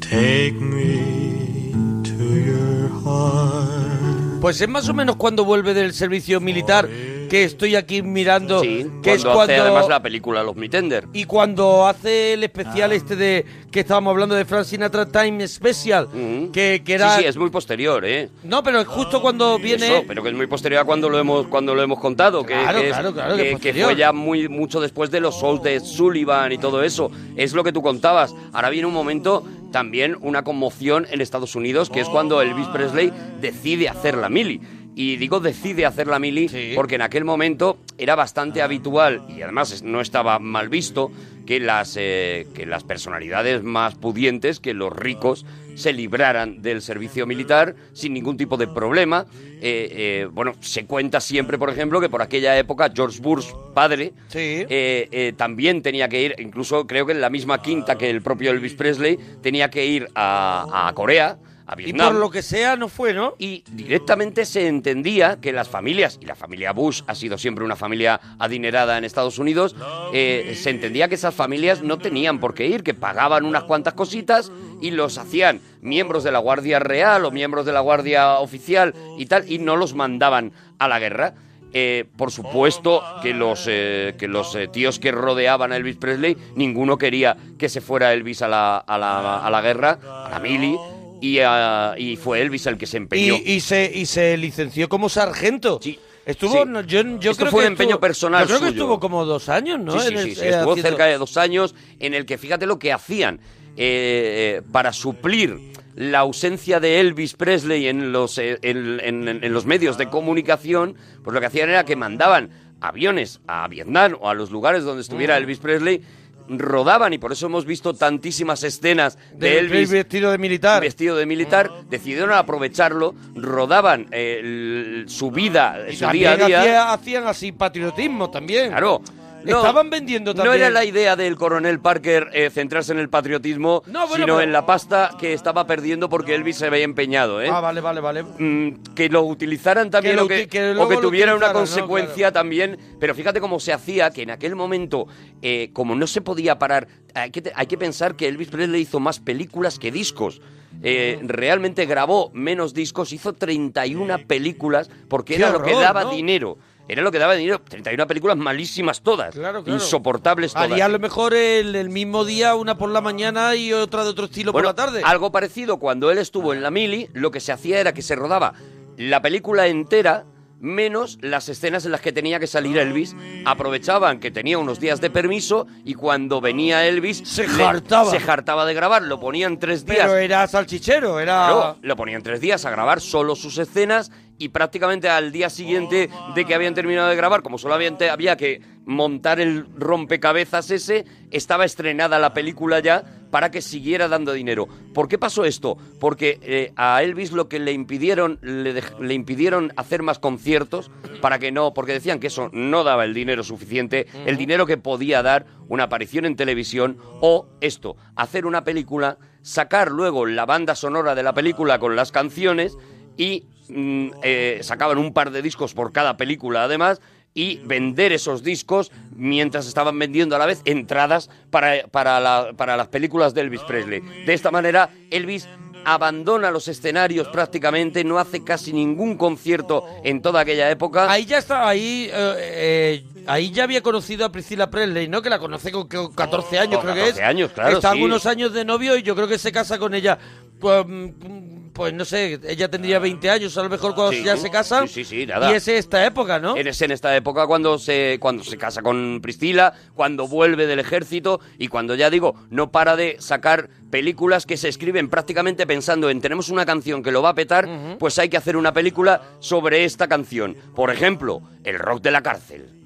take me to your heart.
Pues es más o menos cuando vuelve del servicio militar que estoy aquí mirando que es
cuando
cuando
hace además la película Love Me Tender. Ah.
y cuando hace el especial este de que estábamos hablando de Frank Sinatra Time Special que, que era
Mm-hmm. Sí, sí, es muy posterior, ¿eh?
no pero es justo cuando viene
Eso, pero que es muy posterior a cuando lo hemos cuando lo hemos contado que,
Claro,
que es-
claro, claro, que
que-
es
que
posterior.
fue ya muy mucho después de los shows de Sullivan y todo eso es lo que tú contabas ahora viene un momento también una conmoción en Estados Unidos que es cuando Elvis Presley decide hacer la mili y digo decide hacer la mili porque en aquel momento era
Ah.
bastante habitual y además es- no estaba mal visto que las eh, que las personalidades más pudientes que los ricos se libraran del servicio militar sin ningún tipo de problema. Eh, eh, bueno, se cuenta siempre, por ejemplo, que por aquella época George Bush, padre, eh, eh, también tenía que ir, incluso creo que en la misma quinta que el propio Elvis Presley, tenía que ir a, a Corea, a
y
Vietnam
por lo que sea no fue no
y directamente se entendía que las familias, y la familia Bush ha sido siempre una familia adinerada en Estados Unidos, eh, se entendía que esas familias no tenían por qué ir, que pagaban unas cuantas cositas y los hacían miembros de la Guardia Real o miembros de la Guardia Oficial y tal, y no los mandaban a la guerra. Eh, por supuesto que los, eh, que los eh, tíos que rodeaban a Elvis Presley, ninguno quería que se fuera Elvis a la, a la, a la guerra, a la mili, y, ah, y fue Elvis el que se empeñó.
y, y se y se licenció como sargento estuvo
sí.
no, yo, yo
Esto
creo
fue
que
un empeño
estuvo-
personal
yo creo que
suyo.
estuvo como dos años
Sí,
no
sí,
En el-
sí, sí.
eh,
Estuvo
haciendo-
cerca de dos años en el que fíjate lo que hacían eh, eh, para suplir la ausencia de Elvis Presley en los, eh, en, en- en- en los medios de comunicación, pues lo que hacían era que mandaban aviones a Vietnam o a los lugares donde estuviera
Mm.
Elvis Presley, rodaban y por eso hemos visto tantísimas escenas de,
de
Elvis
vestido de militar
vestido de militar, decidieron aprovecharlo, rodaban eh, el- su vida,
Y
su día a
también
día.
hacía- hacían así patriotismo también.
Claro. No,
Estaban vendiendo
No
también.
era la idea del coronel Parker eh, centrarse en el patriotismo,
No, bueno,
sino
pero-
en la pasta que estaba perdiendo porque Elvis se había empeñado, ¿eh?
Ah, vale, vale, vale.
Mm, que lo utilizaran también
Que lo
o que,
uti- que
o
luego
que
lo
tuviera una
utilizaran, ¿no?
consecuencia también. Pero fíjate cómo se hacía que en aquel momento, eh, como no se podía parar, hay que, te- hay que pensar que Elvis Presley hizo más películas que discos. Eh, realmente grabó menos discos, hizo 31 películas porque
Qué
era lo que
horror,
daba
¿no?
dinero. Era lo que daba dinero. 31 películas malísimas todas.
Claro, claro.
Insoportables todas.
Haría a lo mejor el, el mismo día una por la mañana y otra de otro estilo
Bueno,
por la tarde.
Algo parecido, cuando él estuvo en la mili, lo que se hacía era que se rodaba la película entera menos las escenas en las que tenía que salir Elvis. Aprovechaban que tenía unos días de permiso y cuando venía Elvis... Se
jartaba.
Se jartaba de grabar, lo ponían tres días.
Pero era salchichero, era...
Claro, lo ponían tres días a grabar solo sus escenas y prácticamente al día siguiente de que habían terminado de grabar, como solamente había que montar el rompecabezas ese, estaba estrenada la película ya para que siguiera dando dinero. ¿Por qué pasó esto? Porque eh, a Elvis lo que le impidieron, le, dej- le impidieron hacer más conciertos para que no, porque decían que eso no daba el dinero suficiente, el dinero que podía dar una aparición en televisión o esto, hacer una película, sacar luego la banda sonora de la película con las canciones y mm, eh, sacaban un par de discos por cada película además y vender esos discos mientras estaban vendiendo a la vez entradas para, para, la- para las películas de Elvis Presley. De esta manera, Elvis abandona los escenarios prácticamente, no hace casi ningún concierto en toda aquella época.
Ahí ya está, ahí eh, eh, Ahí ya había conocido a Priscilla Presley, ¿no? Que la conoce con con 14 años,
Con
creo que es.
14 años, claro,
Están
sí.
unos años de novio y yo creo que se casa con ella. Pues, mm, pues no sé, ella tendría 20 años, a lo mejor cuando
Sí,
ya se casan.
Sí, sí, sí, nada.
Y es esta época, ¿no?
Eres en esta época cuando se, cuando se casa con Priscila, cuando vuelve del ejército y cuando ya digo, no para de sacar películas que se escriben prácticamente pensando en tenemos una canción que lo va a petar, pues hay que hacer una película sobre esta canción. Por ejemplo, el rock de la cárcel.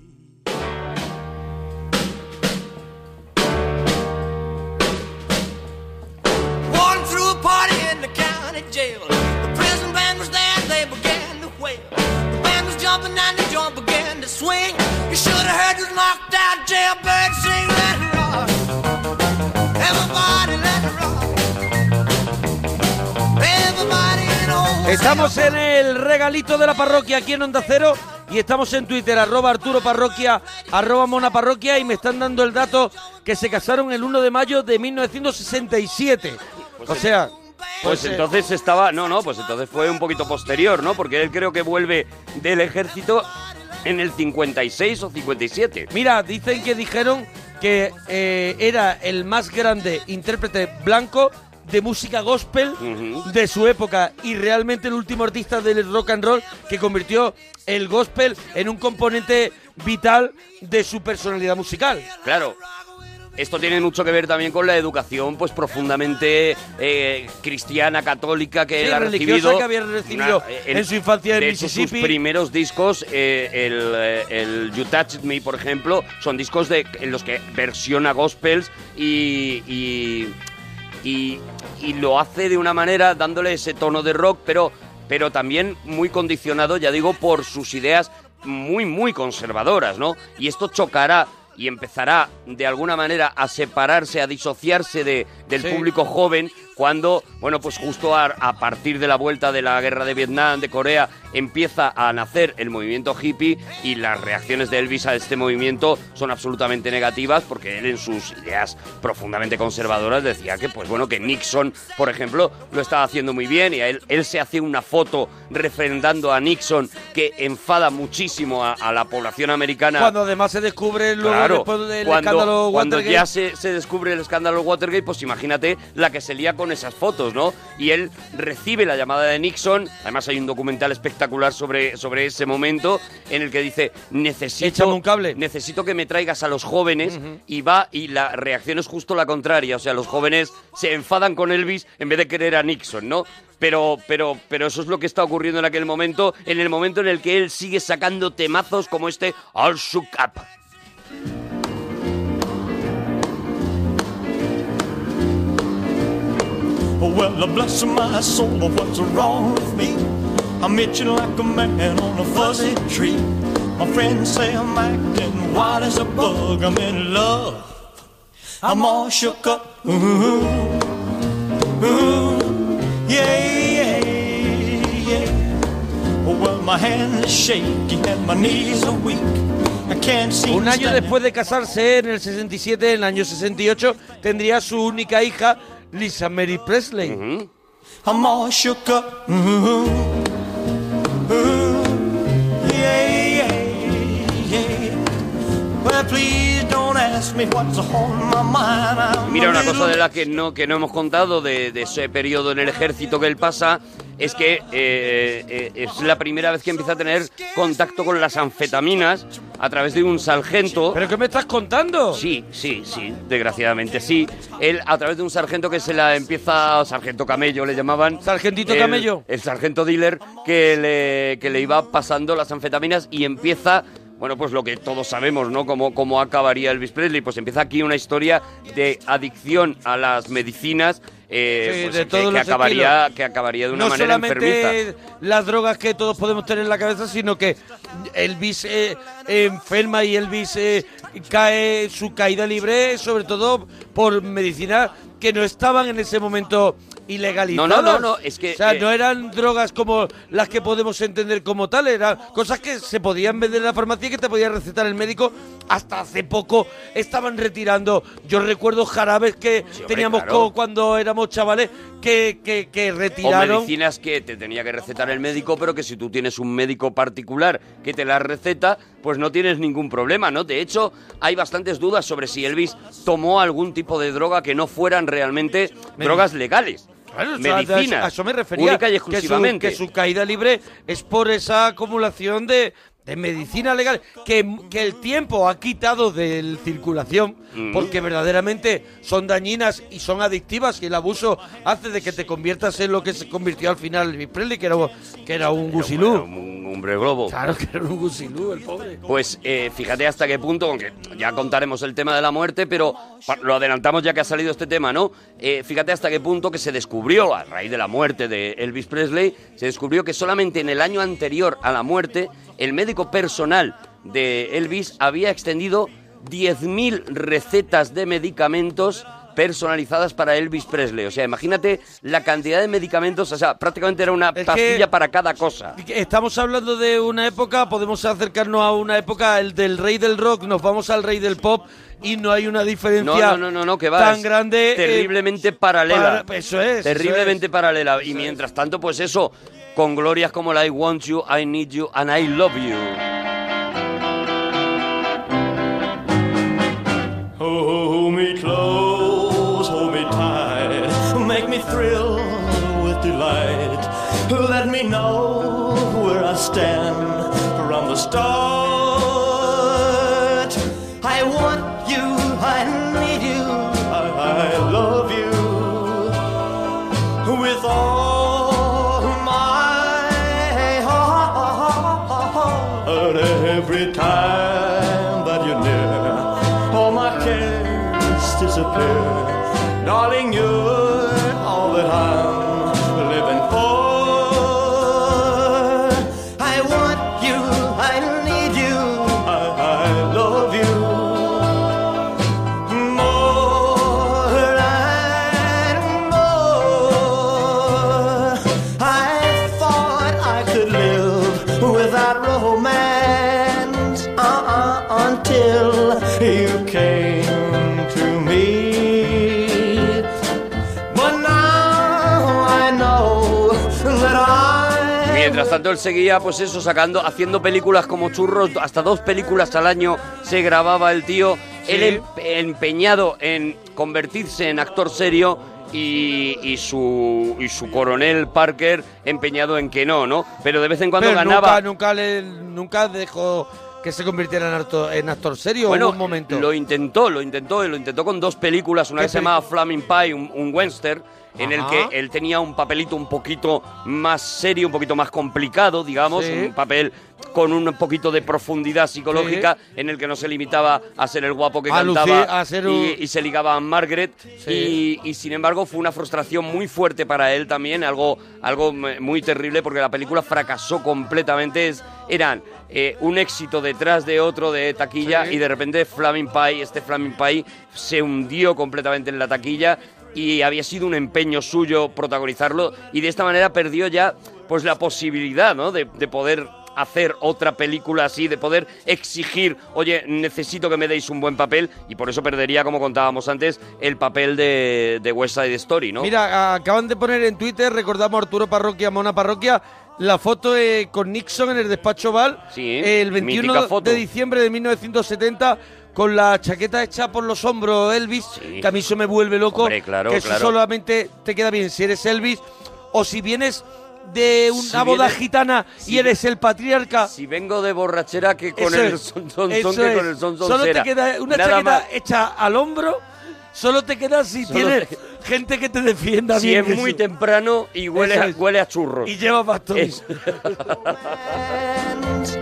Walking through a party in the county jail. The prison band was there, and they began to wail. The band was jumping and the joint began to swing. You should have heard those knocked out jailbirds sing, let it rock. Everybody, let it rock. Everybody in old
Estamos en el regalito de la parroquia aquí en Onda Cero y estamos en Twitter, arroba Arturo Parroquia, arroba Mona Parroquia y me están dando el dato que se casaron el 1 de mayo de 1967. o sea,
Pues
eh,
entonces estaba, no, no, pues entonces fue un poquito posterior, ¿no? Porque él creo que vuelve del ejército en el 56 o 57.
Mira, dicen que dijeron que eh, era el más grande intérprete blanco de música gospel de su época y realmente el último artista del rock and roll que convirtió el gospel en un componente vital de su personalidad musical.
Claro. Esto tiene mucho que ver también con la educación, pues profundamente eh, cristiana, católica que
Sí,
él ha
religiosa
recibido. eh,
que había recibido en su infancia en
de hecho,
Mississippi.
sus primeros discos, eh, el, eh, el You Touched Me, por ejemplo, son discos de, en los que versiona gospels y, y, y- y lo hace de una manera dándole ese tono de rock, pero, pero también muy condicionado, ya digo, por sus ideas muy, muy conservadoras, ¿no? Y esto chocará y empezará de alguna manera a separarse, a disociarse de, del
Sí.
público joven cuando, bueno, pues justo a, a partir de la vuelta de la guerra de Vietnam, de Corea, empieza a nacer el movimiento hippie y las reacciones de Elvis a este movimiento son absolutamente negativas porque él en sus ideas profundamente conservadoras decía que, pues bueno, que Nixon, por ejemplo, lo estaba haciendo muy bien y a él, él se hace una foto refrendando a Nixon que enfada muchísimo a, a la población americana
Cuando además se descubre luego después del
cuando,
escándalo
cuando
Watergate.
ya se, se descubre el escándalo Watergate, pues imagínate la que se lía con esas fotos, ¿no? Y él recibe la llamada de Nixon, además hay un documental espectacular sobre, sobre ese momento en el que dice, necesito... Necesito que me traigas a los jóvenes y va y la reacción es justo la contraria, o sea, los jóvenes se enfadan con Elvis en vez de querer a Nixon, ¿no? Pero, pero, pero eso es lo que está ocurriendo en aquel momento, en el momento en el que él sigue sacando temazos como este All Shook Up.
Oh, Well, bless my soul, but what's wrong with me? I'm itching like a man on a fuzzy tree. My friends say I'm acting wild as a bug. I'm in love. I'm all shook up. Ooh, ooh, yeah, yeah, yeah. Oh, Well, my hands are shaky and my knees are weak. I can't seem
Un
to
año después de casarse, en el 67, en el año 68, tendría su única hija, Lisa Mary Presley.
I'm all shook up. Ooh, ooh, yeah, yeah, yeah. Well, please don't ask me what's on my mind. I'm
Mira,
a
una cosa
little-
de la que no, que no hemos contado de, de ese periodo en el ejército que él pasa es que eh, eh, es la primera vez que empieza a tener contacto con las anfetaminas a través de un sargento.
¿Pero qué me estás contando?
Sí, sí, sí, desgraciadamente sí. Él a través de un sargento que se la empieza, sargento camello le llamaban.
Sargentito
El-
camello.
el sargento dealer que le, que le iba pasando las anfetaminas y empieza, bueno, pues lo que todos sabemos, ¿no? Cómo, cómo acabaría Elvis Presley. Pues empieza aquí una historia de adicción a las medicinas. eh,
Sí,
pues
de
que-
todos
que,
los
acabaría,
estilos.
que acabaría de una
no
manera
solamente
enfermiza.
las drogas que todos podemos tener en la cabeza, sino que Elvis eh, enferma y Elvis eh, cae su caída libre, sobre todo por medicinas que no estaban en ese momento ilegalizadas.
No, no, no, no, es que,
O sea,
eh,
no eran drogas como las que podemos entender como tal, eran cosas que se podían vender en la farmacia y que te podía recetar el médico. Hasta hace poco estaban retirando. Yo recuerdo jarabes que
hombre,
teníamos
claro.
co- cuando éramos chavales que, que, que
O
retiraron.
medicinas que te tenía que recetar el médico, pero que si tú tienes un médico particular que te las receta, pues no tienes ningún problema, ¿no? De hecho, hay bastantes dudas sobre si Elvis tomó algún tipo de droga que no fueran realmente
Me-
drogas legales.
Claro, eso- a-
medicinas.
A, eso me refería.
Única y
que su-
exclusivamente.
Que su, caída libre es por esa acumulación de, de medicina legal que, que el tiempo ha quitado de circulación
Mm.
porque verdaderamente son dañinas y son adictivas y el abuso hace de que te conviertas en lo que se convirtió al final Elvis Presley, que era, que era un gusilú.
Un hombre globo.
Claro que era un gusilú, el pobre.
Pues eh, fíjate hasta qué punto, aunque ya contaremos el tema de la muerte, pero pa- lo adelantamos ya que ha salido este tema, ¿no? Eh, fíjate hasta qué punto que se descubrió, a raíz de la muerte de Elvis Presley, se descubrió que solamente en el año anterior a la muerte, el médico personal de Elvis había extendido 10.000 recetas de medicamentos personalizadas para Elvis Presley. O sea, imagínate la cantidad de medicamentos, o sea, prácticamente era una pastilla para cada cosa.
Estamos hablando de una época, podemos acercarnos a una época, el del rey del rock, nos vamos al rey del pop y no hay una
No,
diferencia
no, no, no, no, que va.
tan
es
grande. eh,
Terriblemente paralela.
para- pues, eso es, eso
Terriblemente paralela. Y mientras tanto, pues eso, con glorias como la I Want You, I Need You and I Love You.
Hold me close, hold me tight, make me thrill with delight. Let me know where I stand from the start. I want you, I need you, I, I love you with all my heart. Every time that you're near, all my cares disappear. Darling, you're all that I'm living for. I want you, I need you, I, I love you more and more. I thought I could live without romance uh-uh, until you came to me. But now I know that I.
Mientras tanto, él seguía, pues eso, sacando, haciendo películas como churros, hasta dos películas al año se grababa el tío. Él em- empeñado en convertirse en actor serio y, y su, y su coronel Parker empeñado en que no, ¿no? Pero de vez en cuando
pero
ganaba.
Nunca, nunca, le- nunca dejó que se convirtiera en actor, en actor serio
Bueno,
hubo un momento.
Lo intentó, lo intentó, y lo intentó con dos películas, una
¿Qué
que se llamaba Flaming Pie, un, un western, en el
Ajá.
que él tenía un papelito un poquito más serio, un poquito más complicado, digamos,
Sí.
un papel con un poquito de profundidad psicológica, en el que no se limitaba a ser el guapo que
A lucir,
cantaba
a ser
y-
un-
y, se ligaba a Margaret.
Sí.
Y, y, sin embargo fue una frustración muy fuerte para él también, algo, algo m- muy terrible porque la película fracasó completamente. Es- eran eh, un éxito detrás de otro de taquilla
Sí.
y de repente Flaming Pie, este Flaming Pie se hundió completamente en la taquilla y había sido un empeño suyo protagonizarlo y de esta manera perdió ya pues la posibilidad ¿no? de, de poder hacer otra película así, de poder exigir, oye, necesito que me deis un buen papel y por eso perdería, como contábamos antes, el papel de, de West Side Story, ¿no?
Mira, a- acaban de poner en Twitter, recordamos a Arturo Parroquia, Mona Parroquia, la foto eh, con Nixon en el despacho Val,
Sí, ¿eh?
el
mítica
21
foto.
de diciembre de 1970, con la chaqueta hecha por los hombros Elvis, que a mí eso me vuelve loco,
Hombre, claro,
que eso
claro.
solamente te queda bien si eres Elvis o si vienes de una
Si
boda
vienes-
gitana y eres el patriarca.
Si vengo de borrachera que con
Eso
el
es,
son son, son
eso
que con
es.
el son son
Solo te
cera.
queda una
Nada
chaqueta
más.
hecha al hombro, solo te queda si
Solo
tienes
te-
gente que te defienda
Si
bien.
es muy temprano y huele,
Eso
a,
es.
huele a churros.
Y lleva bastón.
Es-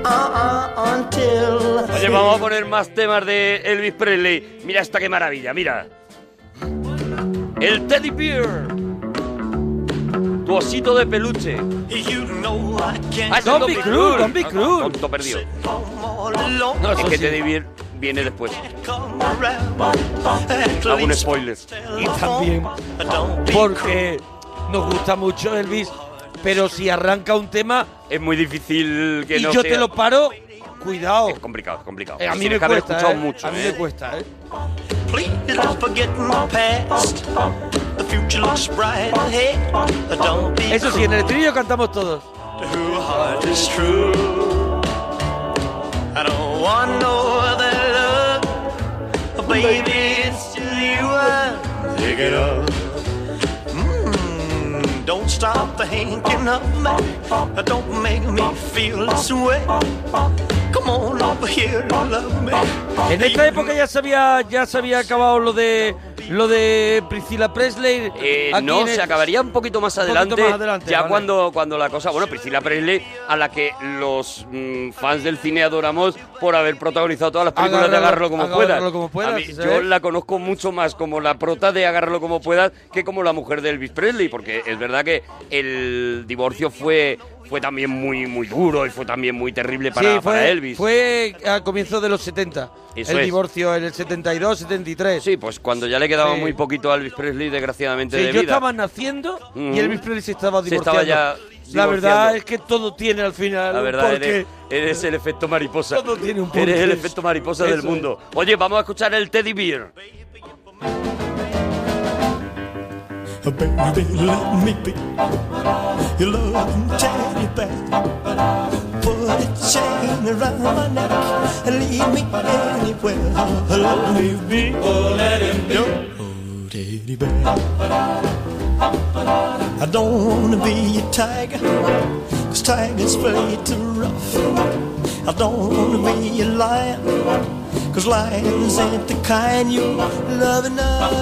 uh-uh, until
Oye, vamos a poner más temas de Elvis Presley. Mira esta qué maravilla, mira. El Teddy Bear. Tu osito de peluche.
you know I can't.
Ah, ese es Don Be Cruel. Ah, no, tonto perdido.
Alone.
No, es que Teddy Bear viene después.
Hago
un spoiler.
Y también porque nos gusta mucho Elvis, pero si arranca un tema
Es muy difícil que
y
no
yo
sea-
te lo paro, cuidado.
Es complicado, es complicado.
Eh, a mí
Tienes
me
que haber
cuesta,
escuchado
¿eh?
mucho,
A mí
¿eh?
me cuesta, ¿eh?
Please don't forget my past. The future looks bright ahead. Don't be
Eso sí, en el estribillo cantamos todos.
Who heart is true. I don't One no other love, baby, it's just you I'm thinking of. Mm, don't stop thinking of me. Don't make me feel this way. Come on over here and love me.
En esta época ya se había, ya se había acabado lo de lo de Priscilla Presley.
Eh,
aquí
no,
en el-
se acabaría un poquito más
poquito
adelante.
más adelante,
ya
vale.
cuando, cuando la cosa. Bueno, Priscilla Presley, a la que los mm, fans del cine adoramos por haber protagonizado todas las películas de
Agárralo-
Agárralo como
Agárralo
puedas.
como puedas,
A mí-
sí,
yo
¿sabes?
la conozco mucho más como la prota de Agárralo como puedas que como la mujer de Elvis Presley, porque es verdad que el divorcio fue. Fue también muy, muy duro y fue también muy terrible para,
sí, fue,
para Elvis.
Fue a comienzos de los 70.
Eso
el
es.
divorcio en el 72, 73.
Sí, pues cuando ya le quedaba
Sí.
muy poquito a Elvis Presley, desgraciadamente, de
Sí, yo
vida.
estaba naciendo
Ujú.
y Elvis Presley se estaba
Se
divorciando.
estaba ya
La verdad
divorciando.
es que todo tiene al final.
La verdad,
un
eres,
porqué.
eres el efecto mariposa.
Todo tiene un porqué.
Eres el efecto mariposa del
Eso
mundo. Oye, vamos a escuchar el Teddy Bear.
Baby, let me be your loving teddy bear. Put a chain around my neck and lead me anywhere. Let me be. Oh, let him be. Oh, teddy bear. I don't wanna be a tiger, cause tigers play too rough. I don't wanna be a lion, cause lions ain't the kind you love enough.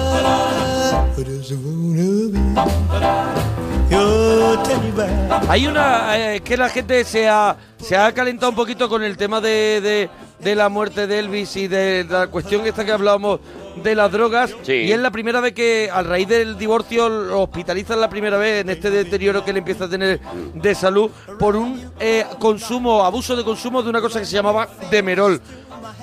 Hay una eh, que la gente se ha, se ha calentado un poquito con el tema de, de- de la muerte de Elvis y de la cuestión esta que hablábamos de las drogas. Y es la primera vez que, a raíz del divorcio, lo hospitalizan la primera vez en este deterioro que él empieza a tener de salud por un eh, consumo, abuso de consumo de una cosa que se llamaba demerol.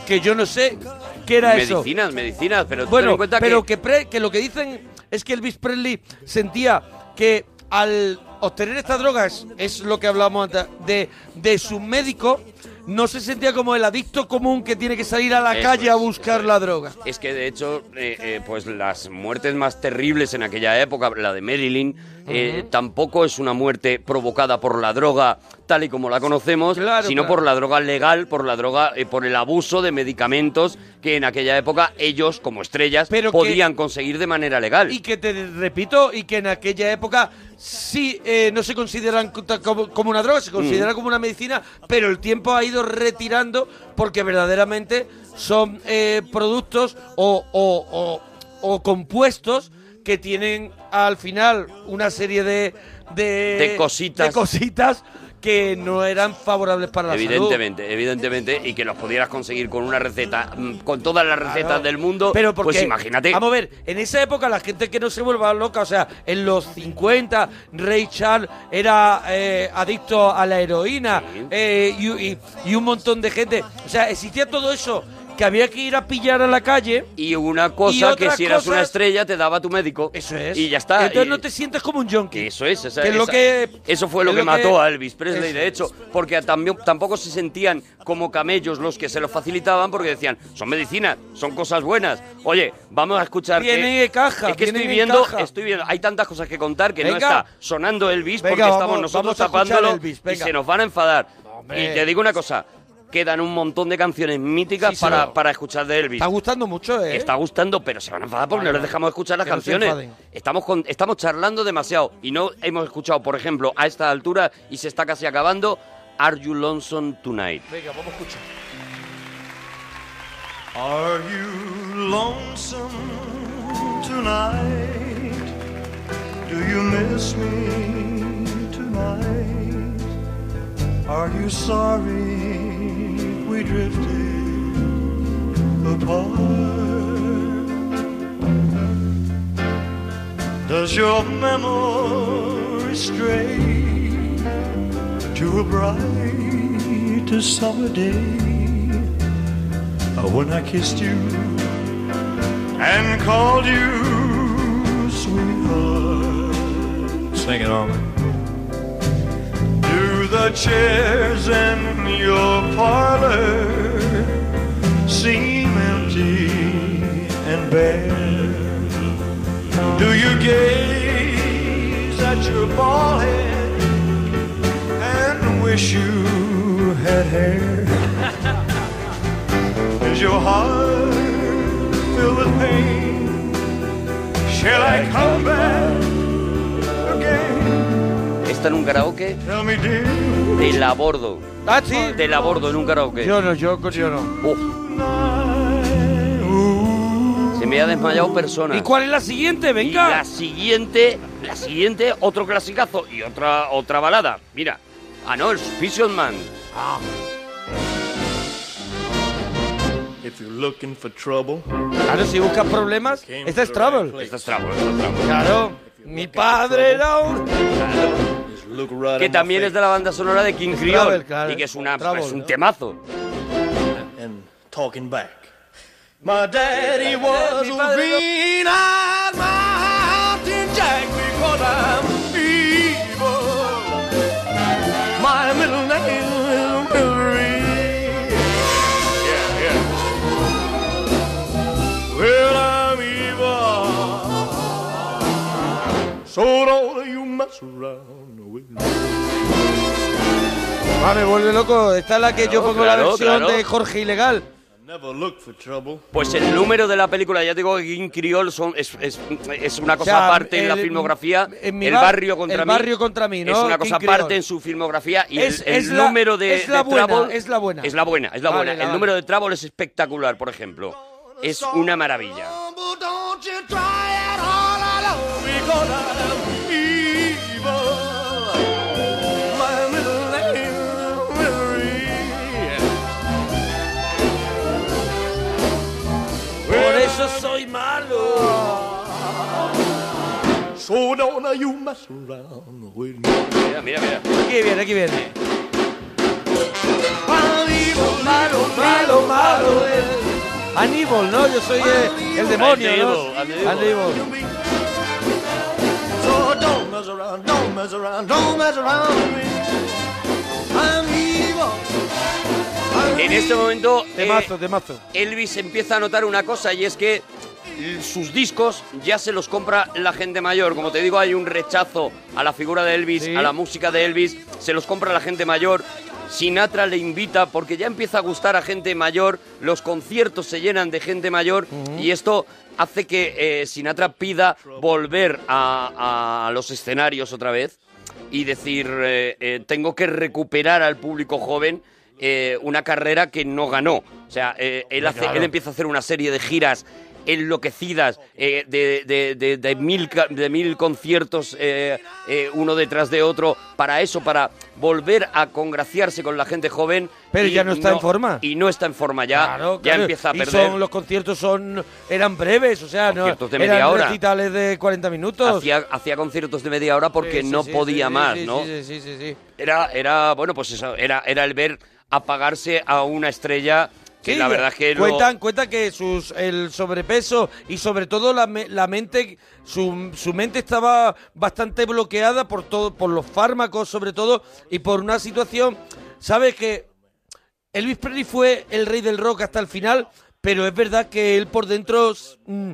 Que yo no sé qué era eso.
medicinas, medicinas, pero tú ten en
Bueno,
cuenta
pero
que...
que, pre- que lo que dicen es que Elvis Presley sentía que al obtener estas drogas, es lo que hablamos antes, de, de su médico, no se sentía como el adicto común que tiene que salir a la
Eso
calle a buscar la droga.
Es que de hecho, eh, eh, pues las muertes más terribles en aquella época, la de Marilyn, eh, tampoco es una muerte provocada por la droga tal y como la conocemos, sino
claro.
por la droga legal, por la droga, eh, por el abuso de medicamentos que en aquella época ellos como estrellas podían conseguir de manera legal.
Y que te repito, y que en aquella época sí eh, no se consideran co- ta- como, como una droga, se considera
Mm.
como una medicina, pero el tiempo ha ido retirando porque verdaderamente son eh, productos o, o- o- o compuestos que tienen al final una serie de, de,
De cositas.
de cositas que no eran favorables para la salud.
Evidentemente, evidentemente, y que los pudieras conseguir con una receta, mm, con todas las recetas
Claro.
del mundo.
Pero porque,
pues imagínate.
Vamos a ver, en esa época la gente que no se vuelva loca, o sea, en los 50, Ray Charles era eh, adicto a la heroína eh, y, y- y un montón de gente. O sea, existía todo eso que había que ir a pillar a la calle.
Y una cosa que si eras una estrella te daba tu médico.
Eso es.
Y ya está.
Entonces
Y-
no te sientes como un junkie.
Eso es, esa-
Que es lo
esa-
que-
eso fue lo
es
que
lo
mató
que-
a Elvis Presley,
Eso
de hecho, porque también, tampoco se sentían como camellos los que se lo facilitaban, porque decían, son medicinas, son cosas buenas. Oye, vamos a escuchar. que-
Vienen en caja,
Es que estoy
vienen en
viendo,
caja.
estoy viendo, hay tantas cosas que contar que no
Venga.
está sonando Elvis
Venga,
porque estamos
vamos-
nosotros
vamos a escuchar
tapándolo
Elvis,
y
venga.
se nos van a enfadar.
hombre.
y te digo una cosa. Quedan un montón de canciones míticas
Sí,
para,
señor.
para escuchar de Elvis.
Está gustando mucho, ¿eh?
Está gustando, pero se van a enfadar porque
Vale,
no les
vale.
dejamos escuchar las
Que no se
canciones.
enfaden.
Estamos, con- estamos charlando demasiado y no hemos escuchado, por ejemplo, a esta altura y se está casi acabando, Are You Lonesome Tonight?
Venga, vamos a escuchar.
Are you lonesome tonight? Do you miss me tonight? Are you sorry we drifted apart? Does your memory stray to a bright summer day? Uh, when I kissed you and called you sweetheart. Sing it on. Do the chairs in your parlor seem empty and bare? Do you gaze at your bald head and wish you had hair? Is your heart filled with pain? Shall I come back again?
Está en un karaoke
Tell me, dear.
de la bordo.
Ah, sí.
De la bordo en un karaoke.
Yo no, yo, yo no.
Se me ha desmayado persona.
¿Y cuál es la siguiente? Venga.
Y la siguiente, la siguiente, otro clasicazo y otra otra balada. Mira. Ah, no, el Suspicion Man.
Ah,
If you're looking for trouble,
Claro, si buscas problemas, esta es Trouble.
Esta es Trouble, esta es Trouble.
Claro, mi padre era un...
look right
Que
in my
también es de la banda sonora de King Creole.
Trouble, claro.
Y que es, una,
Trouble,
es un
¿no?
temazo.
and talking back. My daddy was a green-eyed mountain jack because I'm evil. My middle name is Misery. Yeah, yeah. Well, I'm evil. So don't you mess around with me.
Ah, me vuelve loco. Esta es la que yo
Claro,
pongo la
claro,
versión
claro.
de Jorge Ilegal.
Never look for trouble.
Pues el número de la película, ya te digo que King Creole son, es, es- es una cosa
O sea,
aparte en la
el-
filmografía.
en mi
el
bar-
barrio contra
el
mí.
barrio contra mí,
Es
¿no?
una
King
cosa aparte
Creole.
en su filmografía. Y
Es-
el, el
es la-
número de,
es la
de
buena,
Trouble-
es la buena.
Es la buena, es la
Vale,
buena. el
la vale.
número de Trouble es espectacular, por ejemplo. Es una maravilla.
Don't you try it all alone because I'm evil. My middle name is Mary.
Por eso soy malo.
So don't you mess around with me.
Mira, mira, mira.
Aquí viene, aquí viene.
Malo,
malo, malo. Aníbal, ¿no? Yo soy eh, el, demonio, ¿no?
Unable,
Aníbal.
So Oh, don't mess around, don't mess around, don't mess around with me. I'm evil.
En este momento. eh,
Temazo, temazo.
Elvis empieza a notar una cosa y es que l- sus discos ya se los compra la gente mayor. Como te digo, hay un rechazo a la figura de Elvis,
Sí.
a la música de Elvis, se los compra la gente mayor. Sinatra le invita porque ya empieza a gustar a gente mayor, los conciertos se llenan de gente mayor y esto hace que eh, Sinatra pida volver a, a los escenarios otra vez y decir, eh, eh, tengo que recuperar al público joven eh, una carrera que no ganó. O sea, eh, él, hace,
Claro.
él empieza a hacer una serie de giras enloquecidas, eh, de, de- de- de mil, ca- de mil conciertos eh, eh, uno detrás de otro, para eso, para volver a congraciarse con la gente joven.
Pero
y
ya no está en forma.
Y no está en forma ya,
Claro,
ya
claro.
empieza a
Y
perder.
son, los conciertos son eran breves, o sea, no,
Conciertos de media
eran
hora.
recitales de 40 minutos.
Hacía, hacía conciertos de media hora porque
Sí, sí,
no
sí,
podía
sí,
más,
sí,
¿no?
Sí, sí, sí, sí.
Era, era, bueno, pues eso, era, era el ver apagarse a una estrella que
Sí,
la verdad es que lo-
cuentan, cuentan que sus el sobrepeso y sobre todo la, me- la mente su, su mente estaba bastante bloqueada por todo por los fármacos sobre todo y por una situación sabes que Elvis Presley fue el rey del rock hasta el final pero es verdad que él por dentro mm,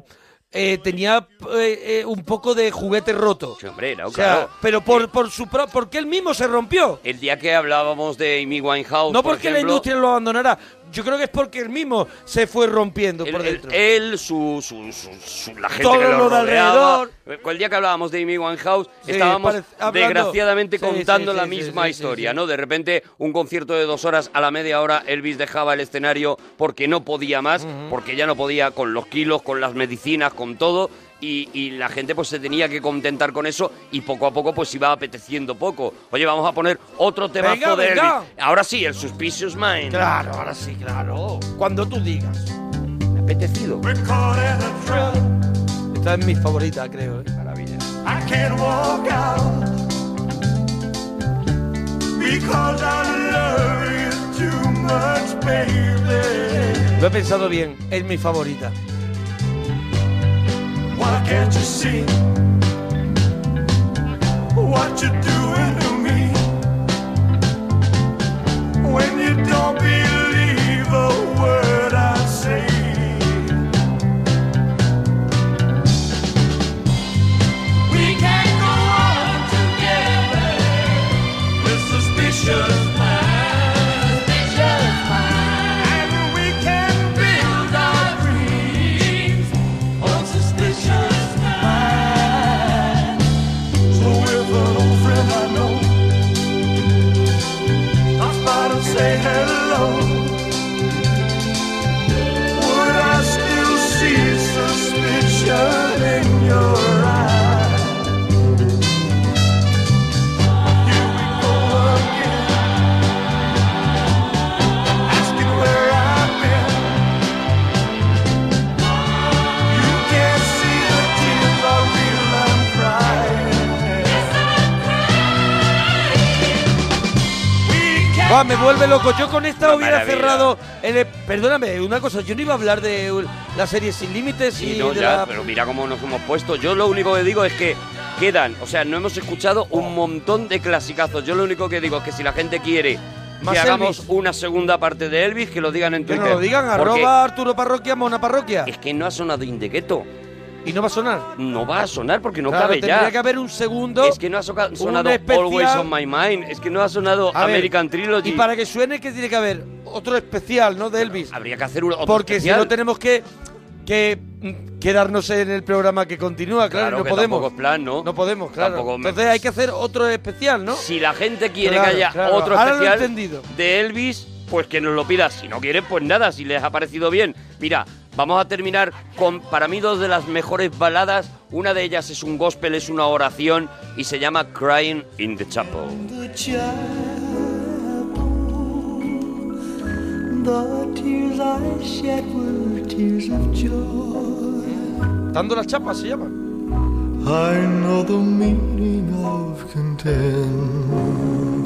eh, tenía eh, eh, un poco de juguete roto
Hombre, no,
o sea,
claro.
pero por por su pro- porque él mismo se rompió
El día que hablábamos de Amy Winehouse,
no
por
porque la
ejemplo,
industria lo abandonara. Yo creo que es porque él mismo se fue rompiendo por
él,
dentro.
él, su, su- su- su- la gente
Todo
que lo,
lo de
rodeaba.
alrededor.
El día que hablábamos de Amy Winehouse,
Sí,
estábamos
parece- hablando-
desgraciadamente
Sí,
contando
sí, sí,
la
sí,
misma
sí, sí,
historia,
sí.
¿no? De repente, un concierto de dos horas a la media hora, Elvis dejaba el escenario porque no podía más, porque ya no podía con los kilos, con las medicinas, con todo. Y, y la gente pues se tenía que contentar con eso y poco a poco pues iba apeteciendo poco. Oye, vamos a poner otro temazo
Venga,
de
venga.
Elvis. Ahora sí, el Suspicious Mind.
Claro, ahora sí, claro. Cuando tú digas.
Apetecido.
Esta es mi favorita, creo. ¿eh?
Maravilla.
I can't walk out because I love you too much, baby.
Lo he pensado bien, es mi favorita.
Why can't you see what you're doing to me when you don't believe a word I say? We can go on together with suspicious minds, and we can be old friend I know. I thought I'd say hello. Would I still see suspicion in your eyes? Here we go again, asking where I've been. You can't see the tears I feel I'm crying.
Va, me vuelve loco. Yo con esta
Una
hubiera
maravilla.
cerrado el... e- Perdóname, una cosa. Yo no iba a hablar de uh, la serie Sin Límites
Sí,
y
no,
de
ya,
la...
pero mira cómo nos hemos puesto. Yo lo único que digo es que quedan, o sea, no hemos escuchado un montón de clasicazos. Yo lo único que digo es que si la gente quiere
Más
que hagamos
Elvis.
una segunda parte de Elvis, que lo digan en
Que
Twitter.
nos lo digan,
Porque
arroba Arturo Parroquia, Mona Parroquia.
Es que no ha sonado Indegueto.
¿Y no va a sonar?
No va a sonar porque no
Claro,
cabe ya.
tendría que haber un segundo...
Es que no ha soca-
un
sonado
especial-
Always on My Mind. Es que no ha sonado
A ver,
American Trilogy.
Y para que suene que tiene que haber otro especial, ¿no? De Elvis.
Habría que hacer uno. otro
Porque si
especial.
no tenemos que, que mm, quedarnos en el programa que continúa, claro,
Claro,
no
que
podemos.
tampoco es plan, ¿no?
No podemos, claro.
Tampoco me-
Entonces hay que hacer otro especial, ¿no?
Si la gente quiere
Claro,
que haya
claro.
otro
Ahora lo he
especial
entendido.
de Elvis, pues que nos lo pida. Si no quieren, pues nada, si les ha parecido bien. Mira, vamos a terminar con, para mí, dos de las mejores baladas. Una de ellas es un gospel, es una oración y se llama Crying in the Chapel.
The chapel, the tears I shed were tears of joy.
Dando las chapas se llama.
I know the meaning of contentment.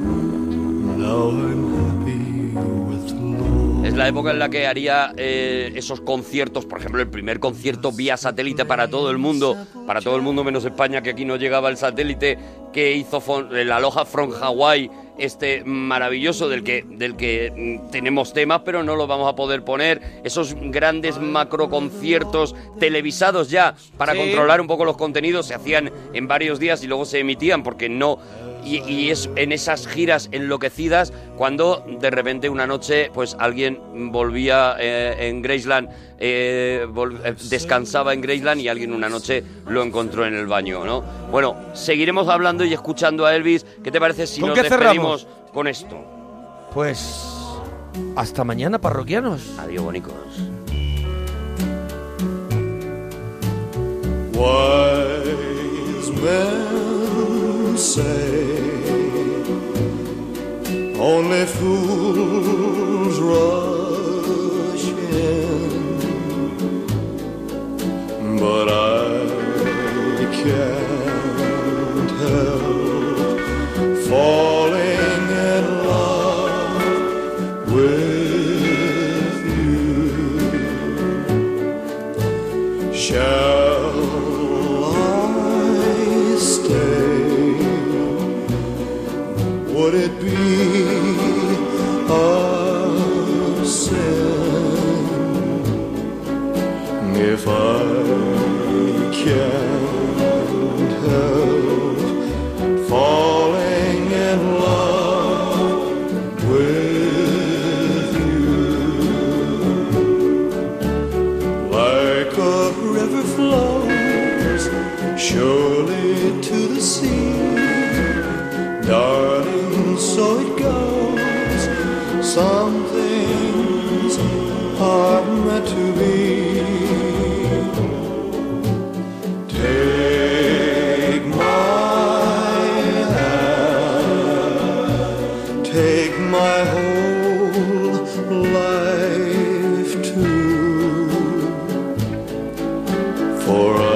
Now I'm happy with love.
Es la época en la que haría eh, esos conciertos, por ejemplo, el primer concierto vía satélite para todo el mundo, para todo el mundo menos España, que aquí no llegaba el satélite, que hizo fon- el Aloha from Hawaii, este maravilloso del que, del que mm, tenemos temas, pero no lo vamos a poder poner. Esos grandes macro conciertos televisados ya para
Sí.
controlar un poco los contenidos se hacían en varios días y luego se emitían porque no y, y es en esas giras enloquecidas cuando de repente una noche pues alguien volvía eh, en Graceland eh, vol- eh, descansaba en Graceland y alguien una noche lo encontró en el baño no bueno seguiremos hablando y escuchando a Elvis qué te parece si
¿Con
nos
qué
despedimos con esto
Pues hasta mañana, parroquianos.
Adiós, bonicos.
Wise men say only fools rush in, but I can't help falling in love with you. Shall I stay? Would it be a sin if I can't help falling in love with you? like a river flows surely to the sea. Darling, so it goes. Some things are meant to be. Take my hand, take my whole life too. For